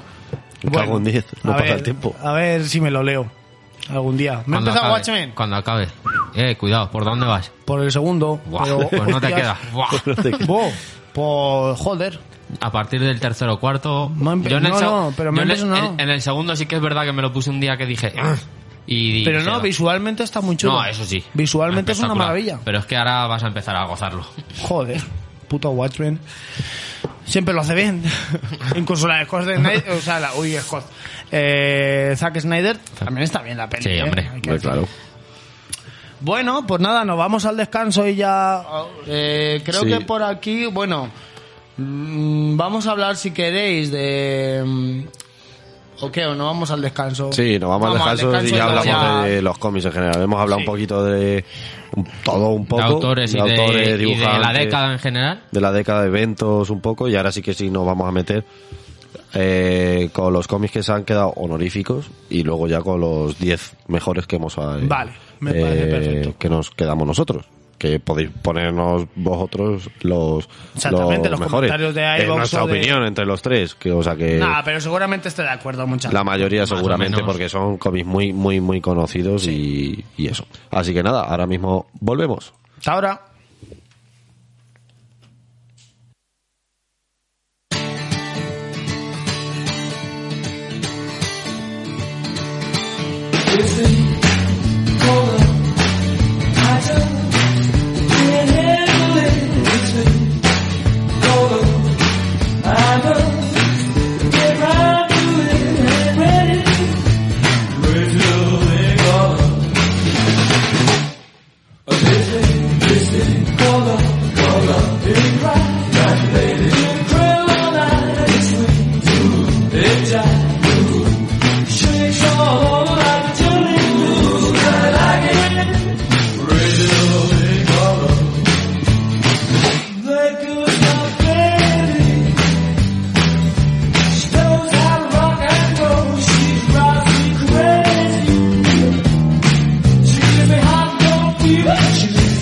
B: Me cago en diez, no
E: a
B: pasa
E: ver,
B: el tiempo. <laughs>
E: A ver si me lo leo algún día. Me he
D: Cuando
E: empezado
D: acabe,
E: Watchmen
D: Cuando acabe. Eh, cuidado, ¿por dónde vas?
E: por el segundo.
D: Buah,
E: pero,
D: pues no te
E: hostias,
D: queda.
B: <laughs>
D: Buah.
E: Bo, pues joder.
D: A partir del tercero o cuarto.
E: Me han pe-
D: yo en el
E: no,
D: seg-
E: no, pero me
D: yo
E: han
D: en el-
E: impresionado.
D: en- en el segundo sí que es verdad que me lo puse un día que dije. "Ugh", Y, y
E: Pero
D: dije, "Ah".
E: no, visualmente está muy chulo.
D: No, eso sí.
E: Visualmente es una
D: Espectacular.
E: maravilla.
D: Pero es que ahora vas a empezar a gozarlo.
E: Joder, puto Watchmen. Siempre lo hace
D: <laughs>
E: bien. Incluso la de Scott Snyder, o sea, la, uy, Scott. Eh, Zack Snyder, también está bien la peli.
D: Sí,
E: ¿eh?
D: hombre,
E: Hay que
B: Hombre,
E: decirlo.
B: claro.
E: Bueno, pues nada, nos vamos al descanso y ya. eh, creo
B: Sí.
E: que por aquí, bueno, mm, vamos a hablar si queréis de. mm, ¿O qué? ¿O no vamos al descanso?
B: Sí, nos vamos, a dejar eso y ya hablamos
E: ya-
B: de los cómics en general. Hemos hablado
E: Sí.
B: un poquito de un- todo un poco.
D: de autores, y, de-
B: autores,
D: y de, la
B: dibujantes,
D: década en general.
B: De la década de eventos un poco. Y ahora sí que sí nos vamos a meter eh, con los cómics que se han quedado honoríficos y luego ya con los 10 mejores que hemos... eh,
E: Vale, me parece
B: eh,
E: perfecto.
B: Que nos quedamos nosotros. Que podéis ponernos vosotros los,
E: Exactamente, los
B: mejores.
E: comentarios de
B: en
E: iVoox o
B: nuestra
E: de-
B: opinión, entre los tres. Que, o sea que...
E: Nada, pero seguramente esté de acuerdo muchas
B: La mayoría
D: Más o
B: seguramente
D: menos.
B: porque son cómics muy, muy, muy conocidos y, y eso. Así que nada, ahora mismo volvemos.
E: Hasta ahora.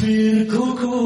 F: Gotta be cool,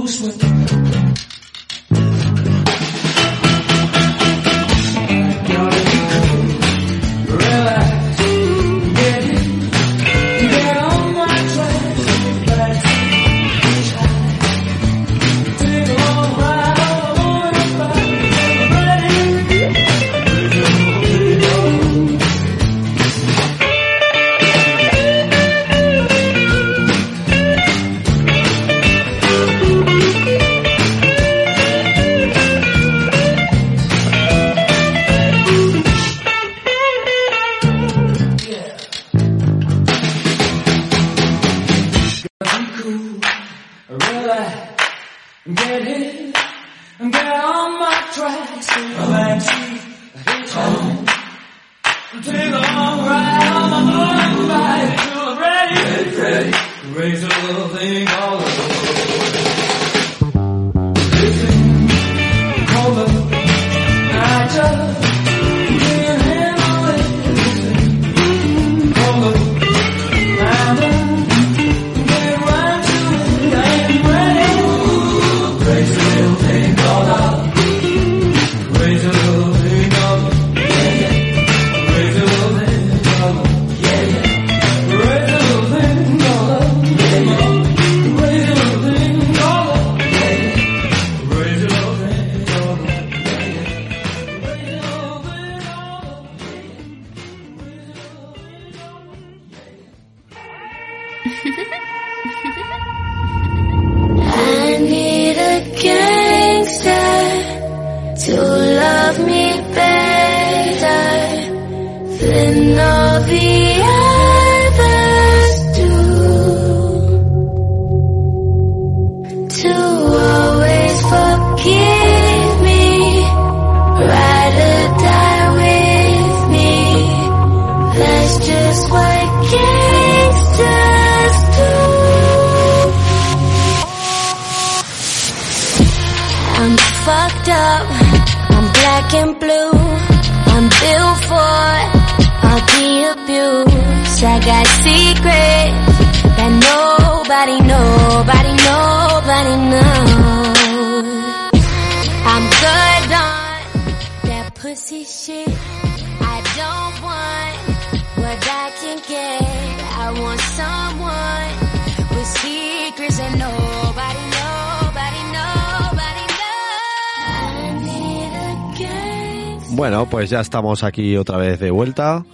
B: Bueno, pues ya estamos aquí otra vez de vuelta.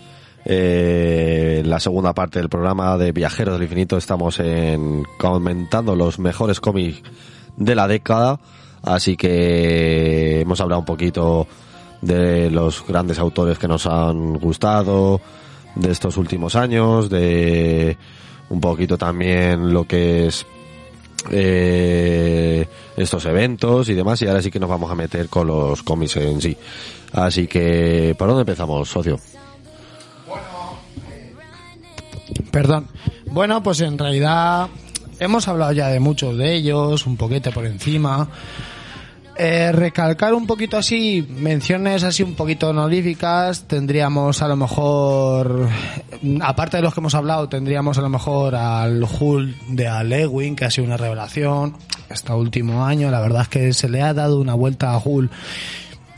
B: Eh, en la segunda parte del programa de Viajeros del Infinito estamos en, comentando los mejores cómics de la década. Así que hemos hablado un poquito de los grandes autores que nos han gustado de estos últimos años, de un poquito también lo que es eh, estos eventos y demás. Y ahora sí que nos vamos a meter con los cómics en sí. Así que, ¿por dónde empezamos, socio?
E: Perdón. Bueno, pues en realidad hemos hablado ya de muchos de ellos, un poquete por encima. Eh, recalcar un poquito así, menciones así un poquito honoríficas, tendríamos a lo mejor, aparte de los que hemos hablado, tendríamos a lo mejor al Hulk de Alewin, que ha sido una revelación este último año, la verdad es que se le ha dado una vuelta a Hulk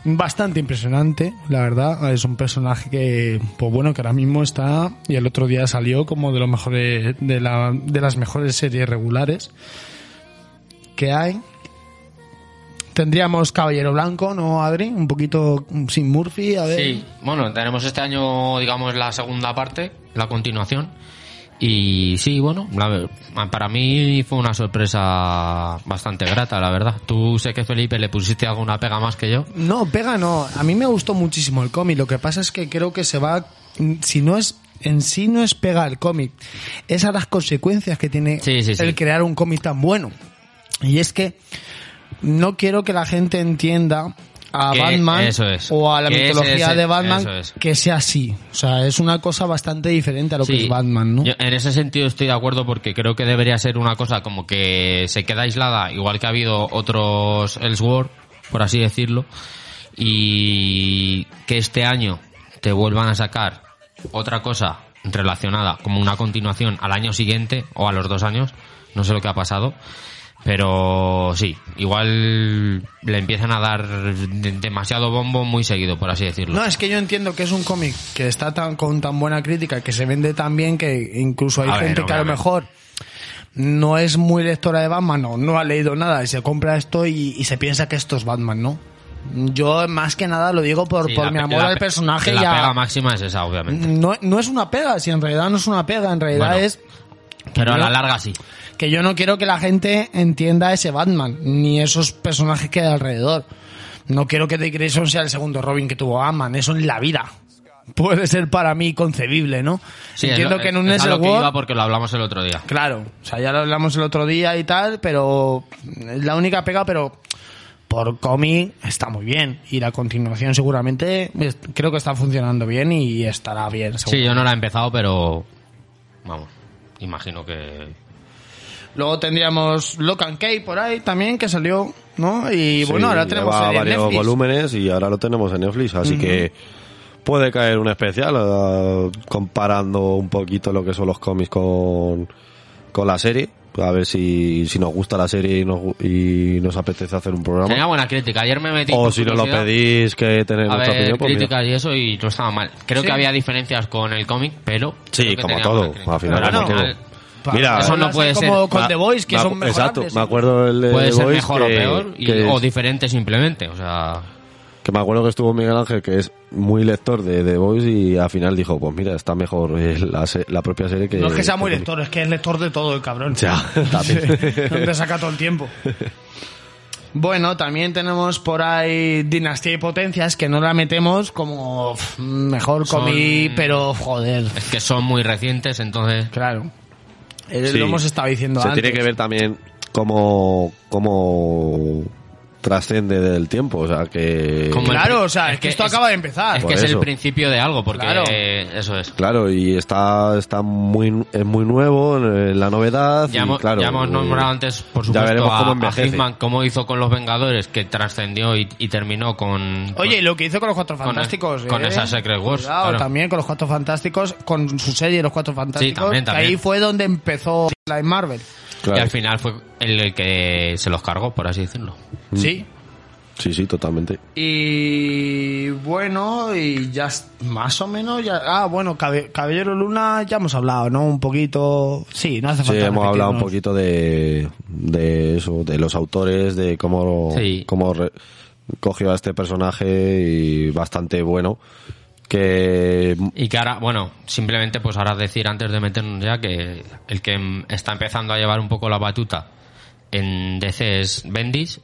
E: bastante impresionante, la verdad. Es un personaje que, pues bueno, que ahora mismo está y el otro día salió como de los mejores, de, la, de las mejores series regulares que hay. Tendríamos Caballero Blanco, ¿no, Adri? Un poquito sin Murphy, a ver.
D: Sí, bueno, tenemos este año, digamos, la segunda parte, la continuación. Y sí, bueno, la, para mí fue una sorpresa bastante grata, la verdad. Tú sé que Felipe le pusiste alguna pega más que yo.
E: No, pega no. A mí me gustó muchísimo el cómic. Lo que pasa es que creo que se va, si no es en sí no es pega el cómic, es a las consecuencias que tiene
D: sí, sí, sí.
E: el crear un cómic tan bueno. Y es que no quiero que la gente entienda a
D: que
E: Batman
D: eso es.
E: o a la
D: Que es
E: mitología
D: ese-
E: de Batman
D: eso es.
E: que sea así. O sea, es una cosa bastante diferente a lo que
D: Sí.
E: es Batman, ¿no?
D: Yo en ese sentido estoy de acuerdo porque creo que debería ser una cosa como que se queda aislada, igual que ha habido otros Elseworld, por así decirlo, y que este año te vuelvan a sacar otra cosa relacionada como una continuación al año siguiente o a los dos años, no sé lo que ha pasado. Pero sí, igual le empiezan a dar de- demasiado bombo muy seguido, por así decirlo.
E: No, es que yo entiendo que es un cómic que está tan con tan buena crítica, que se vende tan bien que incluso hay
D: A ver,
E: gente que a lo
D: obviamente.
E: mejor no es muy lectora de Batman o no ha leído nada y se compra esto y, y se piensa que esto es Batman, ¿no? Yo más que nada lo digo por,
D: Sí,
E: por
D: la
E: mi
D: pe-
E: amor
D: la
E: al
D: pe-
E: personaje
D: La
E: y a-
D: pega máxima es esa, obviamente.
E: no, no es una pega, si en realidad no es una pega, en realidad
D: Bueno.
E: es
D: Pero a
E: Yo-
D: la larga sí.
E: que yo no quiero que la gente entienda ese Batman, ni esos personajes que hay alrededor. No quiero que Dick Grayson sea el segundo Robin que tuvo Batman, eso en la vida. Puede ser para mí concebible, ¿no?
D: Sí,
E: Entiendo
D: es lo-
E: que en un
D: es a lo que
E: Elseworld-
D: iba porque lo hablamos el otro día.
E: Claro, o sea, ya lo hablamos el otro día y tal, pero es la única pega, pero por cómic está muy bien. Y la continuación seguramente es- creo que está funcionando bien y estará bien. seguro.
D: Sí, yo no la he empezado, pero vamos, imagino que
E: Luego tendríamos Lock and Key por ahí también, que salió, ¿no? Y
B: Sí,
E: bueno, ahora tenemos
B: lleva
E: serie en
B: varios
E: Netflix.
B: volúmenes y ahora lo tenemos en Netflix, así que puede caer un especial eh, comparando un poquito lo que son los cómics con, con la serie. A ver si, si nos gusta la serie y nos, gu- y nos apetece hacer un
D: Tenía
B: programa.
D: buena crítica. Ayer me metí.
B: O
D: por
B: si nos lo
D: curiosidad
B: pedís que tener
D: A
B: nuestra
D: ver,
B: opinión, pues mira.
D: críticas y eso, y no estaba mal. Creo
E: Sí.
D: que había diferencias con el cómic, pero. creo
B: Sí,
D: que
B: como
D: tenía
B: todo,
D: buena crítica.
B: al final
D: Pero
B: como
D: bueno,
B: todo. Mira,
D: Eso no puede ser.
E: como con
B: Ma-
E: The Voice, que
B: ma-
E: son mejorables. ¿eh?
B: Exacto,
E: ¿sí?
B: me acuerdo el de
D: Puede
B: The
D: ser
B: Voice
D: mejor
B: Eh, que-
D: o peor, y-
B: que-
D: o diferente simplemente. O sea,
B: Que me acuerdo que estuvo Miguel Ángel, que es muy lector de The Voice, y al final dijo, pues mira, está mejor eh, la, se- la propia serie que...
E: No es que sea muy lector, es que es lector de todo el cabrón.
B: Ya,
E: <laughs>
B: <laughs> también.
E: Donde saca todo el tiempo. Bueno, también tenemos por ahí Dinastía y Potencias, que no la metemos como pf, mejor
D: Son-
E: comí, pero joder.
D: es que son muy recientes, entonces.
E: Claro. Eh,
B: Sí.
E: Lo hemos estado diciendo
B: Se
E: antes.
B: tiene que ver también cómo, cómo trascende del tiempo, o sea, que...
D: Como el-
E: Claro, o sea, es, que,
D: que
E: esto
D: es-
E: acaba de empezar.
D: Es
B: Por
D: que es el
B: eso.
D: principio de algo, porque
E: Claro.
D: eh, eso es.
B: Claro, y está, está muy, es muy nuevo, eh, la novedad,
D: Ya
B: y
D: hemos,
B: claro...
D: ya hemos
B: eh,
D: nombrado antes, por
B: ya
D: supuesto,
B: veremos
D: a,
B: cómo
D: a
B: envejece.
D: Hickman, cómo hizo con los Vengadores, que trascendió y, y terminó con.
E: Oye, y lo que hizo con los Cuatro
D: Con-
E: Fantásticos.
D: con
E: ¿eh?
D: esa Secret Wars,
E: Cuidado,
D: claro.
E: también con los Cuatro Fantásticos, con su serie Los Cuatro Fantásticos.
D: también,
E: que
D: también.
E: ahí fue donde empezó la Marvel.
D: Y
B: Claro.
D: pues, al final fue el, el que se los cargó, por así decirlo.
E: Sí.
B: Sí, sí, totalmente.
E: Y bueno, y ya es- más o menos ya... Ah, bueno, Cabe- Caballero Luna ya hemos hablado, ¿no? Un poquito... Sí, no hace
B: Sí, hemos
E: falta repetirnos.
B: hablado un poquito de, de eso, de los autores, de cómo,
D: Sí.
B: cómo re- cogió a este personaje y bastante bueno. Que
D: Y que ahora, bueno, simplemente pues ahora decir antes de meternos ya que el que mm, está empezando a llevar un poco la batuta en DC es Bendis,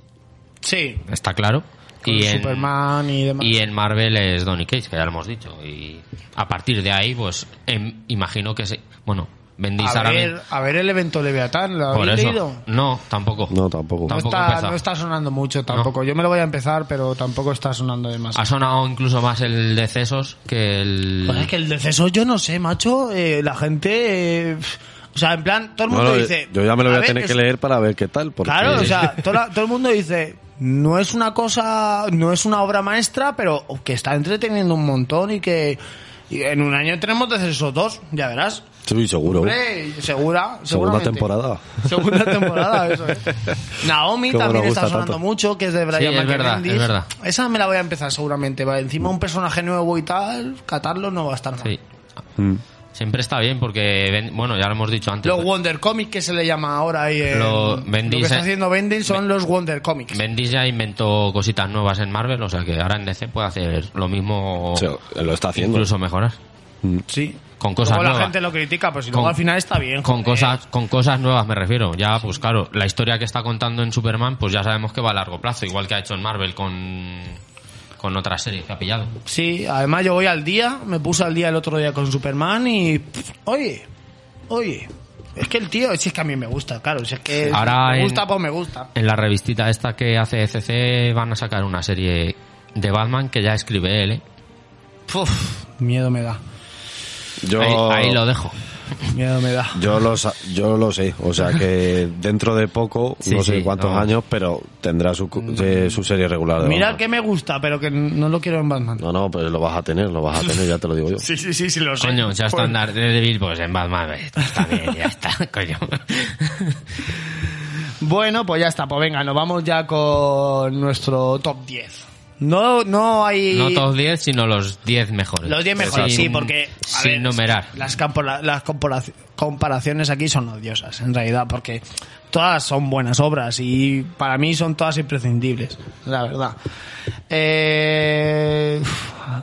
E: Sí.
D: está claro.
E: Con
D: Y en,
E: Superman y demás.
D: y en Marvel es Donny Cage, que ya lo hemos dicho. Y a partir de ahí, pues em, imagino que se. Bueno, Bendis
E: a,
D: ahora
E: ver,
D: mismo.
E: a ver el evento Leviatán, ¿lo
D: Por
E: habéis
D: eso.
E: leído?
D: No, tampoco.
B: no, tampoco.
E: No
D: Tampoco
E: está,
D: empezado.
E: no está sonando mucho tampoco. Yo me lo voy a empezar, pero tampoco está sonando demasiado.
D: Ha sonado incluso más el decesos que el.
E: Pues es que el deceso, yo no sé, macho. eh, la gente. eh, o sea, en plan, todo el mundo
B: Bueno,
E: dice.
B: yo ya me lo voy a,
E: ver,
B: tener
E: es-
B: que leer para ver qué tal. Porque,
E: Claro,
B: <laughs>
E: o sea, todo, la- todo el mundo dice. No es una cosa. No es una obra maestra, pero que está entreteniendo un montón y que. y en un año tenemos decesos dos, ya verás.
B: Sí, seguro.
E: Hombre, segura,
B: Segunda
E: seguramente.
B: temporada.
E: <laughs>
B: <laughs>
E: Segunda temporada, eso es. Naomi
B: Cómo
E: también
B: nos
E: está
B: gusta
E: sonando
B: tanto.
E: mucho, que es de Brian
D: Sí, es verdad,
E: McBendis.
D: es verdad.
E: Esa me la voy a empezar seguramente. va, Encima un personaje nuevo y tal, catarlo no va a estar mal.
D: Sí.
B: Mm.
D: Siempre está bien porque, Ben- bueno, ya lo hemos dicho antes.
E: Los Wonder Comics que se le llama ahora ahí en-
D: Lo-
E: lo
D: Bendis,
E: que está
D: eh.
E: haciendo Bendis son los Wonder Comics.
D: Bendis ya inventó cositas nuevas en Marvel, o sea que ahora en DC puede hacer lo mismo,
B: O sea, lo está haciendo.
D: incluso mejorar.
E: sí.
D: Con cosas
E: luego la
D: nuevas.
E: gente lo critica, pues si
D: Con-
E: luego al final está bien.
D: Con
E: joder.
D: cosas, con cosas nuevas me refiero. Ya, pues claro, la historia que está contando en Superman, pues ya sabemos que va a largo plazo, igual que ha hecho en Marvel con, con otras series que ha pillado.
E: Sí, además yo voy al día, me puse al día el otro día con Superman y. pff, oye, oye. Es que el tío, si es que a mí me gusta, claro. Si es que
D: Ahora
E: me
D: en-
E: gusta, pues me gusta.
D: En la revistita esta que hace CC van a sacar una serie de Batman que ya escribe él. ¿eh?
E: Puf, miedo me da,
B: Yo,
D: Ahí, ahí lo dejo.
E: miedo me da.
B: yo, lo, sa- yo lo sé. O sea, que dentro de poco,
D: <laughs> Sí,
B: no sé
D: sí,
B: cuántos
D: no.
B: años, pero tendrá su,
E: Mm.
B: cu- eh, su serie regular. de
E: Mira
B: Batman.
E: que me gusta, pero que no lo quiero en Batman.
B: No, no, pero lo vas a tener, lo vas a tener, ya te lo digo yo.
E: <laughs> Sí, sí, sí, sí, lo sé.
D: Coño, ya
E: Pues-
D: estándar de Devil, pues en Batman. eh, Está bien, ya está, <laughs> coño.
E: Bueno, pues ya está, pues venga, nos vamos ya con nuestro top 10. No, no hay.
D: No top 10, sino los 10 mejores.
E: Los 10 mejores,
D: Sin-
E: sí, porque. a
D: Sin
E: ver,
D: numerar.
E: Las, campora- las compora- comparaciones aquí son odiosas, en realidad, porque todas son buenas obras y para mí son todas imprescindibles, la verdad. Eh,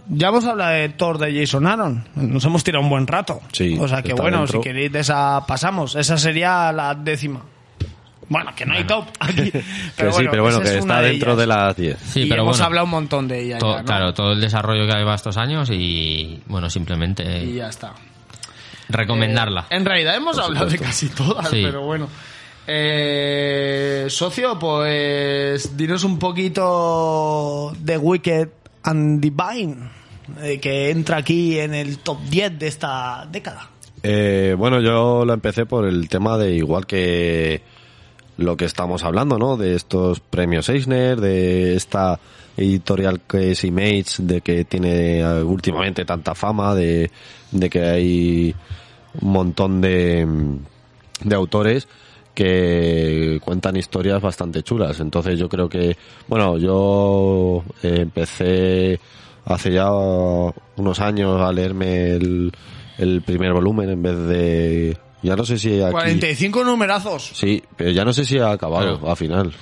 E: ya hemos hablado de Thor de Jason Aaron, nos hemos tirado un buen rato.
B: Sí,
E: o sea que
B: está
E: bueno,
B: dentro.
E: si queréis de esa pasamos, esa sería la décima. Bueno, que no hay top
B: <laughs>
E: aquí.
B: Pero, sí, pero bueno,
E: esa
B: que
E: es una
B: está
E: de
B: dentro de
E: ellas.
B: las 10.
D: Sí,
E: y
D: pero
E: hemos
D: bueno,
E: hablado un montón de ella.
D: to-
E: ya, ¿no?
D: claro, todo el desarrollo que lleva estos años y, bueno, simplemente eh,
E: Y eh, ya está.
D: recomendarla.
E: En realidad hemos hablado de casi todas,
D: Sí.
E: pero bueno. Eh, socio, pues dinos un poquito de Wicked and Divine, eh, que entra aquí en el top 10 de esta década.
B: Eh, bueno, yo lo empecé por el tema de igual que lo que estamos hablando, ¿no? De estos premios Eisner, de esta editorial que es Image, de que tiene eh, últimamente tanta fama, de, de que hay un montón de, de autores que cuentan historias bastante chulas. Entonces yo creo que, bueno, yo eh, empecé hace ya unos años a leerme el, el primer volumen en vez de... Ya no sé si aquí...
E: 45 numerazos.
B: Sí, pero ya no sé si ha acabado al final.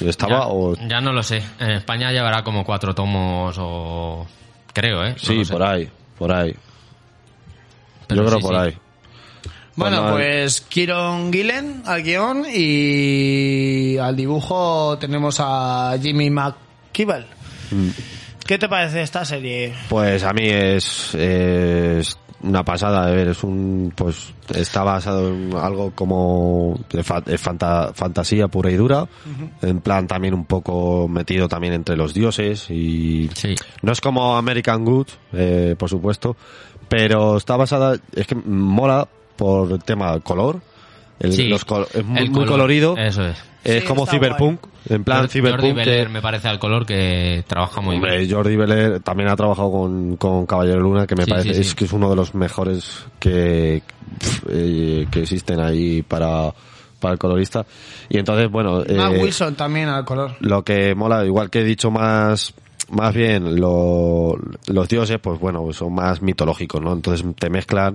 B: Estaba
D: ya,
B: o...
D: ya no lo sé. En España llevará como cuatro tomos o... Creo, ¿eh? No
B: Sí,
D: lo sé.
B: por ahí, por ahí.
D: Pero
B: yo creo
D: sí,
B: por
D: sí.
B: ahí.
E: Bueno,
B: Bueno,
E: pues Kieron Gillen al guión y al dibujo tenemos a Jimmy McKibble. ¿Qué te parece esta serie?
B: Pues a mí es, es una pasada de ver, es un pues está basado en algo como de fa- de fanta- fantasía pura y dura, en plan también un poco metido también entre los dioses y
D: Sí.
B: no es como American Good, eh, por supuesto, pero está basada es que mola por el tema color, el-
D: Sí.
B: los col- es muy,
D: El
B: muy
D: color,
B: colorido, es,
D: Eso es.
B: como
E: está
B: cyberpunk, en plan
D: Jordi
B: cyberpunk que-
D: Beller me parece al color que trabaja muy
B: Hombre,
D: bien.
B: Jordi Beller también ha trabajado con, con Caballero Luna, que me
D: Sí,
B: parece
D: sí, sí.
B: es que es uno de los mejores que, pf, eh, que existen ahí para, para el colorista. Y entonces, bueno, eh,
E: Matt Wilson también al color.
B: lo que mola, igual que he dicho más, más bien, lo- los dioses, pues bueno, son más mitológicos, ¿no? Entonces te mezclan.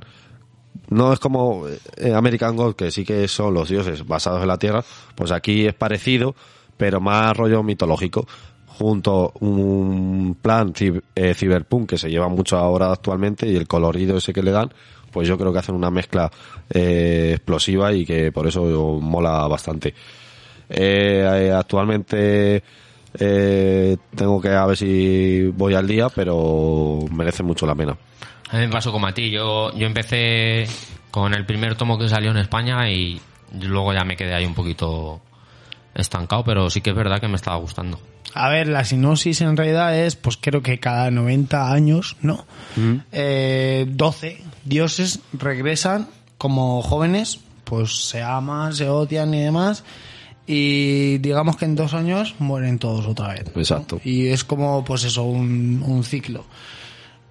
B: No es como eh, American God, que sí que son los dioses basados en la tierra, pues aquí es parecido, pero más rollo mitológico. Junto un plan cib- eh, cyberpunk que se lleva mucho ahora actualmente y el colorido ese que le dan, pues yo creo que hacen una mezcla eh, explosiva y que por eso mola bastante. Eh, eh, actualmente eh, tengo que a ver si voy al día, pero merece mucho la pena.
D: A mí me pasó como a ti. Yo, yo empecé con el primer tomo que salió en España y luego ya me quedé ahí un poquito estancado, pero sí que es verdad que me estaba gustando.
E: A ver, la sinopsis en realidad es, pues creo que cada 90 años, ¿no? Eh, 12 dioses regresan como jóvenes, pues se aman, se odian y demás, y digamos que en dos años mueren todos otra vez. ¿no?
B: Exacto.
E: Y es como, pues eso, un, un ciclo.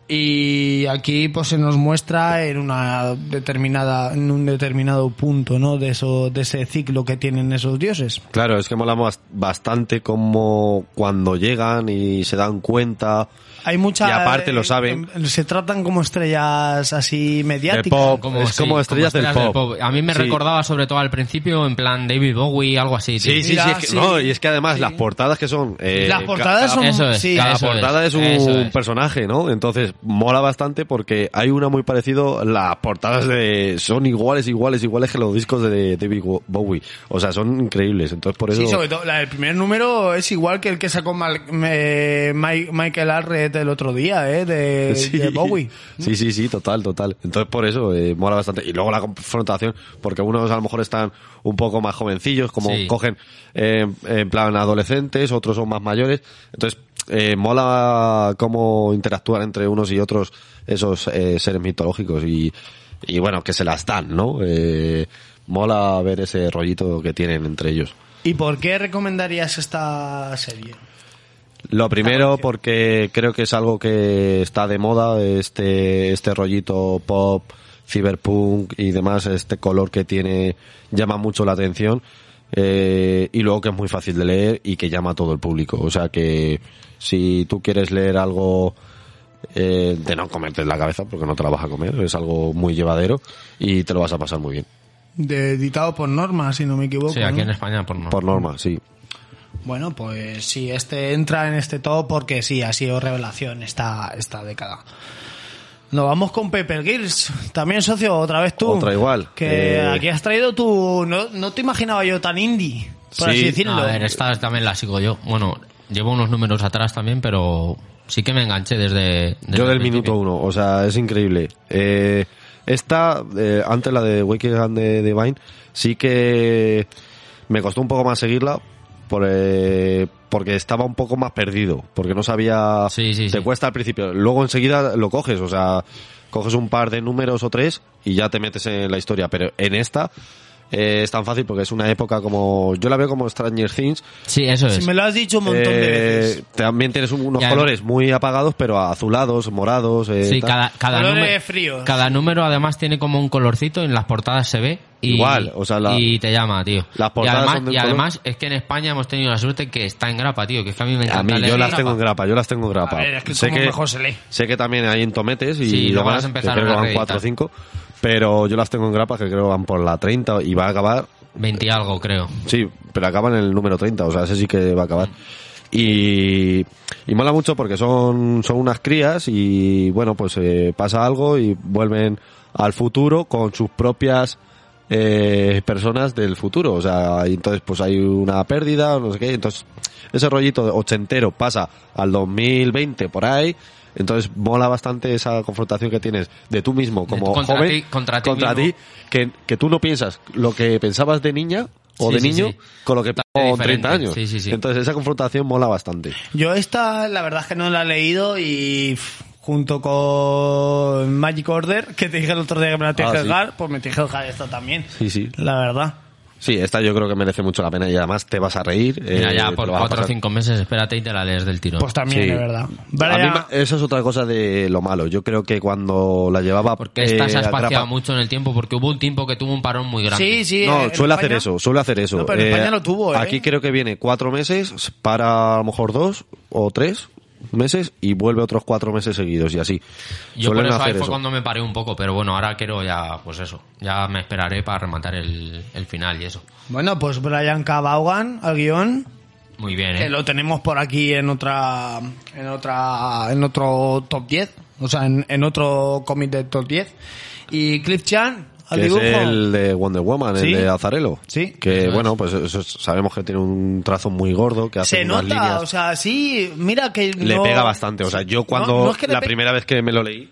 E: Y aquí pues se nos muestra en una determinada, en un determinado punto, ¿no? De eso, de ese ciclo que tienen esos dioses.
B: Claro, es que mola bas- bastante como cuando llegan y se dan cuenta
E: Hay mucha.
B: Y aparte lo saben.
E: em, se tratan como estrellas así
B: de
E: mediáticas.
B: pop, es
D: sí,
B: como estrellas, del, pop.
D: A mí me
B: Sí.
D: recordaba sobre todo al principio, en plan David Bowie, algo así. tío.
B: Sí, sí,
E: Mira,
B: sí, es que-
E: sí.
B: no, y es que además las portadas que son... eh,
E: Las
B: ca-
E: portadas son.
D: Eso es,
E: sí,
B: cada
D: eso
B: portada es,
D: es,
B: un
D: eso es.
B: personaje, ¿no? Entonces mola bastante porque hay una muy parecido, las portadas de son iguales, iguales, iguales que los discos de David Wo- Bowie, o sea, son increíbles. Entonces por eso
E: Sí, sobre todo, la del primer número es igual que el que sacó Mal- me- Mike- Michael Arret el otro día, ¿eh? De,
B: <laughs> Sí.
E: de Bowie.
B: Sí, sí, sí, total, total. Entonces por eso eh, mola bastante. Y luego la confrontación, porque unos a lo mejor están un poco más jovencillos, como
D: Sí.
B: cogen eh, en plan adolescentes, otros son más mayores. Entonces eh, mola cómo interactúan entre unos y otros esos eh, seres mitológicos y, y bueno, que se las dan, ¿no? Eh, mola ver ese rollito que tienen entre ellos.
E: ¿Y por qué recomendarías esta serie?
B: Lo primero porque creo que es algo que está de moda, este, este rollito pop, cyberpunk y demás, este color que tiene llama mucho la atención eh, y luego que es muy fácil de leer y que llama a todo el público. O sea que si tú quieres leer algo eh, de no comerte la cabeza porque no te la vas a comer, es algo muy llevadero y te lo vas a pasar muy bien.
E: De- editado por Norma, si no me equivoco.
D: Sí, aquí
E: ¿no?
D: en España por no.
B: Por norma, sí.
E: Bueno, pues sí, este entra en este todo porque sí, ha sido revelación esta, esta década. Nos vamos con Pepper Girls. También, socio, otra vez tú.
B: Otra igual.
E: Que
B: Eh.
E: aquí has traído tu... No, no te imaginaba yo tan indie, por
B: Sí.
E: así decirlo.
D: A ver, esta también la sigo yo. Bueno, llevo unos números atrás también, pero sí que me enganché desde... desde
B: Yo
D: el
B: del
D: principio.
B: minuto uno, o sea, es increíble. Eh, esta, eh, antes la de Wicked and the Divine, sí que me costó un poco más seguirla por, eh, porque estaba un poco más perdido, porque no sabía...
D: Sí, sí,
B: te
D: sí.
B: cuesta al principio, luego enseguida lo coges, o sea, coges un par de números o tres y ya te metes en la historia. Pero en esta eh, es tan fácil porque es una época como. Yo la veo como Stranger Things.
D: Sí, eso es.
E: Si me lo has dicho un montón de
B: Eh,
E: veces.
B: También tienes un- unos
D: Ya,
B: colores muy apagados, pero azulados, morados. eh,
D: Sí,
B: tal.
D: cada, cada,
E: Colores
D: número,
E: fríos.
D: cada número además tiene como un colorcito y en las portadas se ve. Y,
B: Igual, o sea, la-
D: y te llama, tío.
B: Las portadas
D: y además,
B: son de un
D: y
B: color.
D: además es que en España hemos tenido la suerte que está en grapa, tío. Que es que a mí me encanta.
B: A mí,
D: leer
B: yo
D: en
B: las
D: grapa.
B: tengo en grapa, yo las tengo en grapa.
E: A ver, es que como mejor se lee.
B: Sé que también hay en tometes y
D: Sí, luego
B: demás,
D: las
B: que
D: empezaron
B: creo que
D: a
B: van
D: reeditar.
B: 4 o 5, pero yo las tengo en grapa que creo que van por la 30 y va a acabar,
D: 20 y algo, creo.
B: sí, pero acaban en el número 30, o sea, ese sí que va a acabar. Y, y mola mucho porque son, son unas crías y bueno, pues eh, pasa algo y vuelven al futuro con sus propias eh, personas del futuro. O sea, y entonces pues hay una pérdida o no sé qué. Entonces ese rollito de ochentero pasa al 2020 por ahí. Entonces mola bastante esa confrontación que tienes de tú mismo como
D: tú contra
B: joven
D: ti- contra ti mismo.
B: que, que tú no piensas lo que pensabas de niña o
D: Sí,
B: de
D: sí,
B: niño
D: sí.
B: con lo que
D: Totalmente
B: con 30
D: diferente.
B: años.
D: Sí, sí, sí.
B: Entonces esa confrontación mola bastante.
E: Yo esta, la verdad es que no la he leído y pff, junto con Magic Order, que te dije el otro día que me la tienes
B: Ah,
E: que
B: sí.
E: dejar, pues me tienes que dejar esta también.
B: Sí, sí.
E: La verdad.
B: Sí, esta yo creo que merece mucho la pena y además te vas a reír.
D: Mira,
B: eh,
D: ya
B: te
D: por
B: lo vas a
D: 4 o
B: pasar.
D: 5 meses, espérate y te la lees del tirón.
E: Pues también,
B: Sí.
E: de verdad.
B: A mí
E: Vale,
B: ma- eso es otra cosa de lo malo. Yo creo que cuando la llevaba.
D: porque esta se ha
B: eh,
D: espaciado
B: Agrapa-
D: mucho en el tiempo porque hubo un tiempo que tuvo un parón muy grande.
E: sí, sí.
B: No,
E: en
B: suele hacer
E: España-
B: eso, suele hacer eso.
E: No, pero en España lo tuvo, ¿eh?
B: Aquí creo que viene cuatro meses, para a lo mejor dos o tres meses y vuelve otros cuatro meses seguidos y así.
D: Yo por
B: Suelen
D: eso ahí
B: hacer
D: fue
B: eso.
D: cuando me paré un poco, pero bueno, ahora quiero ya, pues eso, ya me esperaré para rematar el, el final y eso.
E: Bueno, pues Brian K. Vaughan al guión,
D: Muy bien, ¿eh?
E: que lo tenemos por aquí en otra, en otra, en otro top 10, o sea, en, en otro cómic de top 10. Y Cliff Chan al
B: Que es
E: dibujo.
B: el de Wonder Woman,
E: Sí.
B: el de Azarelo.
E: Sí.
B: Que
D: Eso es.
B: bueno, pues eso es- sabemos que tiene un trazo muy gordo, que hace
E: Se
B: unas
E: nota,
B: líneas.
E: o sea, sí, mira que
B: le
E: no-
B: pega bastante. O sea, yo cuando
E: No, no es que le
B: la
E: pe-
B: primera vez que me lo leí,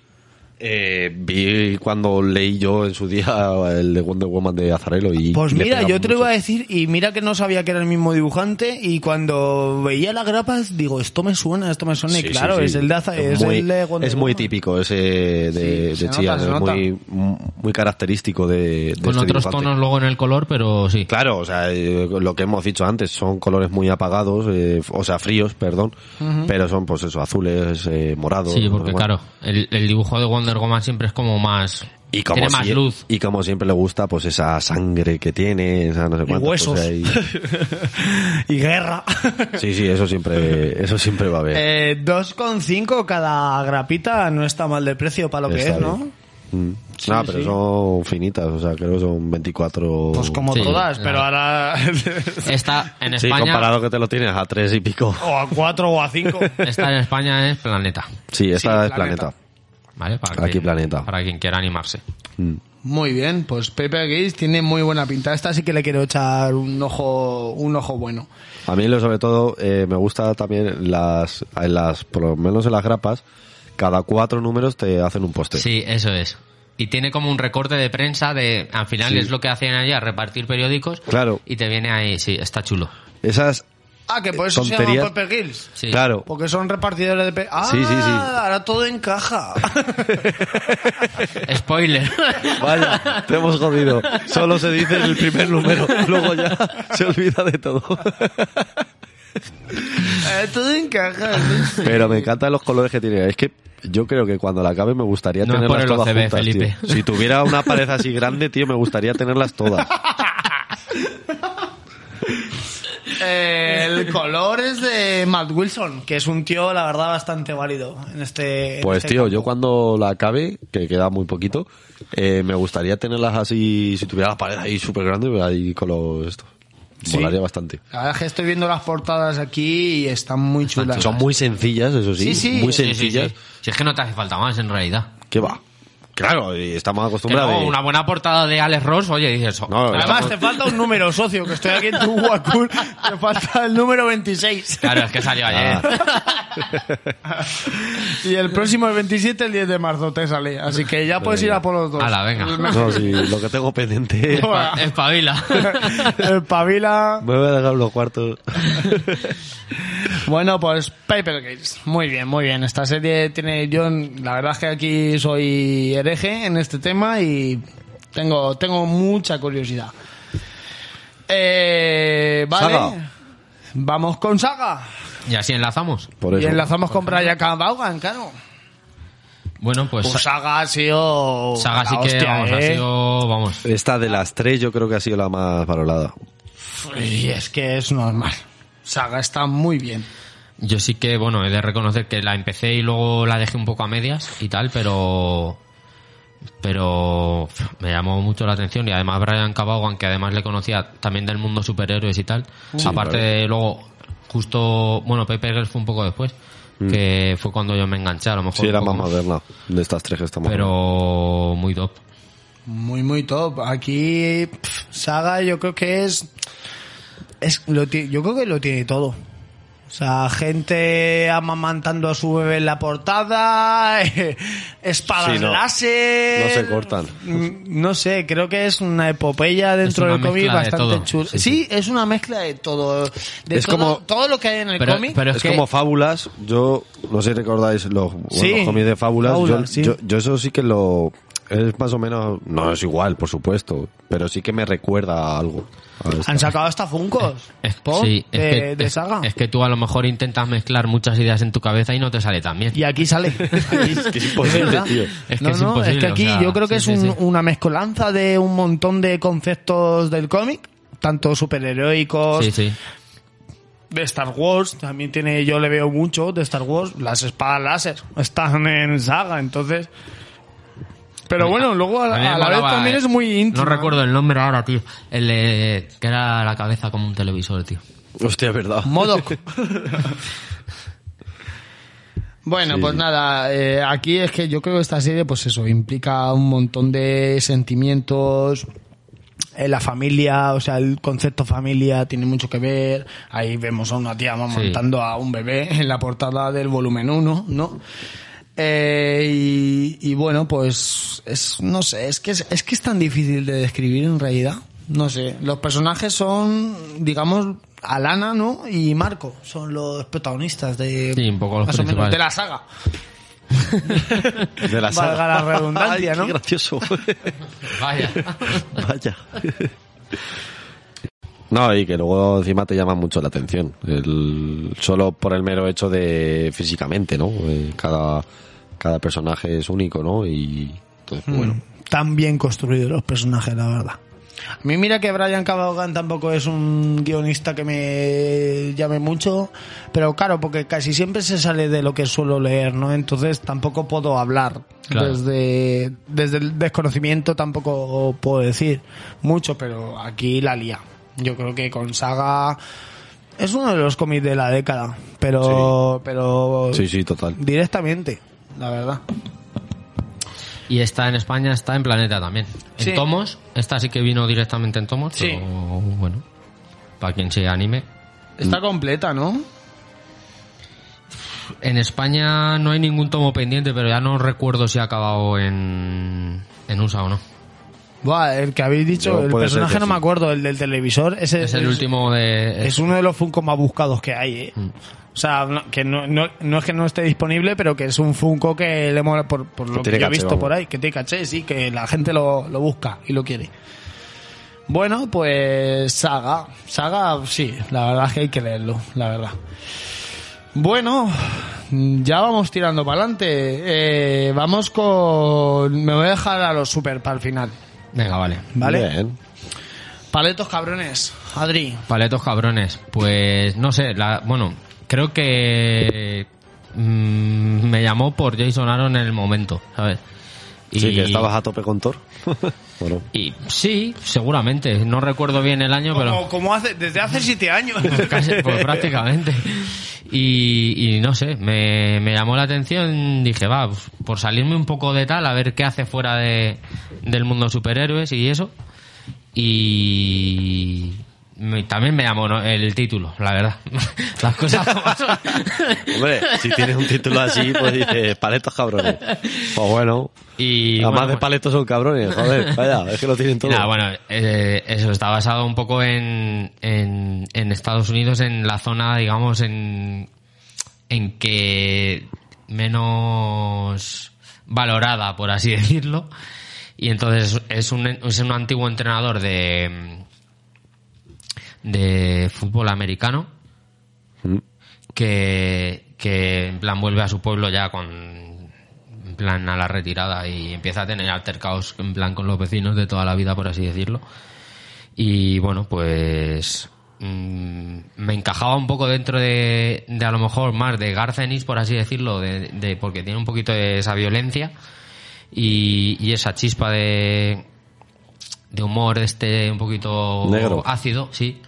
B: eh, vi cuando leí yo en su día <laughs> el de Wonder Woman de Azarelo y
E: Pues
B: le
E: mira,
B: pega
E: yo te lo
B: mucho.
E: iba a decir y mira que no sabía que era el mismo dibujante y cuando veía las grapas digo, esto me suena, esto me suena
B: Sí,
E: y
B: sí,
E: claro,
B: sí.
E: es el de Aza- es
B: muy,
E: el de Wonder
B: es muy
E: Woman.
B: típico ese de,
E: Sí,
B: de
E: se
B: Chia,
E: nota, se
B: es
E: nota.
B: muy, muy característico de, de este
D: Con otros
B: dibujante.
D: tonos luego en el color, pero sí.
B: Claro, o sea, eh, lo que hemos dicho antes, son colores muy apagados, eh, o sea, fríos, perdón, pero son, pues eso, azules, eh, morados.
D: Sí, porque
B: bueno.
D: claro, el, el dibujo de Wonder Woman siempre es como más...
B: Y como,
D: tiene más
B: sie-
D: luz.
B: y como siempre le gusta, pues esa sangre que tiene, esa no sé cuántas
E: huesos.
B: cosas ahí.
E: <laughs> y guerra. <laughs>
B: Sí, sí, eso siempre, eso siempre va a haber.
E: Eh, 2,5 cada grapita no está mal de precio para lo que
B: Está
E: es, ¿no?
B: bien. Mm. Nada, pero
E: sí.
B: son finitas, o sea, creo que son 24...
E: Pues como
D: Sí,
E: todas,
D: claro.
E: pero ahora... <laughs>
D: Esta
B: <laughs>
D: en
B: Sí,
D: España...
B: comparado que te lo tienes a tres y pico.
E: o a 4 o a 5.
D: <laughs> Esta en España es Planeta,
B: Sí, esta
E: Sí,
B: es planeta.
D: ¿vale? Para
B: Aquí
D: quien-
B: Planeta.
D: Para quien quiera animarse.
E: <laughs>
B: Mm.
E: Muy bien, pues Pepe Gates tiene muy buena pinta. Esta sí que le quiero echar un ojo, un ojo bueno.
B: A mí, lo sobre todo, eh, me gusta también las, en las, por lo menos en las grapas, cada cuatro números te hacen un poste.
D: Sí, eso es. Y tiene como un recorte de prensa de... Al final
B: Sí.
D: es lo que hacían allá, repartir periódicos.
B: Claro.
D: Y te viene ahí, sí, está chulo.
B: Esas,
E: Ah, que por eso se
B: Tonterías.
E: llama Pepe Gills.
D: Sí.
B: claro,
E: Porque son repartidores de... pe- Ah,
B: Sí, sí, sí.
E: ahora
B: <laughs>
E: todo encaja.
D: Spoiler.
B: vaya, te hemos jodido. Solo se dice el primer número, luego ya se olvida de todo.
E: Eh, todo encaja. ¿sí?
B: Pero me encantan los colores que tiene. Es que yo creo que cuando la acabe me gustaría
D: No es por
B: tenerlas
D: el
B: todas
D: OCB,
B: juntas,
D: Felipe.
B: tío. Si tuviera una pared así grande, tío, me gustaría tenerlas todas.
E: Eh, el color es de Matt Wilson, que es un tío, la verdad, bastante válido en este... en
B: Pues
E: este
B: tío,
E: campo.
B: yo cuando la acabe, que queda muy poquito, eh, me gustaría tenerlas así, si tuviera la pared ahí súper grande, ahí con los esto. Molaría bastante.
E: La verdad es que estoy viendo las portadas aquí y están muy chulas.
B: Son muy sencillas, eso sí,
E: Sí, sí.
B: muy
E: Sí,
D: Sí, sí,
B: sencillas.
D: sí. Si es que no te hace falta más en realidad.
B: ¿Qué va? Claro, y estamos
D: Que
B: acostumbrados.
D: no,
B: de-
D: una buena portada de Alex Ross, oye, dices. oh,
B: No,
D: claro,
E: Además, te falta un número, socio, que estoy aquí en tu Wakul. Te falta el número 26.
D: claro, es que salió ayer.
E: Y el próximo, el 27, el 10 de marzo te sale. Así que ya puedes ir a por los dos. <laughs>
D: Hala, venga.
B: <laughs> No, sí, lo que tengo pendiente. <laughs>
E: Buah.
D: Espabila. <laughs>
E: Eh, Pavila.
B: me voy a dejar los cuartos.
E: Bueno, pues Paper Girls. Muy bien, muy bien. Esta serie tiene. Yo, la verdad es que aquí soy hereje en este tema y tengo, tengo mucha curiosidad. Eh, vale.
B: Saga.
E: Vamos con Saga.
D: Y así enlazamos.
B: Por
E: Y
B: eso.
E: enlazamos con Brian Vaughan, claro.
D: Bueno, pues,
E: Pues Saga ha sido.
D: Saga
E: la
D: sí que
E: hostia,
D: vamos, ha
E: ¿eh?
D: sido, vamos,
B: Esta de las tres yo creo que ha sido la más valorada.
E: Y es que es normal. Saga está muy bien.
D: Yo sí que, bueno, he de reconocer que la empecé y luego la dejé un poco a medias y tal, pero. Pero pf, me llamó mucho la atención y además Brian Cabagan, que además le conocía también del mundo superhéroes y tal. Aparte
B: claro.
D: de luego, justo, bueno, Paper Girls fue un poco después, que fue cuando yo me enganché, a lo mejor.
B: Mm. Sí, era
D: un
B: más
D: poco
B: moderna de estas tres que estamos hablando.
D: Pero muy top.
E: Muy, muy top. Aquí, pf, Saga, yo creo que es. es lo ti- yo creo que lo tiene todo. O sea, gente amamantando a su bebé en la portada, <laughs> espadas
B: Sí, no.
E: láser.
B: No se cortan.
E: Mm, No sé, creo que es una epopeya dentro
D: una
E: del cómic
D: mezcla de
E: bastante
D: todo.
E: chula. Sí,
D: Sí, sí.
E: es una mezcla de todo. De
B: Es
E: todo,
B: como-
E: todo lo que hay en el
D: Pero-
E: cómic.
D: pero-
B: es
D: es que-
B: como fábulas. Yo no sé si recordáis los, bueno,
E: Sí,
B: los cómics de fábulas.
E: Fábulas,
B: yo,
E: sí.
B: yo- yo eso sí que lo. Es más o menos. No es igual, por supuesto. Pero sí que me recuerda a algo. a esta.
E: Han sacado hasta Funkos.
D: <laughs> Es,
E: Pop
D: sí, es
E: de,
D: que,
E: de
D: es-
E: Saga.
D: Es, que tú a lo mejor intentas mezclar muchas ideas en tu cabeza y no te sale tan bien.
E: Y aquí
D: <laughs>
E: sale. <laughs> es
B: que es imposible, tío.
D: Es que
E: no,
D: es
E: no, es
D: imposible,
E: que aquí
D: o sea,
E: yo creo que
D: sí,
E: es
D: sí,
E: un-
D: sí.
E: una mezcolanza de un montón de conceptos del cómic, tanto superheroicos,
D: Sí, sí.
E: de Star Wars, también tiene, yo le veo mucho de Star Wars, las espadas láser están en saga, entonces... Pero bueno, luego a,
D: A mí me
E: a la vez
D: molaba,
E: también
D: eh.
E: es muy íntimo.
D: No recuerdo el nombre ahora, tío. El de- que era la cabeza como un televisor, tío.
B: Hostia, es verdad.
E: <laughs> Modoc. Bueno,
B: Sí.
E: pues nada, eh, aquí es que yo creo que esta serie, pues eso, implica un montón de sentimientos. eh, la familia, o sea, el concepto familia tiene mucho que ver. Ahí vemos a una tía montando a un bebé en la portada del volumen 1, ¿no? Eh, y, y bueno, pues es, no sé, es que es, es que es tan difícil de describir en realidad. No sé, los personajes son, digamos, Alana, ¿no? Y Marco son los protagonistas de,
D: Sí, un poco los
E: más o menos,
D: principales.
E: de la saga.
B: <laughs> De la
E: Valga
B: saga.
E: la
B: <laughs>
E: redundancia,
B: Ay,
E: ¿no?
B: Qué
E: <laughs>
B: gracioso.
D: Vaya.
B: Vaya. No, y que luego encima te llama mucho la atención. El- solo por el mero hecho de físicamente, ¿no? Eh, cada, cada personaje es único, ¿no? Y entonces,
E: Hmm.
B: pues, bueno.
E: Tan bien construidos los personajes, la verdad. A mí mira que Brian Cabagan tampoco es un guionista que me llame mucho, pero claro, porque casi siempre se sale de lo que suelo leer, ¿no? Entonces tampoco puedo hablar.
D: Claro.
E: Desde, desde el desconocimiento tampoco puedo decir mucho, pero aquí la lía. Yo creo que con Saga es uno de los cómics de la década, pero, pero
B: Sí, sí, total.
E: directamente, la verdad.
D: Y está en España, está en Planeta también. En
E: Sí.
D: Tomos. Esta sí que vino directamente en Tomos.
E: Sí.
D: Pero bueno. Para quien se anime.
E: Está completa, ¿no?
D: En España no hay ningún tomo pendiente, pero ya no recuerdo si ha acabado en, en USA o no.
E: Buah, el que habéis dicho,
B: Yo
E: el
B: puede ser
E: personaje
B: que
E: no me
B: sí.
E: acuerdo, el del televisor, ese
D: Es el último Mm. de...
E: Es uno de los Funko más buscados que hay, ¿eh? O sea, no- que no, no- no es que no esté disponible, pero que es un Funko que le mola por, por lo que,
B: tiene
E: yo he
B: caché,
E: visto
B: vamos.
E: por ahí, que te caché, sí, que la gente lo, lo busca y lo quiere. Bueno, pues Saga. Saga, sí, la verdad es que hay que leerlo, la verdad. Bueno, ya vamos tirando para adelante. Eh, vamos con... Me voy a dejar a los super para el final,
D: Venga, vale.
E: ¿vale?
B: Bien.
E: Paletos cabrones, Adri.
D: Paletos cabrones. Pues no sé, la, bueno, creo que mm, me llamó por Jason Aaron en el momento, ¿sabes?
B: Sí, que estabas a tope con
D: <laughs>
B: Thor. bueno,
D: y sí, seguramente. No recuerdo bien el año,
E: Como, como hace, desde hace siete
D: <laughs>
E: años.
D: pero casi- pues, prácticamente. Y, y no sé, me, me llamó la atención. Dije, va, pues, por salirme un poco de tal, a ver qué hace fuera de, del mundo superhéroes y eso. Y me- también me llamó ¿no? el título, la verdad. <laughs> Las cosas como son.
B: Hombre, si tienes un título así, pues dices, paletos cabrones. Pues bueno,
D: Y
B: además
D: bueno, pues,
B: de paletos son cabrones, joder, vaya, es que lo tienen todo.
D: Nada, bueno, eh, eso está basado un poco en, en, en Estados Unidos, en la zona, digamos, en, en que menos valorada, por así <laughs> decirlo. Y entonces es un, es un antiguo entrenador de, de fútbol americano que, que en plan vuelve a su pueblo ya con en plan a la retirada y empieza a tener altercados en plan con los vecinos de toda la vida por así decirlo y bueno pues mm, me encajaba un poco dentro de, de a lo mejor más de Garcenis por así decirlo de, de- porque tiene un poquito de esa violencia y, y esa chispa de de humor este un poquito
B: Negro.
D: ácido sí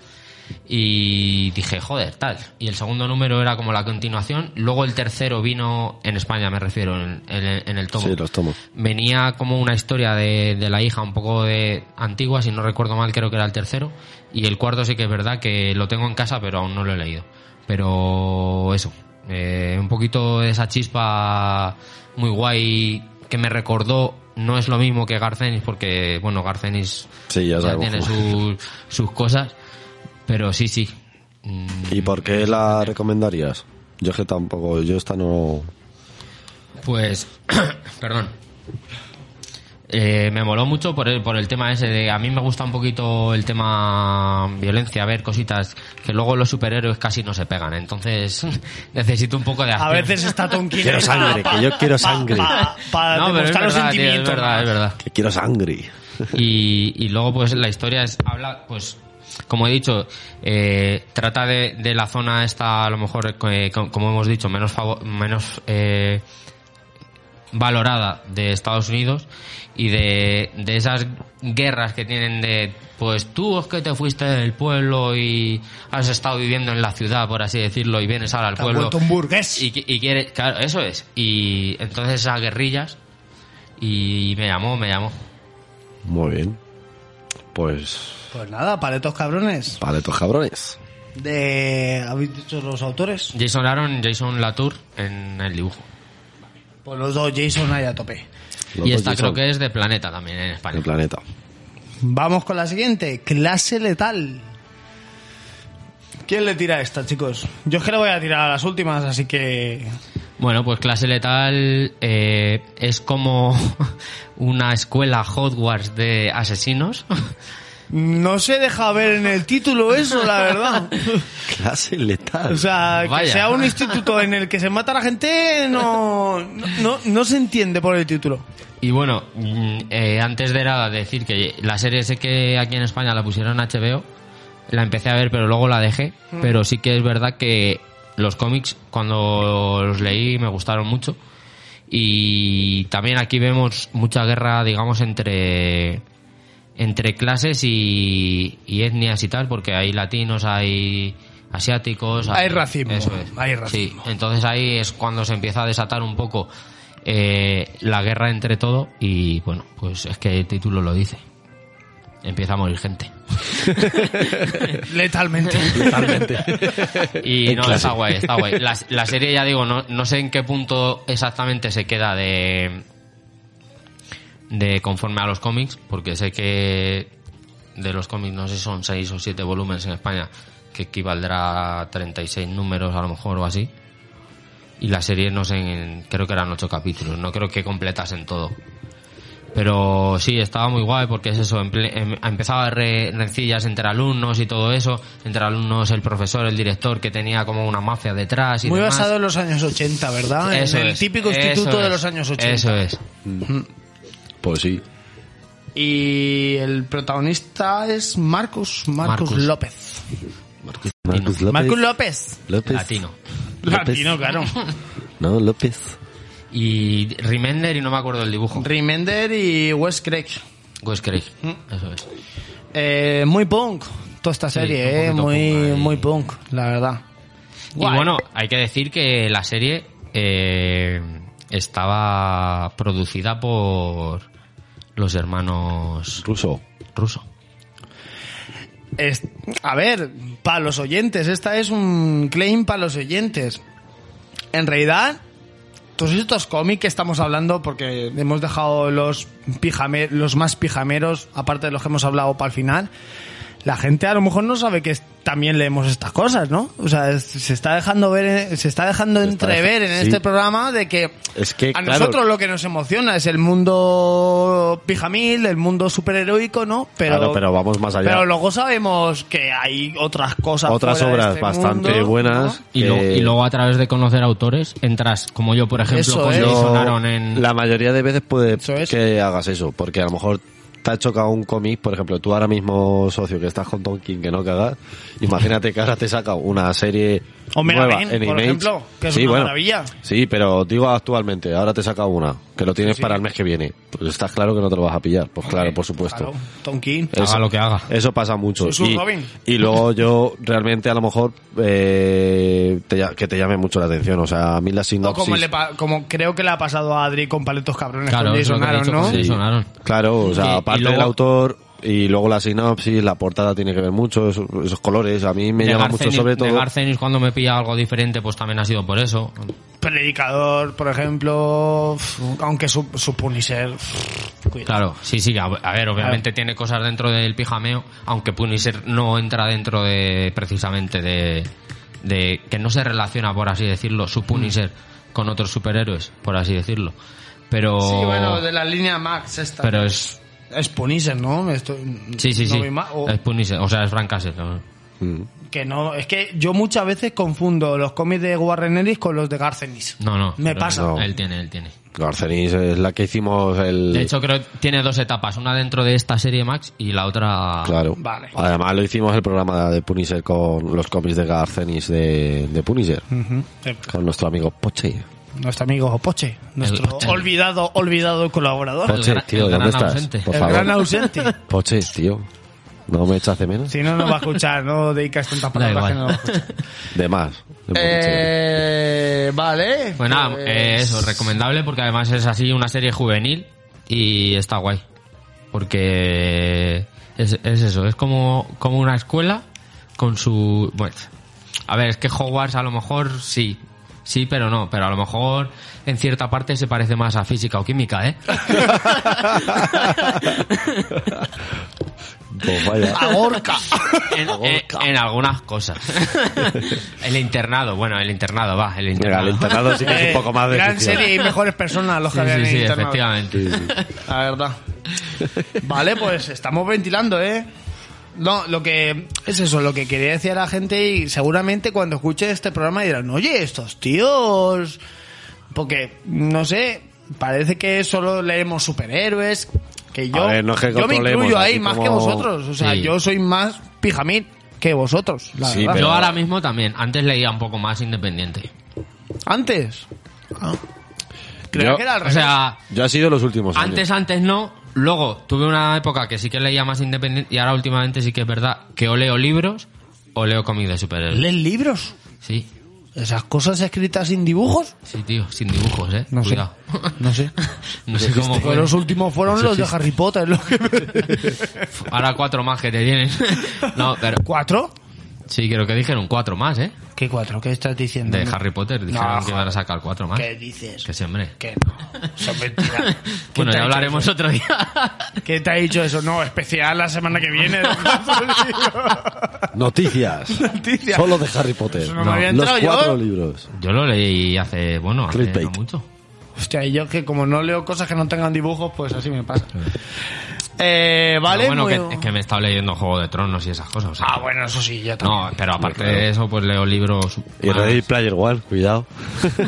D: y dije, joder, tal. Y el segundo número era como la continuación. Luego el tercero vino, en España me refiero, en, en- en el tomo.
B: Sí, los tomos.
D: Venía como una historia de, de la hija un poco de antigua, si no recuerdo mal, creo que era el tercero. Y el cuarto sí que es verdad que lo tengo en casa, pero aún no lo he leído. Pero eso, eh, un poquito de esa chispa muy guay que me recordó. No es lo mismo que Garcenis, porque, bueno, Garcenis
B: Sí, ya sabemos
D: tiene
B: cómo.
D: sus- sus cosas. Pero sí, sí. Mm,
B: ¿Y por qué la recomendarías? Yo es que tampoco, yo esta no...
D: Pues, <clears throat> perdón. Eh, me moló mucho por el, por el tema ese de a mí me gusta un poquito el tema violencia, ver cositas que luego los superhéroes casi no se pegan, entonces <laughs> necesito un poco de
E: A
D: acción.
E: veces está tonquina.
B: Quiero sangre, que yo quiero sangre.
E: Para
D: no, pero es
E: demostrar los
D: verdad, tío, es
E: sentimientos.
D: verdad, es verdad.
B: Que quiero sangre.
E: <laughs>
D: y, y luego pues la historia es habla pues como he dicho eh, trata de, de la zona esta a lo mejor eh, co- como hemos dicho menos favo- menos eh, valorada de Estados Unidos y de, de esas guerras que tienen de pues tú es que te fuiste del pueblo y has estado viviendo en la ciudad por así decirlo y vienes ahora al
E: Te has
D: pueblo
E: vuelto un burgués.
D: y, qui- y quiere claro eso es y entonces esas guerrillas y me llamó me llamó
B: Muy bien. Pues,
E: Pues nada, paletos cabrones.
B: paletos cabrones.
E: De... ¿Habéis dicho los autores?
D: Jason Aaron, Jason Latour en el dibujo.
E: Pues los dos Jason ahí a tope.
B: Los
D: y
B: dos
D: esta
B: Jason
D: creo que es de Planeta también en España.
B: El planeta.
E: Vamos con la siguiente, clase letal. ¿Quién le tira a esta, chicos? Yo es que le voy a tirar a las últimas, así que...
D: Bueno, pues Clase Letal eh, es como <laughs> una escuela Hogwarts de asesinos. <laughs>
E: No se deja ver en el título eso, la verdad.
D: <laughs>
B: Clase letal.
E: O sea, que
D: Vaya.
E: sea un instituto en el que se mata a la gente, no, no, no se entiende por el título.
D: Y bueno, mm, eh, antes de nada decir que la serie sé que aquí en España la pusieron en HBO, la empecé a ver pero luego la dejé, pero sí que es verdad que los cómics cuando los leí me gustaron mucho y también aquí vemos mucha guerra digamos entre entre clases y, y etnias y tal, porque hay latinos, hay asiáticos.
E: Hay racismo,
D: Eso es.
E: hay racismo.
D: Sí, entonces ahí es cuando se empieza a desatar un poco eh, la guerra entre todo y bueno, pues es que el título lo dice. Empieza a morir gente.
E: Letalmente.
D: <laughs> Y
B: En
D: no,
B: clase.
D: está guay, está guay. La, la serie, ya digo, no, no sé en qué punto exactamente se queda de. de conforme a los cómics, porque sé que de los cómics, no sé si son 6 o 7 volúmenes en España, que equivaldrá a 36 números a lo mejor o así. Y la serie, no sé, en- creo que eran 8 capítulos, no creo que completasen todo. Pero sí, estaba muy guay porque es eso, emple- em- empezaba re- rencillas entre alumnos y todo eso, entre alumnos el profesor, el director que tenía como una mafia detrás y
E: Muy
D: demás.
E: basado en los años 80, ¿verdad?
D: Eso
E: en el
D: es,
E: típico
D: eso
E: instituto de
D: es,
E: los años 80.
D: Eso es.
B: Pues sí.
E: Y el protagonista es Marcus, Marcus,
D: Marcus.
E: López.
B: Marcus López.
E: Marcus López.
B: López.
D: Latino.
B: López.
E: Latino, claro.
B: No, López.
D: Y Remender y no me acuerdo el dibujo.
E: Remender y Wes Craig.
D: Wes Craig.
E: Mm.
D: Eso es.
E: Eh, muy punk, toda esta
D: un
E: serie, ¿eh?
D: poquito
E: Muy,
D: punk ahí.
E: muy punk, la verdad. Guay.
D: Y bueno, hay que decir que la serie eh, estaba producida por los hermanos
B: Ruso.
D: Russo.
E: es- a ver, para los oyentes, esta es un claim para los oyentes. En realidad, todos estos cómics que estamos hablando, porque hemos dejado los, pijame- los más pijameros, aparte de los que hemos hablado para el final, la gente a lo mejor no sabe que es- también leemos estas cosas, ¿no? O sea, es- se está dejando ver, se está dejando
B: Se está
E: entrever en
B: dejando- sí.
E: este programa de que,
B: Es que,
E: a
B: claro.
E: nosotros lo que nos emociona es el mundo pijamil, el mundo superheroico, ¿no? Pero,
B: Claro, pero vamos más allá.
E: Pero luego sabemos que hay otras cosas.
B: Otras
E: fuera de
B: obras
E: este
B: bastante
E: mundo,
B: buenas.
E: ¿no?
D: Y, lo-
B: eh,
D: y luego a través de conocer autores entras, como yo por ejemplo,
E: Eso
D: con
E: es.
D: Lee
B: Yo-
D: sonaron en...
B: La mayoría de veces puede
E: Eso es.
B: que hagas eso, porque a lo mejor te ha chocado un cómic, por ejemplo, tú ahora mismo, socio, que estás con Tom King, que no cagas, imagínate que ahora te saca una serie
E: Omega
B: nueva
E: Man,
B: en
E: por
B: Image.
E: ejemplo, que es
B: Sí,
E: una
B: bueno,
E: maravilla.
B: Sí, pero digo actualmente, ahora te saca una, que lo tienes
E: Sí, sí.
B: para el mes que viene. Pues estás claro que no te lo vas a pillar, pues claro, por supuesto.
E: Claro, Tom King.
D: Haga lo que haga.
B: Eso pasa mucho.
E: Soy su
B: y,
E: Robin.
B: y luego yo realmente a lo mejor eh, te lla- que te llame mucho la atención. O sea, a mí la
E: O
B: sinopsis...
E: como, le pa- como creo que le ha pasado a Adri con paletos cabrones
D: Claro,
E: con
D: es lo
E: Jason
D: que he
E: Aaron,
D: dicho
E: ¿no?
D: con Jason. Sí, sonaron.
B: Claro, o sea,
D: Y- y
B: aparte
D: luego-
B: del autor y luego la sinopsis, la portada tiene que ver mucho, esos, esos colores, a mí me
D: De
B: llama
D: Garcenis-
B: mucho sobre
D: de
B: todo.
D: Garcenis, cuando me pilla algo diferente, pues también ha sido por eso.
E: Predicador, por ejemplo, pf, aunque su, su Punisher. pf, cuidado.
D: Claro, sí, sí, a, a ver, obviamente tiene cosas dentro del pijameo, aunque Punisher no entra dentro de, precisamente, de, de que no se relaciona, por así decirlo, su Punisher con otros superhéroes, por así decirlo. Pero,
E: Mm. Sí, bueno, de la línea Max esta.
D: pero es,
E: Es Punisher, ¿no? Me estoy-
D: sí, sí,
E: no
D: sí, Eh.
E: voy mal, o-
D: es Punisher, o sea, es Frank Castle. ¿no?
B: Mm.
E: Que no, es que yo muchas veces confundo los cómics de Warren Ellis con los de Garcenis.
D: No, no.
E: Me
D: pero
E: pasa.
B: No.
D: Él tiene, él tiene.
B: Garcenis es la que hicimos el...
D: De hecho, creo que tiene dos etapas, una dentro de esta serie Max y la otra...
B: claro.
E: Vale.
B: Además lo hicimos el programa de Punisher con los cómics de Garcenis de, de Punisher,
E: Eh,
B: con nuestro amigo Poche.
E: Nuestro amigo Poche, nuestro
D: Poche.
E: olvidado, olvidado colaborador.
D: Poche,
B: Poche,
D: gran-
B: tío,
D: el
B: ¿dónde
D: gran
B: estás?
D: ausente.
B: Por
E: el
B: favor.
E: gran ausente.
B: Poche, tío, ¿no me echas de menos?
E: si no, no va a escuchar, no dedicas tanta palabra
D: igual.
E: que no lo escucha.
B: De más. Un poquito.
E: Eh, vale.
D: Pues nada,
E: pues-
D: eh, eso, recomendable porque además es así una serie juvenil y está guay. Porque es, es eso, es como, como una escuela con su... Bueno, a ver, es que Hogwarts a lo mejor sí, sí, pero no, pero a lo mejor en cierta parte se parece más a física o química, ¿eh?
B: <laughs> Pues vaya.
E: A Gorka.
D: En, en- en algunas cosas. el internado, bueno, el internado, va, el
B: Venga,
D: internado.
B: el internado sí que es
E: Eh,
B: un poco más de
E: Gran
B: ficción.
E: serie y mejores personas los
D: <laughs> Sí,
E: que habían
D: sí, sí,
E: internado.
D: efectivamente.
E: La verdad. Vale, pues estamos ventilando, ¿eh? No, lo que es eso, lo que quería decir a la gente y seguramente cuando escuche este programa dirán, oye, estos tíos... Porque, no sé, parece que solo leemos superhéroes, que yo,
B: A ver, no es que
E: yo me
B: controlemos,
E: incluyo ahí
B: así
E: más
B: como-
E: que vosotros. O sea,
D: Sí.
E: yo soy más pijamín que vosotros, la
B: Sí,
E: verdad.
B: pero-
D: Yo ahora mismo también, antes leía un poco más independiente.
E: Antes. Ah. Creo
B: Yo-
E: que era al
D: O
E: revés.
D: sea,
B: Yo ha sido los últimos años.
D: antes, antes no. Luego tuve una época que sí que leía más independiente y ahora últimamente sí que es verdad que o leo libros o leo cómics de superhéroes.
E: ¿Lees libros?
D: Sí,
E: ¿Esas cosas escritas sin dibujos?
D: sí, tío, sin dibujos, eh.
E: No sé.
D: Cuidado. <laughs> este
E: No sé.
D: No sé cómo
E: Pues
D: fue.
E: los últimos fueron los de Harry Potter. Los que
D: <laughs> Ahora cuatro más que te
E: <laughs>
D: tienen. No, pero
E: ¿Cuatro?
D: sí, creo que dijeron cuatro más, eh.
E: ¿Qué cuatro? ¿Qué estás diciendo?
D: De Harry Potter dijeron que iban a sacar cuatro más.
E: ¿Qué dices?
D: Que sí, hombre. <laughs>
E: Que no. Son mentiras. ¿Quién
D: Bueno,
E: te ha
D: ya
E: dicho
D: hablaremos
E: eso?
D: otro
E: <laughs>
D: día.
E: ¿Qué te ha dicho eso? No, especial la semana que
D: <laughs>
E: viene. <laughs>
B: Noticias.
E: Noticias.
B: Solo de Harry Potter.
E: Eso no me había
B: los
E: enterado yo.
B: cuatro libros.
D: Yo lo leí hace, bueno, hace no
B: Clickbait.
D: mucho.
E: Hostia, y yo que como no leo cosas que no tengan dibujos, pues así me pasa. Eh, vale,
D: Pero bueno,
E: muy-
D: que, es que me he estado leyendo Juego de Tronos y esas cosas. o sea,
E: Ah, bueno, eso sí, ya también.
D: No, pero aparte de eso, pues leo libros.
B: Y
D: más.
B: Ready Player One, cuidado.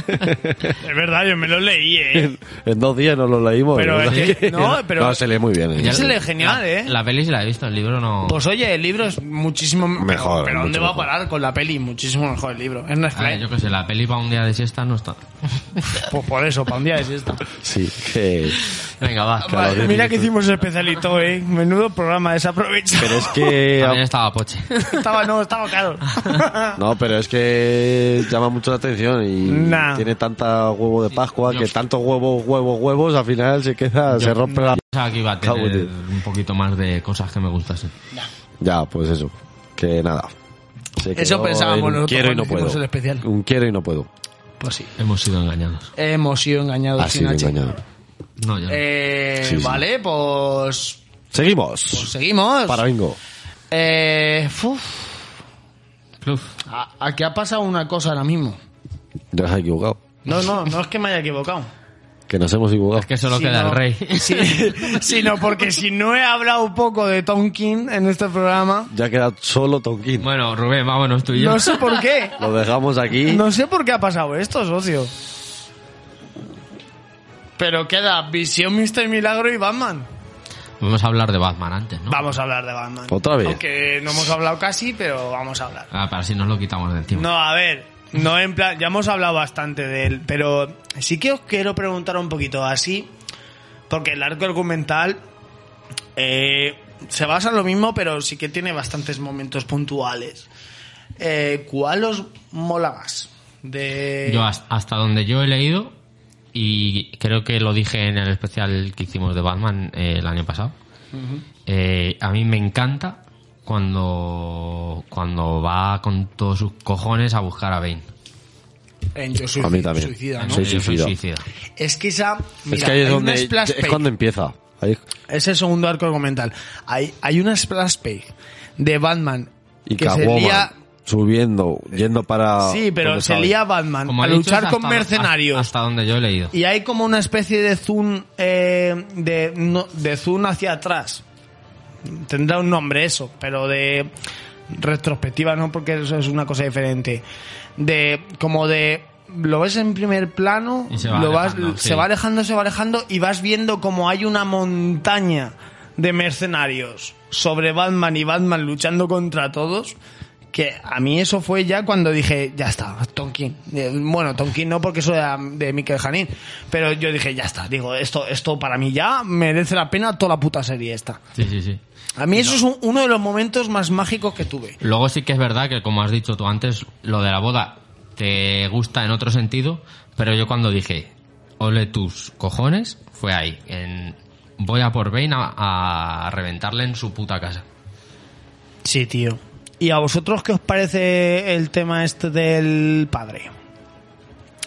E: Es verdad, yo me lo leí, eh.
D: <laughs>
B: en, en dos días nos lo leímos.
E: Pero
B: ¿no?
E: es que- no, pero-
B: se lee muy bien. ¿eh?
E: Ya se lee genial, eh.
D: La peli sí la he visto, el libro no.
E: Pues oye, el libro es muchísimo me-
B: Mejor,
E: Pero ¿dónde
B: mucho
E: va a
B: mejor.
E: parar con la peli? Muchísimo mejor el libro. Es
D: A ver,
E: Netflix.
D: yo qué sé, la peli para un día de siesta no está.
E: <laughs> Pues por eso, para un día es <laughs> esta.
B: Sí, que...
D: Venga, va.
B: Claro, diez
E: mira que hicimos el especialito, eh. Menudo programa desaprovechado.
B: Pero es que...
D: También estaba Poche.
E: <laughs> estaba, no, estaba caro. <laughs>
B: No, pero es que llama mucho la atención y
E: Nah.
B: tiene tanta huevo de Pascua que tantos huevos, huevos, huevos, al final se queda, se rompe la...
D: Pensaba que iba a
B: Cago en
D: tener
B: diez.
D: un poquito más de cosas que me gustasen.
B: Ya, pues eso. Que nada. Se
E: Eso
B: quedó
E: pensábamos
B: en un
E: nosotros
B: Quiero y
E: cuando
B: no
E: hicimos
B: puedo.
E: el especial.
B: Un quiero y no puedo.
E: Pues sí.
D: Hemos sido engañados.
E: Hemos sido engañados.
B: Así
E: sin
B: de
E: H.
B: Ah, engañado.
D: No, ya. no.
E: Eh,
B: Sí, sí.
E: Vale, pues,
B: Seguimos.
E: pues seguimos.
B: Para bingo.
E: Eh, uf,
D: Pluf.
E: a- aquí ha pasado una cosa ahora mismo.
B: Te has equivocado.
E: No, no, no es que me haya equivocado.
B: Que nos hemos equivocado.
D: Es que solo
E: Si
D: queda
E: no- <laughs>
D: el rey. <laughs>
E: Sí, sino porque si no he hablado un poco de Tonkin en este programa,
B: Ya queda solo Tonkin.
D: Bueno, Rubén, vámonos tú y yo.
E: no sé por
D: <laughs>
E: qué.
B: Lo dejamos aquí.
E: No sé por qué ha pasado esto, socio. Pero queda Visión, Mister Milagro y Batman.
D: Vamos a hablar de Batman antes, ¿no?
E: Vamos a hablar de Batman.
B: ¿Otra vez?
E: Aunque no hemos hablado casi, pero vamos a hablar.
D: Ah, para si nos lo quitamos de encima.
E: No, a ver, no en plan, ya hemos hablado bastante de él, pero sí que os quiero preguntar un poquito así, porque el arco argumental eh, se basa en lo mismo, pero sí que tiene bastantes momentos puntuales. Eh, ¿Cuál os mola más? De...
D: Yo has- hasta donde yo he leído, y creo que lo dije en el especial que hicimos de Batman eh, el año pasado, eh, a mí me encanta cuando, cuando va con todos sus cojones a buscar a Bane.
E: en Yo soy
B: A mí también.
E: suicida, ¿no?
B: Soy
D: Yo soy
B: suicida.
D: suicida.
E: Es que esa...
B: es
E: mira,
B: que ahí es
E: hay una
B: donde.
E: splash
B: Es
E: page.
B: cuando empieza. Ahí-
E: Es el segundo arco argumental. Hay, hay una splash page de Batman
B: y
E: que se
B: Catwoman
E: lía-
B: Subiendo, yendo para.
E: Sí, pero
B: donde
E: se
B: sabe.
E: lía Batman
D: Como
E: a
D: he dicho, es
E: luchar
D: hasta
E: con
D: do-
E: mercenarios.
D: Hasta donde yo he leído.
E: Y hay como una especie de zoom eh, de, no- de zoom hacia atrás. Tendrá un nombre eso, pero de retrospectiva no, porque eso es una cosa diferente. De como de lo ves en primer plano,
D: Y se va
E: lo vas-
D: alejando, sí.
E: se va alejando, se va alejando y vas viendo como hay una montaña de mercenarios sobre Batman y Batman luchando contra todos. Que a mí eso fue ya cuando dije, ya está, Tonkin. Eh, Bueno, Tonkin no porque eso era de Mikel Janin. Pero yo dije, ya está, digo, esto, esto para mí ya merece la pena toda la puta serie esta.
D: Sí, sí, sí.
E: A mí eso es un- uno de los momentos más mágicos que tuve.
D: Luego sí que es verdad que, como has dicho tú antes, lo de la boda te gusta en otro sentido, pero yo cuando dije, ole tus cojones, fue ahí. En, voy a por Bane a, a reventarle en su puta casa.
E: Sí, tío. ¿Y a vosotros qué os parece el tema este del padre?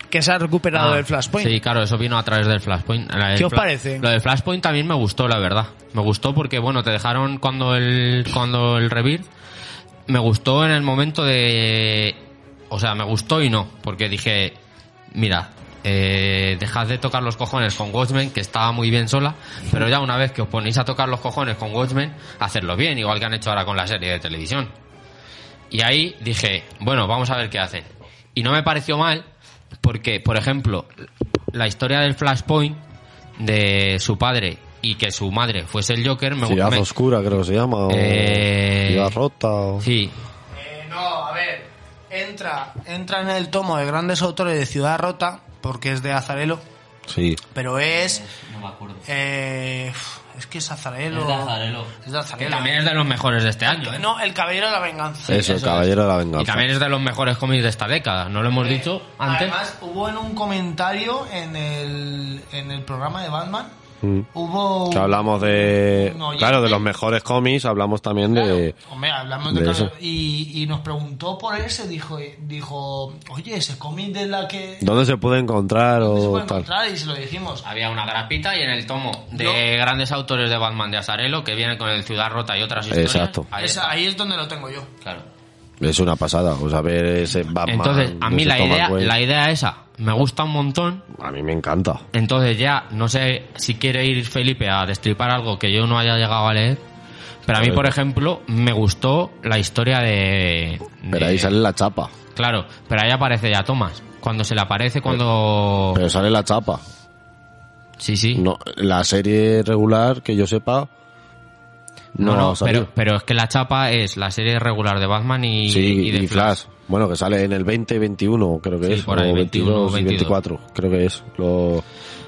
E: Que se ha recuperado
D: Ah,
E: del Flashpoint.
D: Sí, claro, eso vino a través del Flashpoint. La del
E: ¿Qué os
D: Fla-
E: parece?
D: Lo del Flashpoint también me gustó, la verdad. Me gustó porque, bueno, te dejaron cuando el, cuando el Rebirth. Me gustó en el momento de... O sea, me gustó y no, porque dije, mira, eh, dejad de tocar los cojones con Watchmen, que estaba muy bien sola, pero ya una vez que os ponéis a tocar los cojones con Watchmen, hacedlo bien, igual que han hecho ahora con la serie de televisión. Y ahí dije, bueno, vamos a ver qué hacen. Y no me pareció mal, porque, por ejemplo, la historia del Flashpoint de su padre y que su madre fuese el Joker me
B: Ciudad
D: me-
B: Oscura, creo que se llama. o
D: Eh,
B: Ciudad Rota. o-
D: Sí,
E: Eh, no, a ver. Entra, entra en el tomo de grandes autores de Ciudad Rota, porque es de Azarelo,
B: Sí.
E: pero es.
D: no me acuerdo.
E: eh, uf, es que es Azarelo. Es de Azarelo.
D: Que también es de los mejores de este año. ¿eh?
E: No, el Caballero de la Venganza.
B: eso, el
D: eso
B: Caballero de la
D: Y
B: Venganza.
D: también es de los mejores cómics de esta década, ¿no lo hemos dicho antes?
E: Además, hubo en un comentario en el, en el programa de Batman.
B: Mm.
E: Hubo.
B: Que hablamos de.
E: Un oyente.
B: Claro, de los mejores cómics, hablamos también de.
E: Hombre, hablamos de,
B: de
E: claro,
B: eso.
E: Y, y nos preguntó por ese. Dijo, dijo Oye, ese cómic de la que.
B: ¿Dónde se puede encontrar
E: ¿dónde se
B: o
E: puede
B: tal?
E: encontrar? Y se lo dijimos.
D: Había una grapita y en el tomo de grandes autores de Batman de Asarelo que vienen con el Ciudad Rota y otras historias.
B: Exacto.
D: Ahí
E: Esa-
D: está,
E: ahí es donde lo tengo yo.
D: claro.
B: Es una pasada, o sea, ver ese Batman.
D: Entonces, a mí
B: ese
D: la
B: Thomas
D: idea,
B: Wayne.
D: la idea esa me gusta un montón.
B: A mí me encanta.
D: Entonces ya, no sé si quiere ir Felipe a destripar algo que yo no haya llegado a leer. Pero a mí,
B: Joder.
D: por ejemplo, me gustó la historia de...
B: Pero
D: de-
B: ahí sale la chapa.
D: Claro, pero ahí aparece ya Thomas. Cuando se le aparece, cuando...
B: Pero sale la chapa.
D: sí, sí.
B: No, la serie regular, que yo sepa. No,
D: No, no,
B: salió.
D: pero, pero es que la chapa es la serie regular de Batman y,
B: sí,
D: de
B: y Flash. Bueno, que sale en el 20 y 21, creo que
D: Sí,
B: es.
D: por ahí,
B: o
D: 21,
B: 22 y 24, creo que es. Los cuatro,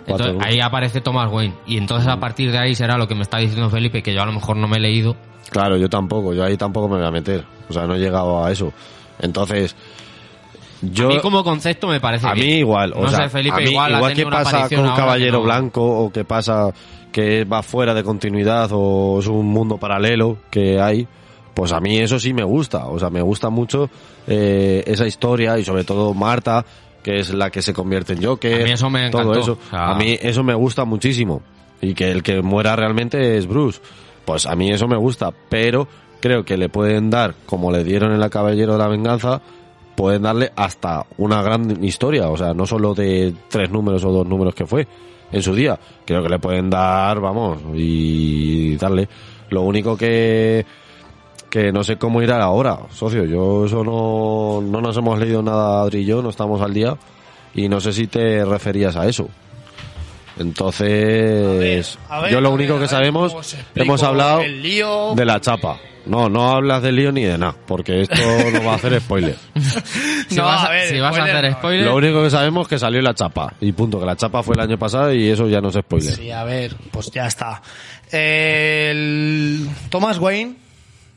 B: Mm.
D: Entonces,
B: ¿no?
D: ahí aparece Thomas Wayne. Y entonces a partir de ahí será lo que me está diciendo Felipe, que yo a lo mejor no me he leído.
B: Claro, yo tampoco, yo ahí tampoco me voy a meter. O sea, no he llegado a eso. Entonces, yo...
D: a mí como concepto me parece
B: a mí
D: bien.
B: igual, o
D: no
B: sea,
D: sé, Felipe,
B: a mí
D: igual, ha
B: que
D: tenido una
B: pasa
D: aparición
B: con un
D: ahora que
B: caballero
D: no-
B: blanco o que pasa que va fuera de continuidad o es un mundo paralelo que hay, pues a mí eso sí me gusta. O sea, me gusta mucho eh, esa historia y sobre todo Marta, que es la que se convierte en Joker.
D: A mí eso me
B: todo
D: encantó,
B: eso.
D: o sea-
B: A mí eso me gusta muchísimo. Y que el que muera realmente es Bruce. Pues a mí eso me gusta, pero creo que le pueden dar, como le dieron en la Caballero de la Venganza, pueden darle hasta una gran historia. O sea, no solo de tres números o dos números que fue en su día. Creo que le pueden dar, vamos, y darle. Lo único que que no sé cómo irá ahora, socio. Yo eso no, no nos hemos leído nada, Adri y yo, no estamos al día. Y no sé si te referías a eso. Entonces,
E: A ver, a ver,
B: yo lo
E: a
B: único
E: ver,
B: que
E: a ver
B: sabemos,
E: cómo os explico
B: hemos hablado
E: el lío.
B: de la chapa. No, no hablas del lío ni de nada, porque esto no va a hacer
E: <laughs>
B: spoiler.
D: Si
E: No,
D: vas a,
E: a ver,
D: si vas a
E: spoiler
D: hacer
E: no.
D: spoiler,
B: Lo único que sabemos es que salió la chapa. Y punto, que la chapa fue el año pasado y eso ya no es spoiler.
E: Sí, a ver, pues ya está. El Thomas Wayne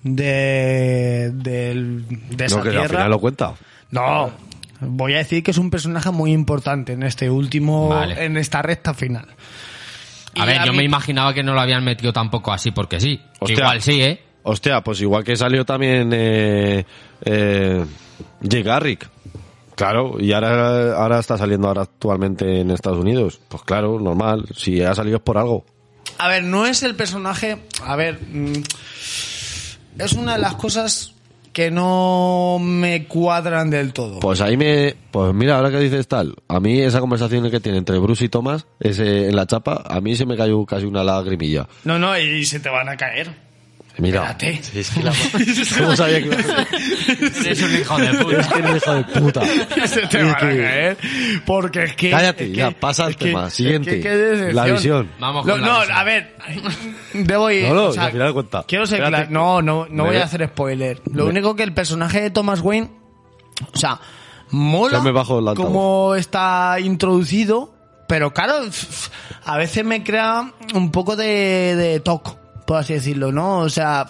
E: de, del de esa
B: no, que al
E: tierra.
B: final lo cuenta.
E: No, voy a decir que es un personaje muy importante en este último,
D: Vale.
E: en esta recta final.
D: a
E: Y
D: ver, yo
E: mí-
D: me imaginaba que no lo habían metido tampoco así porque sí.
B: Hostia.
D: Igual sí,
E: <laughs>
D: ¿eh?
B: Hostia, pues igual que salió también eh, eh, Jay Garrick. Claro, y ahora, ahora está saliendo ahora actualmente en Estados Unidos. Pues claro, normal. Si ha salido es por algo.
E: A ver, no es el personaje. A ver. mm, Es una de las cosas que no me cuadran del todo.
B: Pues ahí me. Pues mira, ahora que dices tal, a mí esa conversación que tiene entre Bruce y Thomas ese, en la chapa, a mí se me cayó casi una lagrimilla.
E: No, no, y se te van a caer.
B: Mira.
E: Espérate.
D: <laughs>
B: <laughs> ¿Cómo sabía que iba a ser?
D: Eres un hijo de <laughs>
B: Es que
D: puta.
B: eres un hijo de puta.
E: <laughs> se te
B: Es
E: van a
B: que-
E: caer. Porque es que.
B: Cállate,
E: es que-
B: ya, pasa al
E: es que-
B: tema.
E: es que-
B: Siguiente.
E: qué decepción.
B: La visión.
D: Vamos
E: Lo-
D: con la
E: no,
D: visión.
E: a ver, debo ir.
B: No, no,
E: o sea,
B: al final cuenta.
E: Quiero ser
B: Espérate.
E: claro. No, no, no
B: Me-
E: voy a hacer spoiler. Lo
B: me-
E: único que el personaje de Thomas Wayne, o sea, mola
B: Ya me bajo el altavoz.
E: como está introducido, pero claro, f- a veces me crea un poco de, de toc, por así decirlo, ¿no? O sea,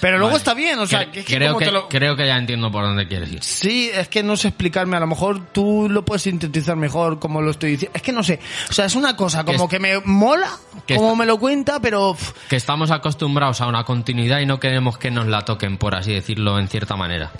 E: pero luego está bien, o sea, que es que
D: creo,
E: como
D: que,
E: te lo-
D: creo que ya entiendo por dónde quieres ir.
E: Sí, es que no sé explicarme. A lo mejor tú lo puedes sintetizar mejor como lo estoy diciendo. Es que no sé. O sea, es una cosa
D: Que
E: como
D: es-
E: que me mola,
D: que
E: como
D: está-
E: me lo cuenta, pero pff,
D: Que estamos acostumbrados a una continuidad y no queremos que nos la toquen, por así decirlo, en cierta manera.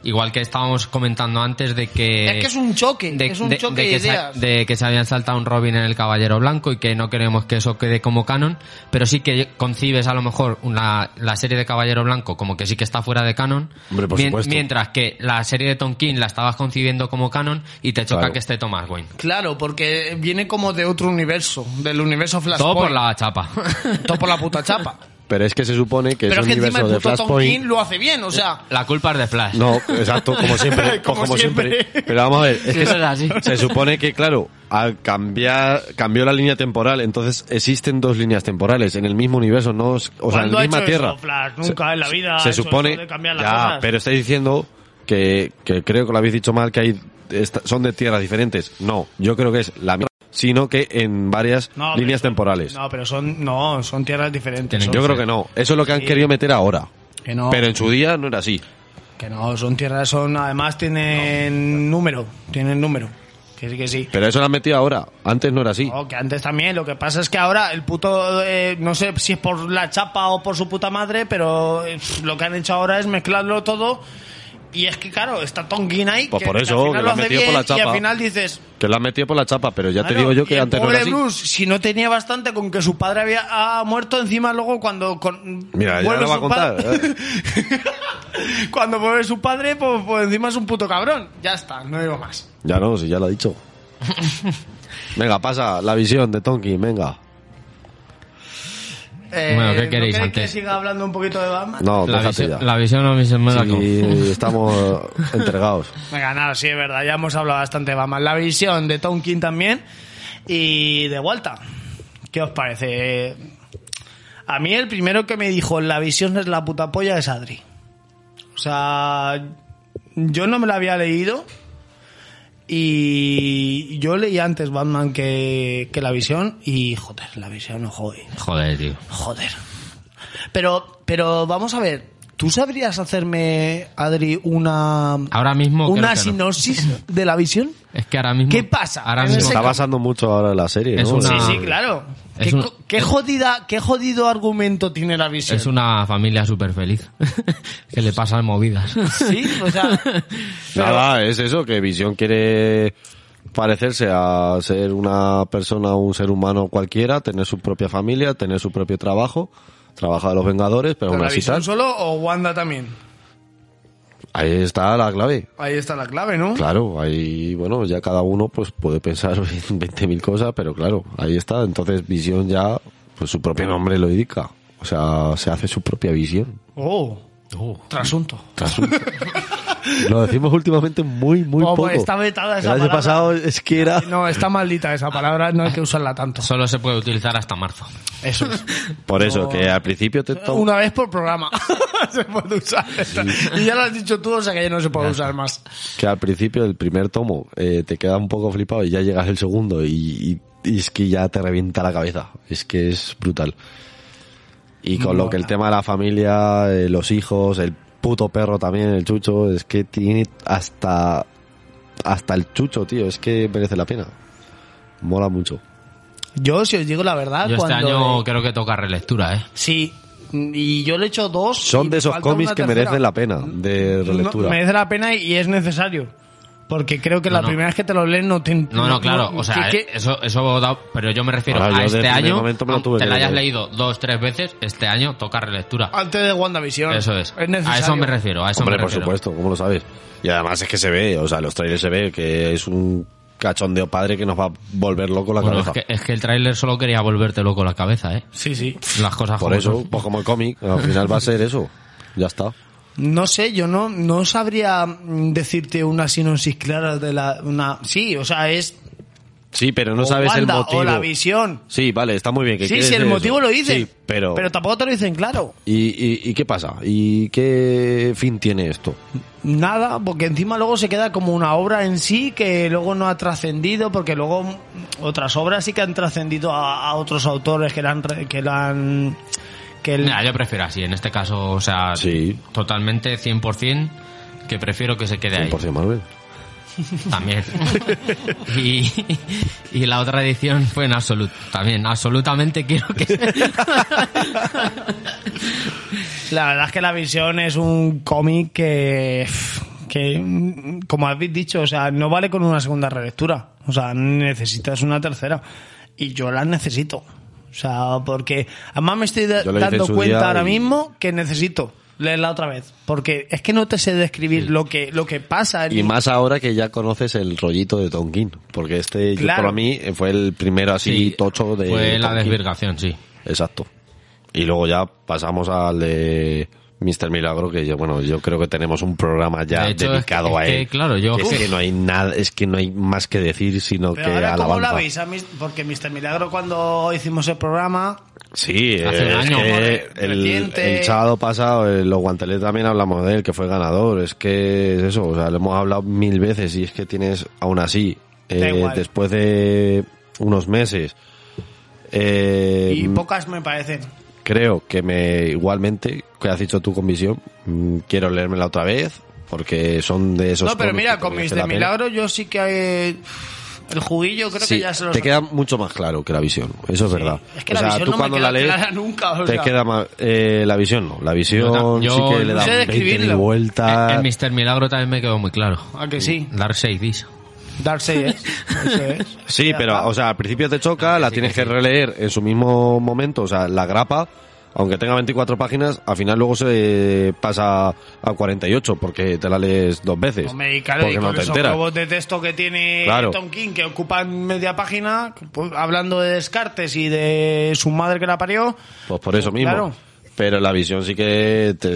D: Igual que estábamos comentando antes de que...
E: es que es un choque.
D: Eh, de,
E: es un
D: de-
E: choque
D: de
E: de,
D: que se,
E: ideas.
D: de que se habían saltado un Robin en el Caballero Blanco y que no queremos que eso quede como canon, pero sí que concibes a lo mejor una, la serie de Caballero Blanco como que sí que está fuera de canon,
B: Hombre, por
D: mien-
B: supuesto.
D: mientras que la serie de Tom King la estabas concibiendo como canon y te choca
B: Claro.
D: que esté Thomas Wayne.
E: Claro, porque viene como de otro universo, del universo Flashpoint.
D: Todo por la chapa.
E: <laughs> Todo por la puta chapa.
B: Pero es que se supone que
E: pero
B: es
E: es
B: un
E: que encima
B: universo
E: el
B: de
E: puto Tom
B: Flashpoint.
E: King lo hace bien, o sea.
D: la culpa es de Flash.
B: No, exacto, como
E: <laughs>
B: siempre. pues
E: Como
B: como, siempre.
E: siempre.
B: Pero vamos a ver, es que
D: Eso es así.
B: se supone que, claro, al cambiar, cambió la línea temporal, entonces existen dos líneas temporales en el mismo universo, no, es- o sea, en
E: ¿Cuándo
B: la
E: ha
B: misma
E: hecho
B: tierra.
E: eso, Flash? Nunca en la vida
B: Se
E: ha hecho
B: supone,
E: eso de cambiar las
B: ya,
E: cosas.
B: pero estáis diciendo que, que creo que lo habéis dicho mal, que hay, esta- son de tierras diferentes. No, yo creo que es la misma, sino que en varias
E: No, pero
B: líneas
E: son-
B: temporales.
E: No, pero son, no, son tierras diferentes.
D: Tienen
E: son-
B: yo creo que no. Eso es lo que han
E: Sí.
B: querido meter ahora.
E: Que no.
B: Pero en su día no era así.
E: Que no, son tierras, son, además tienen número, tienen número. Que sí, que sí.
B: Pero eso lo han metido ahora. Antes no era así.
E: No, Oh, que antes también, lo que pasa es que ahora el puto, eh, no sé si es por la chapa o por su puta madre, pero eh, lo que han hecho ahora es mezclarlo todo. Y es que, claro, está Tonkin ahí,
B: Pues
E: que,
B: por
E: que
B: eso,
E: al
B: que lo
E: final lo
B: han
E: hace
B: metido
E: bien
B: por la
E: y
B: chapa.
E: al final dices...
B: Que lo han metido por la chapa, pero ya te
E: claro,
B: digo yo
E: y
B: que
E: el
B: antes no
E: pobre
B: era así.
E: Bruce, si no tenía bastante con que su padre había ah, muerto, encima luego cuando... Con,
B: Mira, ya
E: vuelve
B: lo va a
E: su
B: contar, ¿eh?
E: padre- <laughs> cuando vuelve su padre, pues, pues encima es un puto cabrón. Ya está, no digo más.
B: Ya no, si ya lo ha dicho. <laughs> venga, pasa la visión de Tonkin, venga.
E: Eh,
D: Bueno, ¿qué
E: ¿no
D: queréis
E: queréis
D: antes?
E: que siga hablando un poquito de Batman?
B: No,
D: la,
B: déjate
D: visión,
B: ya.
D: la visión a mí se me da como-
B: Sí, <laughs> estamos
E: <laughs>
B: entregados.
E: Venga, nada, sí, es verdad, ya hemos hablado bastante de Batman. La visión de Tom King también y de Walta. ¿Qué os parece? A mí el primero que me dijo la visión es la puta polla es Adri. O sea, yo no me la había leído y yo leí antes Batman que, que la visión y joder, la visión, ojo, y-
D: Joder, tío.
E: Joder. Pero, pero vamos a ver. ¿Tú sabrías hacerme, Adri, una.
D: Ahora mismo creo
E: Una
D: que no.
E: sinopsis
D: <laughs>
E: de la visión?
D: Es que ahora mismo...
E: ¿Qué pasa?
D: Ahora
E: En
B: Se
D: mismo
E: ese
B: está basando mucho ahora en la serie,
D: Es
B: ¿no?
D: una-
E: Sí,
D: Ah.
E: sí, claro.
D: Es
E: ¿Qué,
D: un-
E: co- Qué jodida, qué jodido argumento tiene la visión.
D: Es una familia súper feliz. <laughs> que le pasan movidas.
E: <laughs> Sí, o
D: <laughs>
E: sea.
B: Nada, es eso, que Visión quiere parecerse a ser una persona, un ser humano cualquiera, tener su propia familia, tener su propio trabajo, trabajar a los Vengadores, pero aún
E: ¿La
B: así
E: visión
B: tal.
E: solo o Wanda también?
B: Ahí está la clave.
E: Ahí está la clave, ¿no?
B: Claro, ahí, bueno, ya cada uno pues puede pensar <laughs> en 20.000 cosas, pero claro, ahí está. Entonces, Visión ya, pues su propio nombre lo indica. O sea, se hace su propia visión.
E: Oh. Trasunto.
B: Lo decimos últimamente muy, muy
E: Oh,
B: poco.
E: pues está vetada esa
B: El año
E: palabra.
B: pasado es que era...
E: No, está maldita esa palabra, no hay que usarla tanto.
D: Solo se puede utilizar hasta marzo.
E: Eso es.
B: Por eso, que al principio te... to-
E: Una vez por programa <laughs> se puede usar. esta. Y ya lo has dicho tú, o sea que ya no se puede usar más.
B: que al principio del primer tomo eh, te queda un poco flipado y ya llegas el segundo y, y- y es que ya te revienta la cabeza. Es que es brutal. Y con lo que el tema de la familia, eh, los hijos, el puto perro también, el chucho, es que tiene hasta hasta el chucho, tío. Es que merece la pena. Mola mucho.
E: Yo, si os digo la verdad,
D: Yo este
E: cuando.
D: año creo que toca relectura, ¿eh?
E: Sí. Y yo le he hecho dos.
B: Son
E: y
B: de esos
E: falta
B: cómics
E: una
B: que
E: tercera.
B: merecen la pena de
E: No,
B: relectura.
E: merece la pena y es necesario. Porque creo que
D: No,
E: la
D: no.
E: primera vez que te lo leen no te
D: No, no, claro. O sea, eh,
E: que- que-
D: eso, eso da- pero yo me refiero
B: Ahora, yo
D: a este
B: desde el primer
D: año.
B: momento me lo
D: aunque
B: tuve
D: te
B: que
D: la hayas
B: leer.
D: leído dos, tres veces, este año toca relectura.
E: Antes de WandaVision.
D: Eso Ah, es.
E: Es necesario.
D: A eso me refiero, a eso
B: Hombre,
D: me
B: por
D: refiero.
B: supuesto, ¿cómo lo sabes? Y además es que se ve, o sea, en los trailers se ve que es un cachondeo padre que nos va a volver loco la
D: Bueno, es,
B: cabeza.
D: que, es que el tráiler solo quería volverte loco la cabeza, ¿eh?
E: Sí, sí.
D: Las cosas
B: Por
D: como
B: eso,
D: son.
B: pues como el cómic, al final va a ser eso. Ya está.
E: No sé, yo no, no sabría mm, decirte una sinopsis clara de la. Una, sí, o sea, es.
B: Sí, pero no
E: o
B: sabes
E: Wanda,
B: el motivo.
E: O la visión.
B: Sí, vale, está muy bien. que
E: Sí,
B: quieres
E: sí, el
B: eso.
E: motivo lo dicen.
B: Sí, pero...
E: tampoco te lo dicen claro.
B: ¿Y, y, y qué pasa? ¿Y qué fin tiene esto?
E: Nada, porque encima luego se queda como una obra en sí que luego no ha trascendido, porque luego mm, otras obras sí que han trascendido a, a otros autores que la han. re- Que la han que el-
D: Mira, yo prefiero así, en este caso, o sea,
B: Sí.
D: totalmente 100% que prefiero que se quede ahí.
B: 100% Marvel.
D: También. <laughs> y, y la otra edición fue en absoluto. También, absolutamente quiero que...
E: La verdad es que La Visión es un cómic que, que, mm, como habéis dicho, o sea, no vale con una segunda relectura. O sea, necesitas una tercera. Y yo la necesito. O sea, porque además me estoy da-
B: Yo la hice en
E: dando
B: su
E: cuenta
B: día
E: ahora
B: y-
E: mismo que necesito leerla otra vez. Porque es que no te sé describir lo, que, lo que pasa. en-
B: Y más ahora que ya conoces el rollito de Tonkin. Porque este, yo,
E: Claro.
B: para mí, fue el primero así
D: Sí,
B: tocho de
D: Fue la
B: Tonkin.
D: desvirgación, sí.
B: Exacto. Y luego ya pasamos al de Mr. Milagro, que yo, bueno, yo creo que tenemos un programa ya
D: De hecho, es
B: dedicado
D: que-
B: a
D: es
B: él.
D: que, claro, yo-
B: Que es que no hay nada, es que no hay más que decir, sino
E: Pero
B: que
E: ahora, ¿cómo la
B: alabanza.
E: veis? A mis- Porque Mr. Milagro, cuando hicimos el programa,
B: Sí, eh,
D: Hace un
B: es
D: año.
B: que el,
E: Reciente.
B: el sábado pasado, eh, los guanteles también hablamos de él, que fue ganador. Es que es eso, o sea, lo hemos hablado mil veces y es que tienes, aún así, eh,
E: Da igual.
B: después de unos meses, eh,
E: y pocas me parecen.
B: creo que me igualmente que has dicho tú con visión mm, quiero leérmela otra vez porque son de esos
E: No, pero
B: cómics
E: mira,
B: que
E: con
B: merece
E: Mr.
B: la pena.
E: Milagro yo sí que... eh, el juguillo creo
B: Sí,
E: que ya se lo
B: te queda mucho más claro que la visión eso es verdad
E: Es que la visión no me queda clara nunca, o
B: te
E: sea.
B: queda más eh, la visión no la visión
D: Yo- Eh,
B: sí que le
D: no
B: da
E: sé
B: 20.000
E: describirlo.
B: vueltas
D: El Mr. Milagro también me quedó muy claro.
E: ¿A que sí?
D: Darkseid is.
B: <laughs>
E: Darkseid es. Eso es.
B: Sí, pero, o sea, al principio te
E: Ah,
B: choca, la tienes que releer en su mismo momento, o sea, la grapa, aunque tenga 24 páginas, al final luego se pasa a 48 porque te la lees dos veces.
E: Hombre, y claro, y
B: porque
E: con
B: no te
E: esos
B: enteras.
E: globos de texto que tiene
B: Claro.
E: Tom King, que ocupan media página, pues, hablando de Descartes y de su madre que la parió.
B: Pues por eso mismo.
E: Claro.
B: Pero la visión sí que te-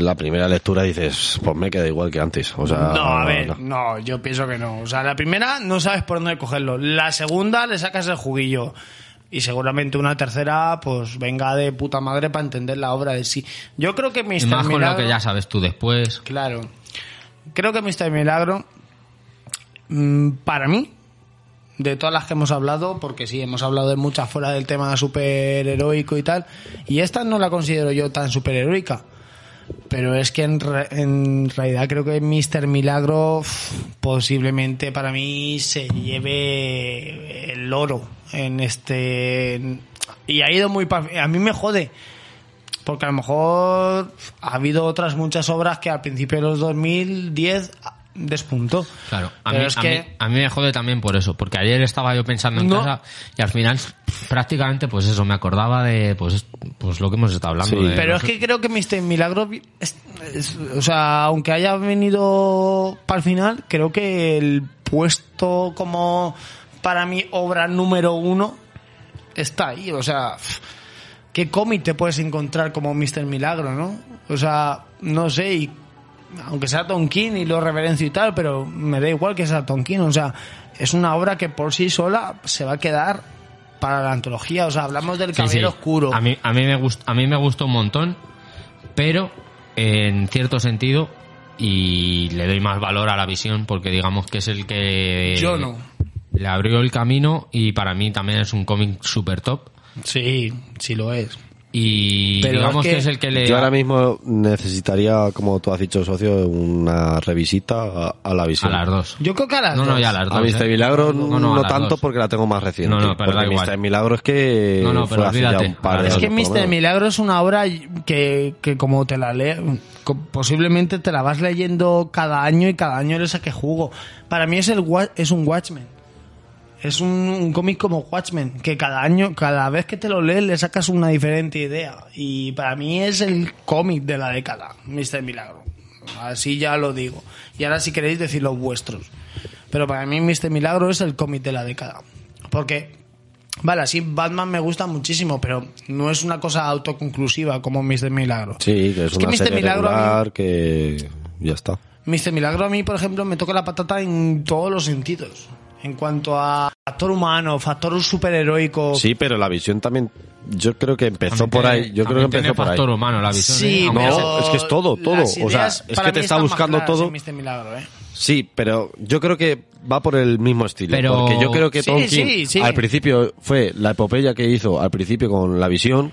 B: la primera lectura dices, pues me queda igual que antes. O sea,
E: no, a ver,
B: no.
E: no. yo pienso que no. O sea, la primera no sabes por dónde cogerlo. La segunda le sacas el juguillo. Y seguramente una tercera, pues venga de puta madre para entender la obra de sí. Yo creo que
D: Y
E: Mr.
D: más con lo
E: Milagro-
D: que ya sabes tú después.
E: Claro. Creo que Mr. Milagro, mm, para mí, de todas las que hemos hablado, porque sí, hemos hablado de muchas fuera del tema superheroico y tal, y esta no la considero yo tan superheroica. Pero es que en, re- en realidad creo que Mr. Milagro uf, posiblemente para mí se lleve el oro en este en Y ha ido muy... pa- A mí me jode. Porque a lo mejor ha habido otras muchas obras que al principio de los 2010 despuntó.
D: Claro, a
E: Pero
D: mí,
E: es
D: a
E: que-
D: mí- a mí me jode también por eso, porque ayer estaba yo pensando en
E: No.
D: casa y al final prácticamente pues eso, me acordaba de pues, pues lo que hemos estado hablando.
B: Sí.
D: de
E: Pero
D: los-
E: es que creo que Mr. Milagro, vi- es- es- o sea, aunque haya venido para el final, creo que el puesto como para mi obra número uno está ahí. O sea, pf, ¿qué cómic te puedes encontrar como Mr. Milagro, no? O sea, no sé, y aunque sea Tonkin y lo reverencio y tal, pero me da igual que sea Tonkin. O sea, es una obra que por sí sola se va a quedar para la antología. O sea, hablamos del
D: Sí, sí.
E: Caballero Oscuro.
D: A mí, a mí me gust- a mí me gustó un montón, pero en cierto sentido y le doy más valor a la visión porque digamos que es el que
E: Yo no.
D: le abrió el camino y para mí también es un cómic super top
E: Sí, sí lo es.
D: y
E: Pero
D: digamos
E: es
D: que...
E: que-
D: es el que le
B: Yo ahora mismo necesitaría, como tú has dicho, socio, una revisita a, a la
D: a
B: visión.
D: las dos.
E: Yo creo que a las
D: No, no,
E: dos.
D: ya a las dos.
B: A Mr.
D: ¿eh?
B: Milagro no,
D: No, no, a las
B: tanto
D: dos.
B: porque la tengo más reciente.
D: No, no, pero da
B: porque
D: igual.
B: Mr. Milagro es que
D: No, no,
B: fue
D: pero
B: hace ya
D: olvídate.
B: un par de
D: Es
E: Es que
B: años, por lo
E: Mr.
B: menos.
E: Milagro es una obra que, que como te la lees, posiblemente te la vas leyendo cada año y cada año le saque jugo. Para mí es, el, wa- es un Watchmen. Es un, un cómic como Watchmen, que cada año, cada vez que te lo lees le sacas una diferente idea. Y para mí es el cómic de la década, Mr. Milagro. Así ya lo digo. Y ahora si queréis decir los vuestros. Pero para mí Mr. Milagro es el cómic de la década. Porque Vale, así Batman me gusta muchísimo, pero no es una cosa autoconclusiva como Mr. Milagro.
B: Sí, que es,
E: que
B: una
E: Mr.
B: serie
E: Milagro, a mí,
B: regular que ya está.
E: Mr. Milagro a mí, por ejemplo, me toca la patata en todos los sentidos. En cuanto a factor humano, factor superheroico.
B: Sí, pero la visión también, yo creo que empezó
D: También
B: por
D: tiene-
B: ahí. Yo creo que
D: también
B: empezó
D: tiene
B: por ahí.
D: factor humano la visión.
E: Sí,
D: ¿eh? Aunque
B: Pues, no,
D: sea-
E: pero
B: es que es todo, todo.
E: las
B: o sea,
E: ideas
B: es
E: para
B: que te
E: mí
B: está
E: están más
B: buscando
E: claras
B: todo.
E: en Mr. Milagro, ¿eh?
B: Sí, pero yo creo que va por el mismo estilo.
D: Pero-
B: Porque yo creo que
E: Sí,
B: Tom
E: sí,
B: King,
E: sí.
B: al principio, fue la epopeya que hizo al principio con la visión,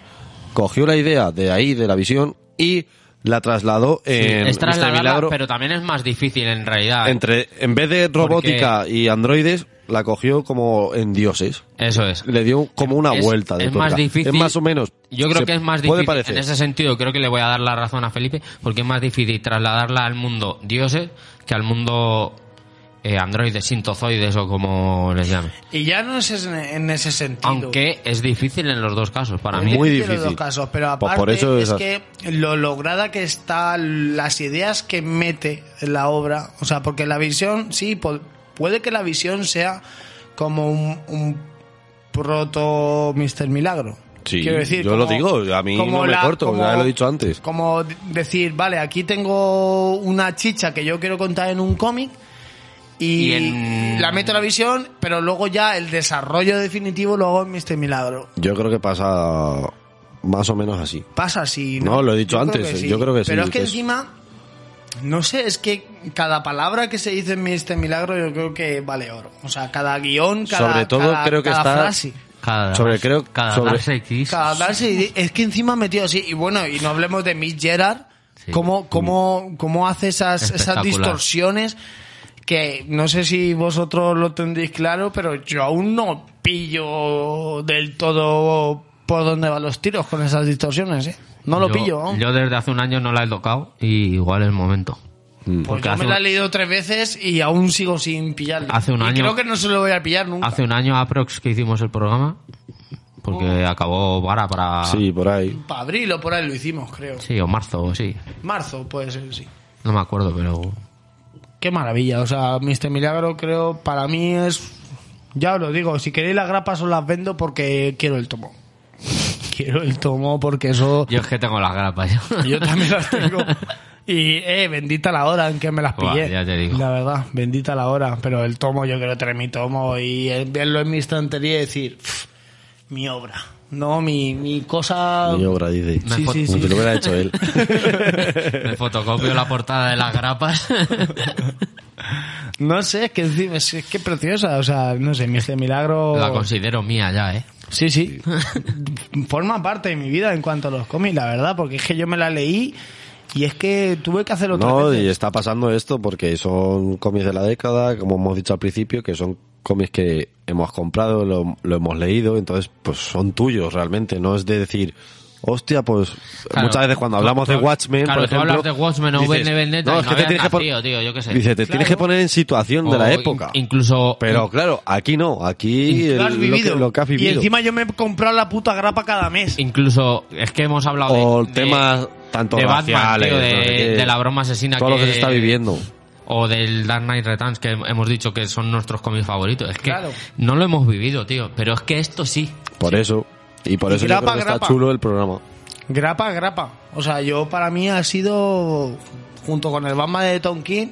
B: cogió la idea de ahí, de la visión, y la trasladó en
D: es
B: Mr.
D: trasladarla,
B: Milagro.
D: pero también es más difícil en realidad.
B: Entre, en vez de robótica y androides, la cogió como en dioses.
D: Eso es.
B: Le dio como una
D: Es-
B: vuelta de
D: es más
B: tuerca.
D: difícil-
B: Es más o menos.
D: Yo creo
B: se
D: que es más
B: Puede
D: difícil.
B: parecer.
D: En ese sentido, creo que le voy a dar la razón a Felipe, porque es más difícil trasladarla al mundo dioses que al mundo eh, androides, sintozoides o como les llamen.
E: Y ya no es en, en ese sentido.
D: Aunque es difícil en los dos casos para
B: Es
D: mí.
B: muy
E: en los
B: difícil.
E: dos casos, pero
B: Pues
E: aparte
B: por eso
E: es
B: esas-
E: que lo lograda que está las ideas que mete en la obra, o sea, porque la visión sí po- puede que la visión sea como un, un proto Mr. Milagro.
B: Sí,
E: Quiero decir,
B: yo
E: como-
B: lo digo, a mí
E: como
B: no me
E: la-
B: corto,
E: como-
B: ya lo he dicho antes.
E: Como de- decir, vale, aquí tengo una chicha que yo quiero contar en un cómic y,
D: Y en-
E: la meto en la visión, pero luego ya el desarrollo definitivo lo hago en Mr. Milagro.
B: Yo creo que pasa más o menos así.
E: pasa así.
B: No, lo he dicho
E: creo
B: antes, eh,
E: que
B: yo creo que sí,
E: Pero es que,
B: que es-
E: encima, no sé, es que cada palabra que se dice en este milagro yo creo que vale oro. O sea, cada guión, cada,
B: Sobre todo
E: cada-
B: creo que
E: cada
B: está-
E: frase.
D: Cada,
B: Sobre- creo-
D: cada
B: sobre-
D: Dark X.
E: Cada darse y- es que encima ha metido así. Y bueno, y no hablemos de Mitch Gerard,
D: Sí.
E: cómo,
B: Mm.
E: cómo, cómo hace esas, esas
D: Espectacular.
E: distorsiones que no sé si vosotros lo tendréis claro, pero yo aún no pillo del todo por dónde van los tiros con esas distorsiones, ¿eh? No lo
D: Yo-
E: pillo aún.
D: Yo desde hace un año no la he tocado y igual es el momento.
B: Mm.
E: Pues
D: Porque
E: yo
D: hace
E: me la he
D: un-
E: leído tres veces y aún sigo sin pillarlo.
D: Hace un
E: Y
D: año-
E: creo que no se lo voy a pillar nunca.
D: Hace un año aprox que hicimos el programa,
E: Oh.
D: porque acabó vara para...
B: Sí, por ahí.
E: Para abril o por ahí lo hicimos, creo.
D: Sí, o marzo, o sí.
E: Marzo puede ser, sí.
D: No me acuerdo, pero...
E: Qué maravilla. O sea, Mr. Milagro creo para mí es... Ya os lo digo, si queréis las grapas os las vendo porque quiero el tomo. <laughs> Quiero el tomo porque eso...
D: Yo es que tengo las grapas. yo.
E: <laughs> Yo también las tengo. Y, eh, bendita la hora en que me las
D: Buah,
E: pillé.
D: ya te digo.
E: La verdad, bendita la hora. Pero el tomo, yo quiero tener mi tomo y eh, verlo en mi estantería y decir, "Pff, mi obra. No, mi, mi
D: Ah.
E: cosa.
B: Mi obra, dice.
D: Me
E: Sí,
D: fo-
E: sí,
B: Como
E: sí.
B: si lo hubiera hecho él.
D: <laughs> Me fotocopio la portada de las grapas.
E: No sé, es que encima- es, es que preciosa. O sea, no sé, mi este milagro.
D: La considero mía ya, ¿eh?
E: Sí, sí. <laughs> Forma parte de mi vida en cuanto a los cómics, la verdad, porque es que yo me la leí y es que tuve que hacer otra
B: No, y está pasando esto porque son cómics de la década, como hemos dicho al principio, que son cómics que hemos comprado, lo, lo hemos leído, entonces pues son tuyos realmente, no es de decir, Hostia, pues
D: Claro.
B: muchas veces cuando hablamos de
D: Claro,
B: Watchmen,
D: claro,
B: por
D: tú
B: ejemplo,
D: hablas de Watchmen o V de Vendetta
B: no,
D: y
B: es
D: no
B: que te
D: habías
B: tienes que pon-
D: nacido, tío, yo qué sé.
B: Dice, te tienes que poner en situación de
D: O
B: la
D: in-
B: época.
D: incluso
B: Pero claro, aquí no, aquí el-
E: Lo has
B: Lo,
E: vivido.
B: que, lo que has vivido.
E: Y encima yo me he comprado la puta grapa cada mes.
D: incluso es que hemos hablado de-
B: o
D: de,
B: temas tanto
D: de Batman,
B: raciales,
D: tío, de,
B: no sé qué,
D: de la broma asesina
B: todo
D: que,
B: lo que se está viviendo.
D: O del Dark Knight Returns que hemos dicho que son nuestros cómics favoritos. Es que
E: Claro.
D: no lo hemos vivido, tío. Pero es que esto sí.
B: Por eso y por
E: Y
B: eso yo
E: grapa,
B: creo que está
E: grapa.
B: chulo el programa.
E: Grapa, grapa. O sea, yo para mí ha sido, junto con el Bamba de Tom King,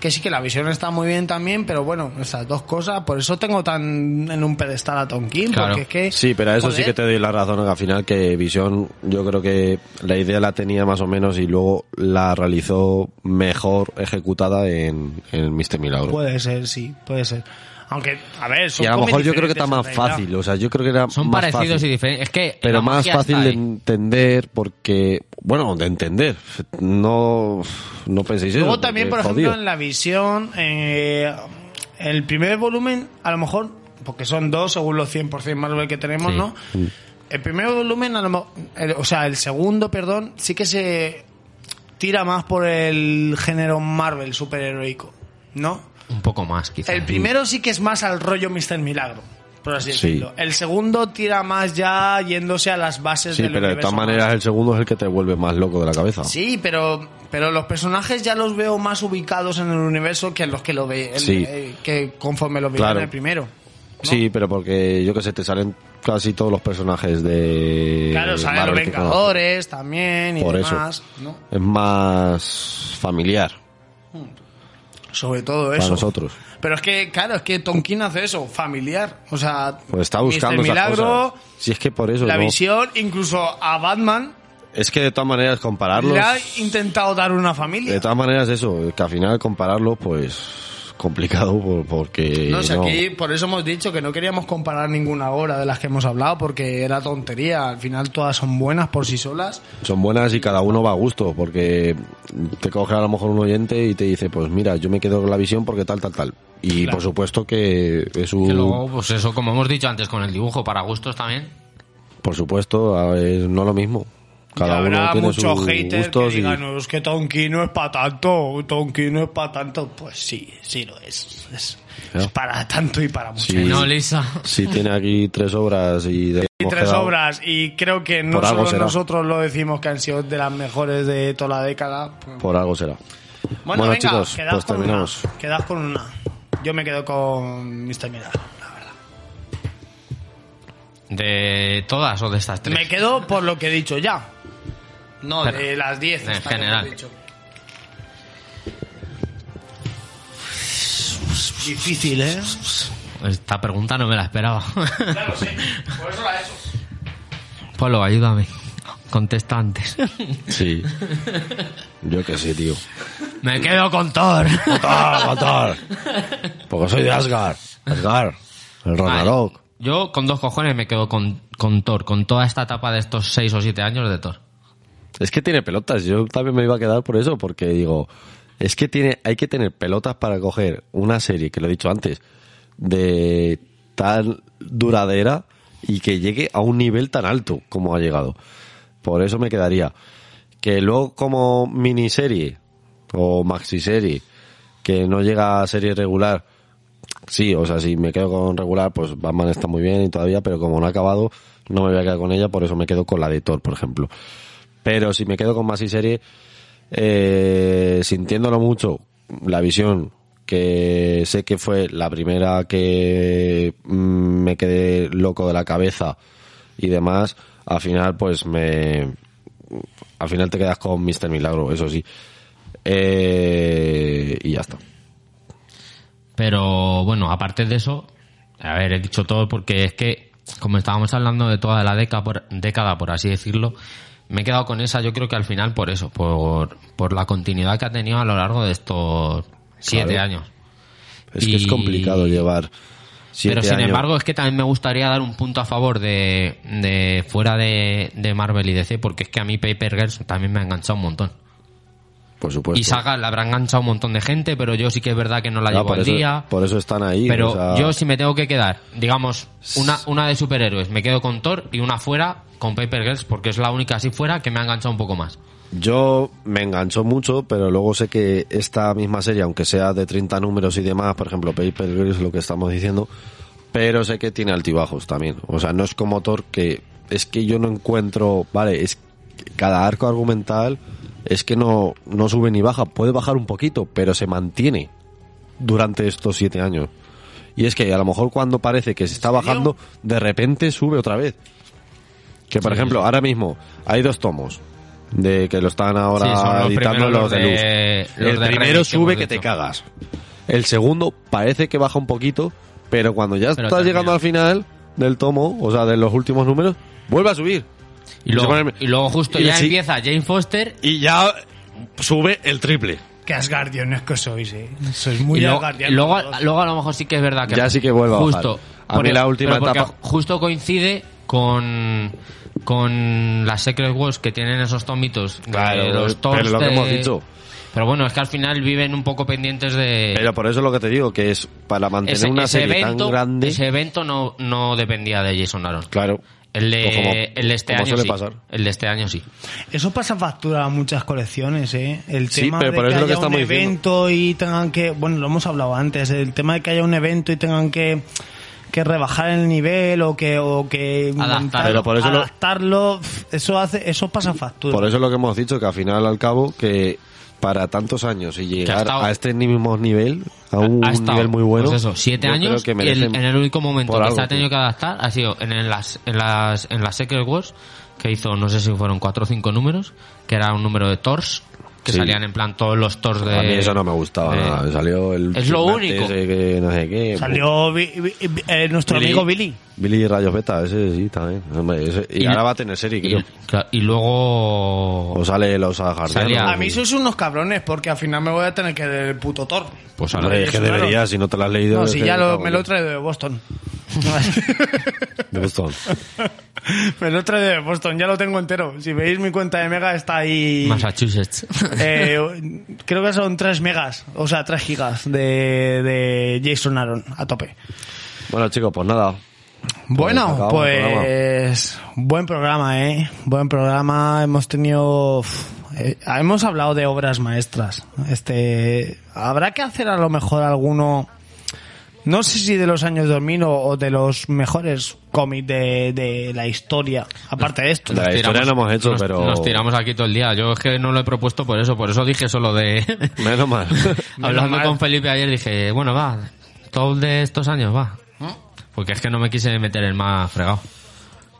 E: que sí que la visión está muy bien también, pero bueno, estas dos cosas, por eso tengo tan en un pedestal a Tom King,
D: Claro.
E: porque es que...
B: Sí, pero a eso sí
E: Eh, joder,
B: que te doy la razón, que al final que Visión yo creo que la idea la tenía más o menos y luego la realizó mejor ejecutada en, en Mr. Milagro.
E: Puede ser, sí, puede ser. Aunque, a ver, son
B: y a lo
E: cómics
B: mejor yo creo que está más
E: diferentes en realidad.
B: fácil, o sea, yo creo que era
D: Son
B: más
D: parecidos
B: fácil.
D: y diferentes. Es que.
B: pero
D: la
B: más
D: magia
B: fácil
D: está
B: de
D: ahí.
B: entender porque bueno de entender no no penséis eso
E: Luego también, por
B: porque,
E: ejemplo,
B: eh, jodido.
E: en la visión, eh, el primer volumen, a lo mejor, porque son dos según los 100% Marvel que tenemos,
D: Sí.
E: ¿no?
B: Mm.
E: El primer volumen, a lo mo- el- o sea, el segundo, perdón, sí que se tira más por el género Marvel superheroico, ¿no?
D: Un poco más, quizás.
E: El primero sí que es más al rollo Mr. Milagro, por así
B: Mm. Sí.
E: decirlo. El segundo tira más ya yéndose a las bases
B: sí
E: del
B: pero de
E: universo
B: todas maneras el segundo es el que te vuelve más loco de la cabeza
E: Sí, pero, pero los personajes ya los veo más ubicados en el universo que los que lo ve, el-
B: Sí.
E: eh, que conforme lo veían
B: Claro.
E: en el primero.
B: Sí, pero porque yo que sé te salen casi todos los personajes de
E: Claro, salen los
B: Eh, Marvel que conoces.
E: Vengadores también y
B: por eso
E: demás, ¿no?
B: es más familiar
E: Sobre todo eso.
B: para nosotros
E: Pero es que, claro, es que Tonkin hace eso, familiar. O sea,
B: pues está buscando
E: Mr.
B: esas
E: Milagro,
B: cosas. si es que por eso
E: la
B: ¿no?
E: visión, incluso a Batman,
B: es que de todas maneras compararlos
E: le ha intentado dar una familia.
B: De todas maneras, eso, que al final compararlo, pues complicado <laughs> por- porque...
E: No sé,
B: no.
E: aquí por eso hemos dicho que no queríamos comparar ninguna obra de las que hemos hablado porque era tontería. Al final todas son buenas por sí solas.
B: Son buenas y cada uno va a gusto, porque te coge a lo mejor un oyente y te dice, pues mira, yo me quedo con la visión porque tal, tal, tal. Y por supuesto que es un...
D: Que luego, pues eso, como hemos dicho antes, con el dibujo para gustos también.
B: Por supuesto, a ver, no lo mismo. Cada
E: Y habrá
B: uno tiene
E: muchos
B: sus
E: haters que
B: gustos y...
E: digan, "No, es que Tonki no es para tanto, Tonki no es para tanto. Pues sí, sí lo es. Es,
B: Ya.
E: es para tanto y para mucho.
B: Sí.
D: No, Lisa.
B: Si tiene aquí tres obras y... de-
E: <laughs> Y
B: hemos
E: tres
B: quedado-
E: obras, y creo que no
B: Por algo
E: solo
B: será.
E: nosotros lo decimos que han sido de las mejores de toda la década. pues-
B: Por algo será.
E: Bueno, venga,
B: chicos,
E: quedad
B: pues
E: con
B: terminamos.
E: Una, quedad con una. Yo me quedo con Mr. Milagro.
D: De todas o de estas tres.
E: Me quedo por lo que he dicho ya. No,
D: Pero,
E: de las 10.
D: en
E: esta que
D: general.
E: hemos dicho. Difícil, ¿eh?
D: Esta pregunta no me la esperaba.
E: Claro, sí. Por eso la he hecho.
D: <laughs> Polo, ayúdame. Contesta antes.
E: <laughs>
B: Sí. Yo qué sé, tío.
D: <laughs> Me quedo con Thor.
B: ¡Matar, matar! Porque soy de Asgard. Asgard. El Ragnarok.
D: Yo con dos cojones me quedo con, con Thor, con toda esta etapa de estos seis o siete años de Thor.
B: Es que tiene pelotas. Yo también me iba a quedar por eso, porque digo, es que tiene, hay que tener pelotas para coger una serie, que lo he dicho antes, de tan duradera y que llegue a un nivel tan alto como ha llegado. Por eso me quedaría. Que luego como miniserie o maxiserie, que no llega a serie regular, sí, o sea, si me quedo con regular, pues Batman está muy bien y todavía, pero como no ha acabado, no me voy a quedar con ella, por eso me quedo con la de Thor, por ejemplo. Pero si me quedo con más y serie, eh, sintiéndolo mucho, la visión que sé que fue la primera que mm, me quedé loco de la cabeza y demás, al final pues me... Al final te quedas con Mr. Milagro, eso sí. Eh, y ya está.
D: Pero bueno, aparte de eso, a ver, he dicho todo porque es que, como estábamos hablando de toda la década, por, década, por así decirlo, me he quedado con esa, yo creo que al final por eso, por, por la continuidad que ha tenido a lo largo de estos siete
B: Claro.
D: años.
B: Es que es
D: Y-
B: complicado llevar... siete
D: Pero sin
B: años.
D: embargo, es que también me gustaría dar un punto a favor de, de fuera de, de Marvel y DC, porque es que a mí Paper Girls también me ha enganchado un montón.
B: Por supuesto.
D: Y Saga la habrá enganchado un montón de gente, pero yo sí que es verdad que no la
B: Ah,
D: llevo
B: por,
D: al
B: eso,
D: día.
B: por eso están ahí.
D: Pero
B: o sea,
D: yo si me tengo que quedar, digamos, una, una de superhéroes, me quedo con Thor y una fuera con Paper Girls, porque es la única así fuera que me ha enganchado un poco más.
B: Yo me enganchó mucho, pero luego sé que esta misma serie, aunque sea de 30 números y demás, por ejemplo, Paper Girls, lo que estamos diciendo, pero sé que tiene altibajos también. O sea, no es como Thor que es que yo no encuentro, vale, es que cada arco argumental es que no, no sube ni baja, puede bajar un poquito, pero se mantiene durante estos siete años. Y es que a lo mejor cuando parece que se está bajando, de repente sube otra vez. Que por ejemplo, ahora mismo hay dos tomos de que lo están ahora
D: Sí, son los
B: editando
D: primeros,
B: los de,
D: los
B: luz.
D: de- los
B: el
D: de
B: primero
D: Remix que
B: sube
D: hemos
B: que te
D: hecho.
B: cagas. El segundo parece que baja un poquito, pero cuando ya
D: Pero
B: estás
D: termina.
B: llegando al final del tomo, o sea, de los últimos números, vuelve a subir.
D: Y luego,
B: se pone-
D: y luego justo
B: y
D: ya
B: sí.
D: empieza Jane Foster
B: Y ya sube el triple.
E: Qué asgardianos que sois, eh. Sois muy
D: y luego,
E: asgardianos.
D: luego, luego a lo mejor sí que es verdad que
B: Ya sí que vuelve a bajar.
D: justo
B: A mí la última
D: pero porque
B: etapa-
D: justo coincide con con las Secret Wars que tienen esos tomitos de
B: Claro,
D: los
B: pero
D: Thors
B: lo que
D: de-
B: hemos dicho.
D: pero bueno es que al final viven un poco pendientes de
B: Pero por eso lo que te digo, que es para mantener
D: ese,
B: una
D: ese
B: serie
D: evento,
B: tan grande.
D: ese evento no, no dependía de Jason Aaron.
B: Claro.
D: El de,
B: Pues como-
D: el de este
B: como
D: año
B: suele
D: sí.
B: pasar.
D: El de este año sí.
E: Eso pasa factura a muchas colecciones, ¿eh? El
B: Sí,
E: tema
B: pero
E: de
B: por
E: que
B: eso
E: haya
B: es lo que
E: un
B: estamos diciendo.
E: evento y tengan que... Bueno, lo hemos hablado antes. El tema de que haya un evento y tengan que que rebajar el nivel o que o que
D: Adaptar.
E: inventar-
B: Pero por eso lo-
E: adaptarlo pf, eso hace eso pasa
D: Mm.
E: factura
B: Por eso lo que hemos dicho, que al final, al cabo, que para tantos años y
D: ha
B: llegar
D: estado-
B: a este mismo nivel, a un
D: ha estado,
B: nivel muy bueno.
D: pues eso, siete
B: yo creo
D: años
B: que
D: y el-
B: merecen
D: en el único momento
B: por
D: que
B: algo,
D: se ha tenido
B: tío.
D: que adaptar ha sido en las, en las, en las Secret Wars, que hizo, no sé si fueron cuatro o cinco números, que era un número de Tors, que
B: Sí.
D: salían en plan todos los Tors de...
B: A mí eso no me gustaba
D: de-
B: nada. Me Salió el.
D: Es lo
B: gigante
D: único.
B: ese que no sé qué. pues,
E: salió Vi- Vi- Vi- eh, nuestro
D: Billy.
E: amigo Billy
B: Billy Rayos Beta, ese sí, también. Hombre, ese- y,
D: Y-
B: ahora va a tener serie, creo.
D: Y, claro, y luego...
B: O sale los Asgardianos.
D: Salía-
E: a mí sois unos cabrones porque al final me voy a tener que leer el puto Thor
D: Pues ahora-
B: Hombre, es que
E: Claro.
B: deberías, si no te lo has leído.
E: no
B: es
E: si
B: que-
E: ya lo-
B: cago
E: me
B: en-
E: lo he traído de Boston
B: Me gustó.
E: <laughs> me lo he traído de Boston ya lo tengo entero si veis mi cuenta de Mega está ahí
B: <laughs>
D: Massachusetts.
E: Eh, creo que son 3 megas, o sea, 3 gigas de, de Jason Aaron a tope.
B: Bueno, chicos, pues nada.
E: Bueno,
B: acabamos
E: pues buen programa, ¿eh? Buen programa. Hemos tenido... uf, eh, hemos hablado de obras maestras. Este, Habrá que hacer a lo mejor alguno... No sé si de los años 2000 o, o de los mejores cómics de, de la historia, aparte de esto.
B: La historia no hemos hecho,
D: nos,
B: pero.
D: nos tiramos aquí todo el día. Yo es que no lo he propuesto por eso, por eso dije
E: <laughs>
D: solo de...
B: Menos mal.
D: <laughs> Hablando con Felipe ayer dije, bueno, va, todo de estos años va.
E: ¿Mm?
D: Porque es que no me quise meter el más fregado.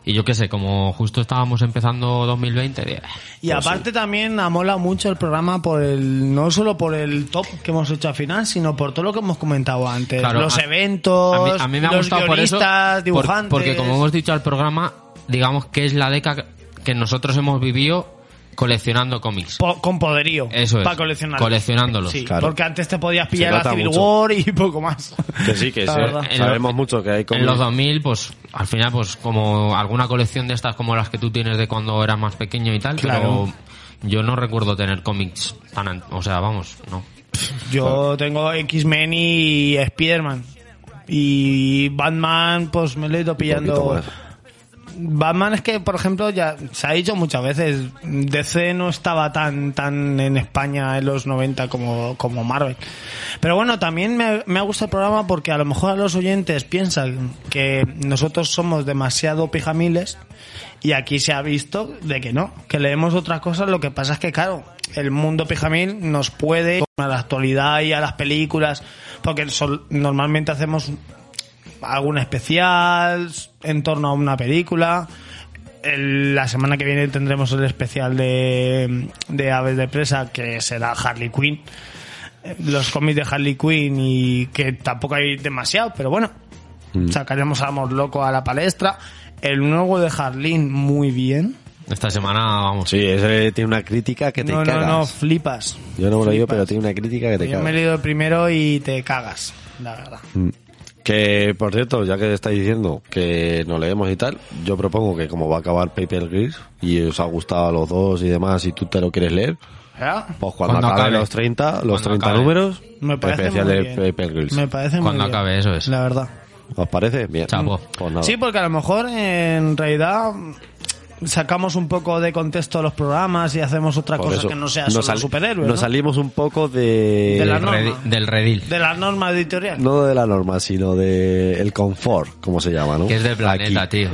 D: Y yo qué sé, como justo estábamos empezando 2020, dije, "Ah,
E: Y aparte también amola mucho el programa por el no solo por el top que hemos hecho al final, sino por todo lo que hemos comentado antes,
D: Claro,
E: los
D: a-
E: eventos,
D: a mí, a mí me ha
E: los
D: gustado por eso.
E: guionistas,
D: por-
E: dibujantes.
D: porque como hemos dicho al programa, digamos que es la década que nosotros hemos vivido coleccionando cómics.
E: po- con poderío
D: Eso es,
E: para coleccionar.
D: coleccionándolos.
E: Sí,
B: Claro.
E: porque antes te podías pillar la
B: nota
E: Civil
B: mucho.
E: War y poco más.
B: Que sí, que
E: <laughs> La
B: sí.
E: verdad.
D: En
B: Sabemos
D: los-
B: mucho que hay como.
D: En los 2000, pues al final, pues como alguna colección de estas como las que tú tienes de cuando eras más pequeño y tal,
E: Claro.
D: pero yo no recuerdo tener cómics tan... an- O sea, vamos, no.
E: Yo tengo X-Men y Spider-Man y Batman, pues me lo he ido pillando. Batman es que, por ejemplo, ya se ha dicho muchas veces, DC no estaba tan, tan en España en los 90 como, como Marvel. Pero bueno, también me, me ha gustado el programa porque a lo mejor a los oyentes piensan que nosotros somos demasiado pijamiles y aquí se ha visto de que no, que leemos otras cosas, lo que pasa es que, claro, el mundo pijamil nos puede a la actualidad y a las películas, porque sol- normalmente hacemos algún especial en torno a una película. El- la semana que viene tendremos el especial de, de Aves de Presa, que será Harley Quinn. Eh, Los cómics de Harley Quinn y que tampoco hay demasiado, pero bueno,
B: Mm.
E: sacaremos a Amor Loco a la palestra. El nuevo de Harleen, muy bien.
D: Esta semana, vamos.
B: Sí, ese tiene una crítica que te
E: No, no,
B: cagas.
E: no, flipas.
B: Yo no me lo digo,
E: Flipas.
B: pero tiene una crítica que te
E: Yo me
B: cagas.
E: he leído el primero y te cagas, la verdad.
B: Que, por cierto, ya que estáis diciendo que no leemos y tal, yo propongo que como va a acabar Paper Gris y os ha gustado a los dos y demás, y tú te lo quieres leer,
E: ¿Ya?
B: pues cuando,
D: Cuando
B: acabe,
D: acabe.
B: los 30, los
D: Cuando
B: 30
D: acabe.
B: números,
E: Me parece
B: especial
E: muy
B: de
E: bien.
B: Paper Grills.
E: Me parece muy
D: Cuando
E: bien,
D: acabe, eso es.
E: La verdad.
B: ¿Os parece? Bien.
D: Chapo.
B: Pues nada.
E: Sí, porque a lo mejor en realidad sacamos un poco de contexto los programas y hacemos otra
B: Por
E: cosa
B: eso,
E: que no sea
B: nos
E: solo
B: sal-
E: superhéroes.
B: Nos
E: ¿no?
B: salimos un poco de...
E: De la
D: Del
E: norma.
D: redi- del redil.
E: De la norma editorial.
B: No de la norma, sino de el confort, como se llama, ¿no?
D: Que es del planeta,
B: Aquí. <laughs>
D: tío.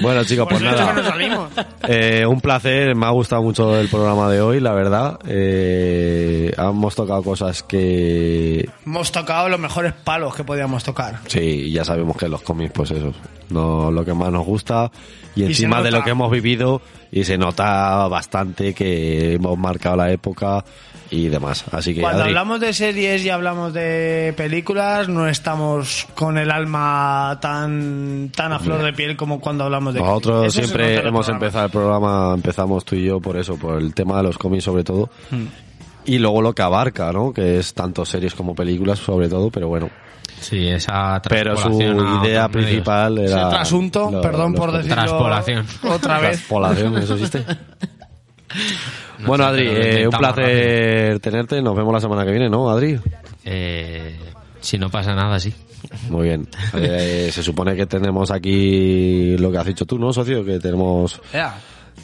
B: Bueno, chicos, pues,
E: Por eso
B: nada.
E: no salimos.
B: Eh, un placer, me ha gustado mucho el programa de hoy, la verdad. Eh, hemos tocado cosas que
E: Hemos tocado los mejores palos que podíamos tocar.
B: sí, ya sabemos que los cómics, pues eso, no lo que más nos gusta y
E: se
B: encima de
E: nota.
B: lo que hemos vivido y se nota bastante que hemos marcado la época y demás. Así que
E: Cuando
B: Adri,
E: hablamos de series y hablamos de películas, no estamos con el alma tan, tan a flor de piel como cuando hablamos de
B: Nosotros
E: cómics. Eso se nota
B: siempre
E: en el
B: hemos
E: programa.
B: empezado el programa, empezamos tú y yo por eso, por el tema de los cómics sobre todo.
E: Hmm.
B: Y luego lo que abarca, ¿no? Que es tanto series como películas sobre todo, pero bueno.
D: Sí, esa
B: Pero su
D: transpolación a
B: idea
D: otros medios.
B: principal
E: Ese
B: era...
E: trasunto,
B: lo-
E: perdón
B: los
E: por
B: cómics.
E: decirlo
D: Transpolación.
E: otra vez.
B: Traspolación, ¿eso
E: <laughs>
B: existe? <laughs>
D: No
B: bueno,
D: sé,
B: Adri,
D: pero
B: eh,
D: lo
B: un
D: intentamos
B: placer tenerte. Nos vemos la semana que viene, ¿no, Adri?
D: rápido. Eh, si no pasa nada, sí.
B: Muy bien. Eh, se supone que tenemos aquí lo que has dicho tú, ¿no, socio? Que tenemos...
E: Ya.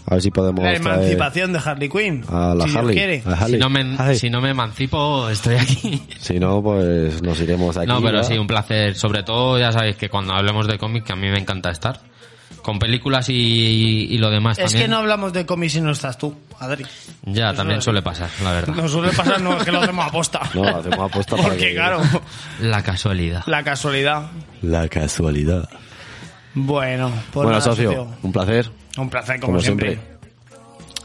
B: A ver si podemos...
E: La
B: traer
E: emancipación de Harley Quinn.
B: A la
E: si Dios
B: Harley.
E: quiere.
B: A Harley.
D: Si no, me,
B: Ay.
D: si no me emancipo, estoy aquí.
B: Si no, pues nos iremos de aquí.
D: <laughs> No, pero
B: ¿no?
D: sí, un placer. Sobre todo, ya sabéis que cuando hablemos de cómic, que a mí me encanta estar. Con películas y, y lo demás
E: Es
D: también.
E: que no hablamos de cómics si no estás tú, Adri.
D: Ya, también
E: es.
D: suele pasar, la verdad.
E: Nos suele pasar no, es que lo hacemos aposta.
B: No, hacemos apuesta para
E: Porque
B: que-
E: claro,
D: La casualidad.
E: la casualidad.
B: La casualidad.
E: Bueno, pues
B: bueno,
E: nada,
B: socio,
E: socio.
B: un placer.
E: Un placer como,
B: Como
E: siempre.
B: siempre.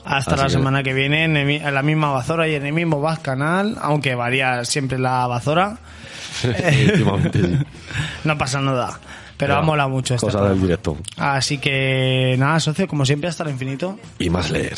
E: Hasta
B: Así
E: la
B: que-
E: semana que viene en, el mi- en la misma bazora y en el mismo Vaz canal, aunque varía siempre la bazora.
B: <laughs> Últimamente sí.
E: No pasa nada, pero
B: Ya,
E: ha molado mucho este
B: Cosa del
E: programa.
B: directo.
E: Así que nada, socio, como siempre hasta el infinito.
B: Y más leer.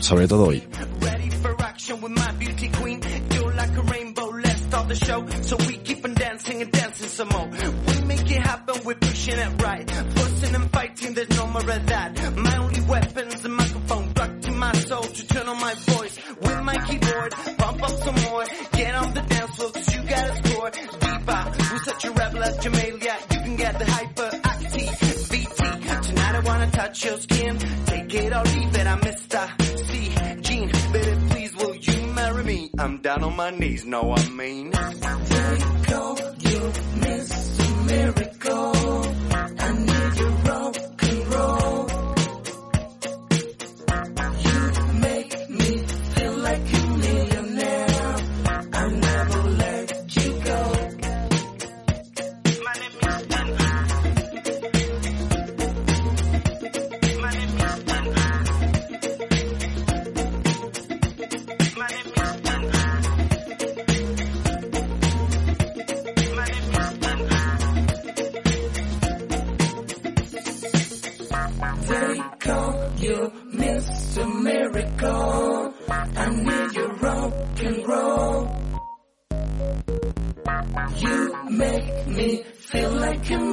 B: Sobre todo hoy.
F: Ready for action with my beauty queen. Do like a rainbow, let's start the show. So we keep on dancing and dancing some more. We make it happen, we're pushing it right. Fussing and fighting, there's no more of that. My only weapon's the microphone. Plugged to my soul to turn on my voice. With my keyboard, bump up some more. Get off the dance floor, cause you gotta score. Deeper, we're such a rebel at Jamelia. You can get the hyper, active, VT. Tonight I wanna touch your skin. Take it or leave it, I'm Mr. C. Jean, baby, please will you marry me? I'm down on my knees, know what I mean?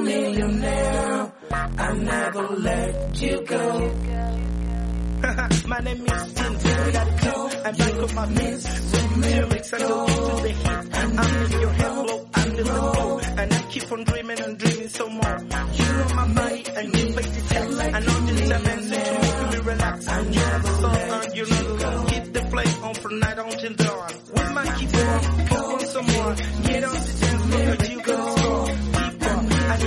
F: <laughs> My name is Jean, baby, that's cool. I'm back on my knees. With lyrics, I go into the heat. I'm in your hair blow, I'm the flow. And I keep on dreaming and dreaming some more. You know my body and you make the text. I know this dimension to make me relax. You know the song and you know the love. Keep the play on from night on till dawn. With my keyboard, put on some more. Get on the dance floor, you can score.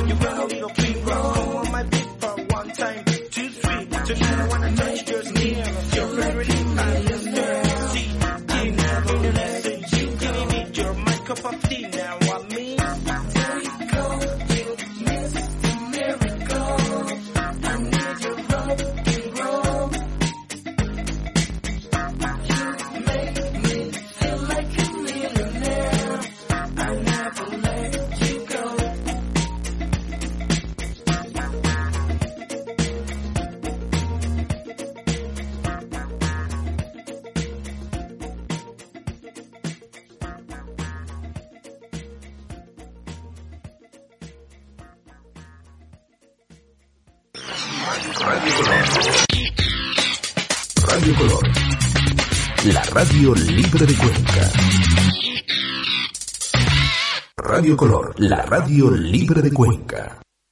F: Deeper, I know you want a little finger. Come on, my big for one time, two, three. Tonight I wanna touch your skin. Your favorite thing, I just can't see. You never listen, you didn't need your my cup of tea. Now I mean.
A: Radio Color. Radio Color. La radio libre de Cuenca. Radio Color. La radio libre de Cuenca.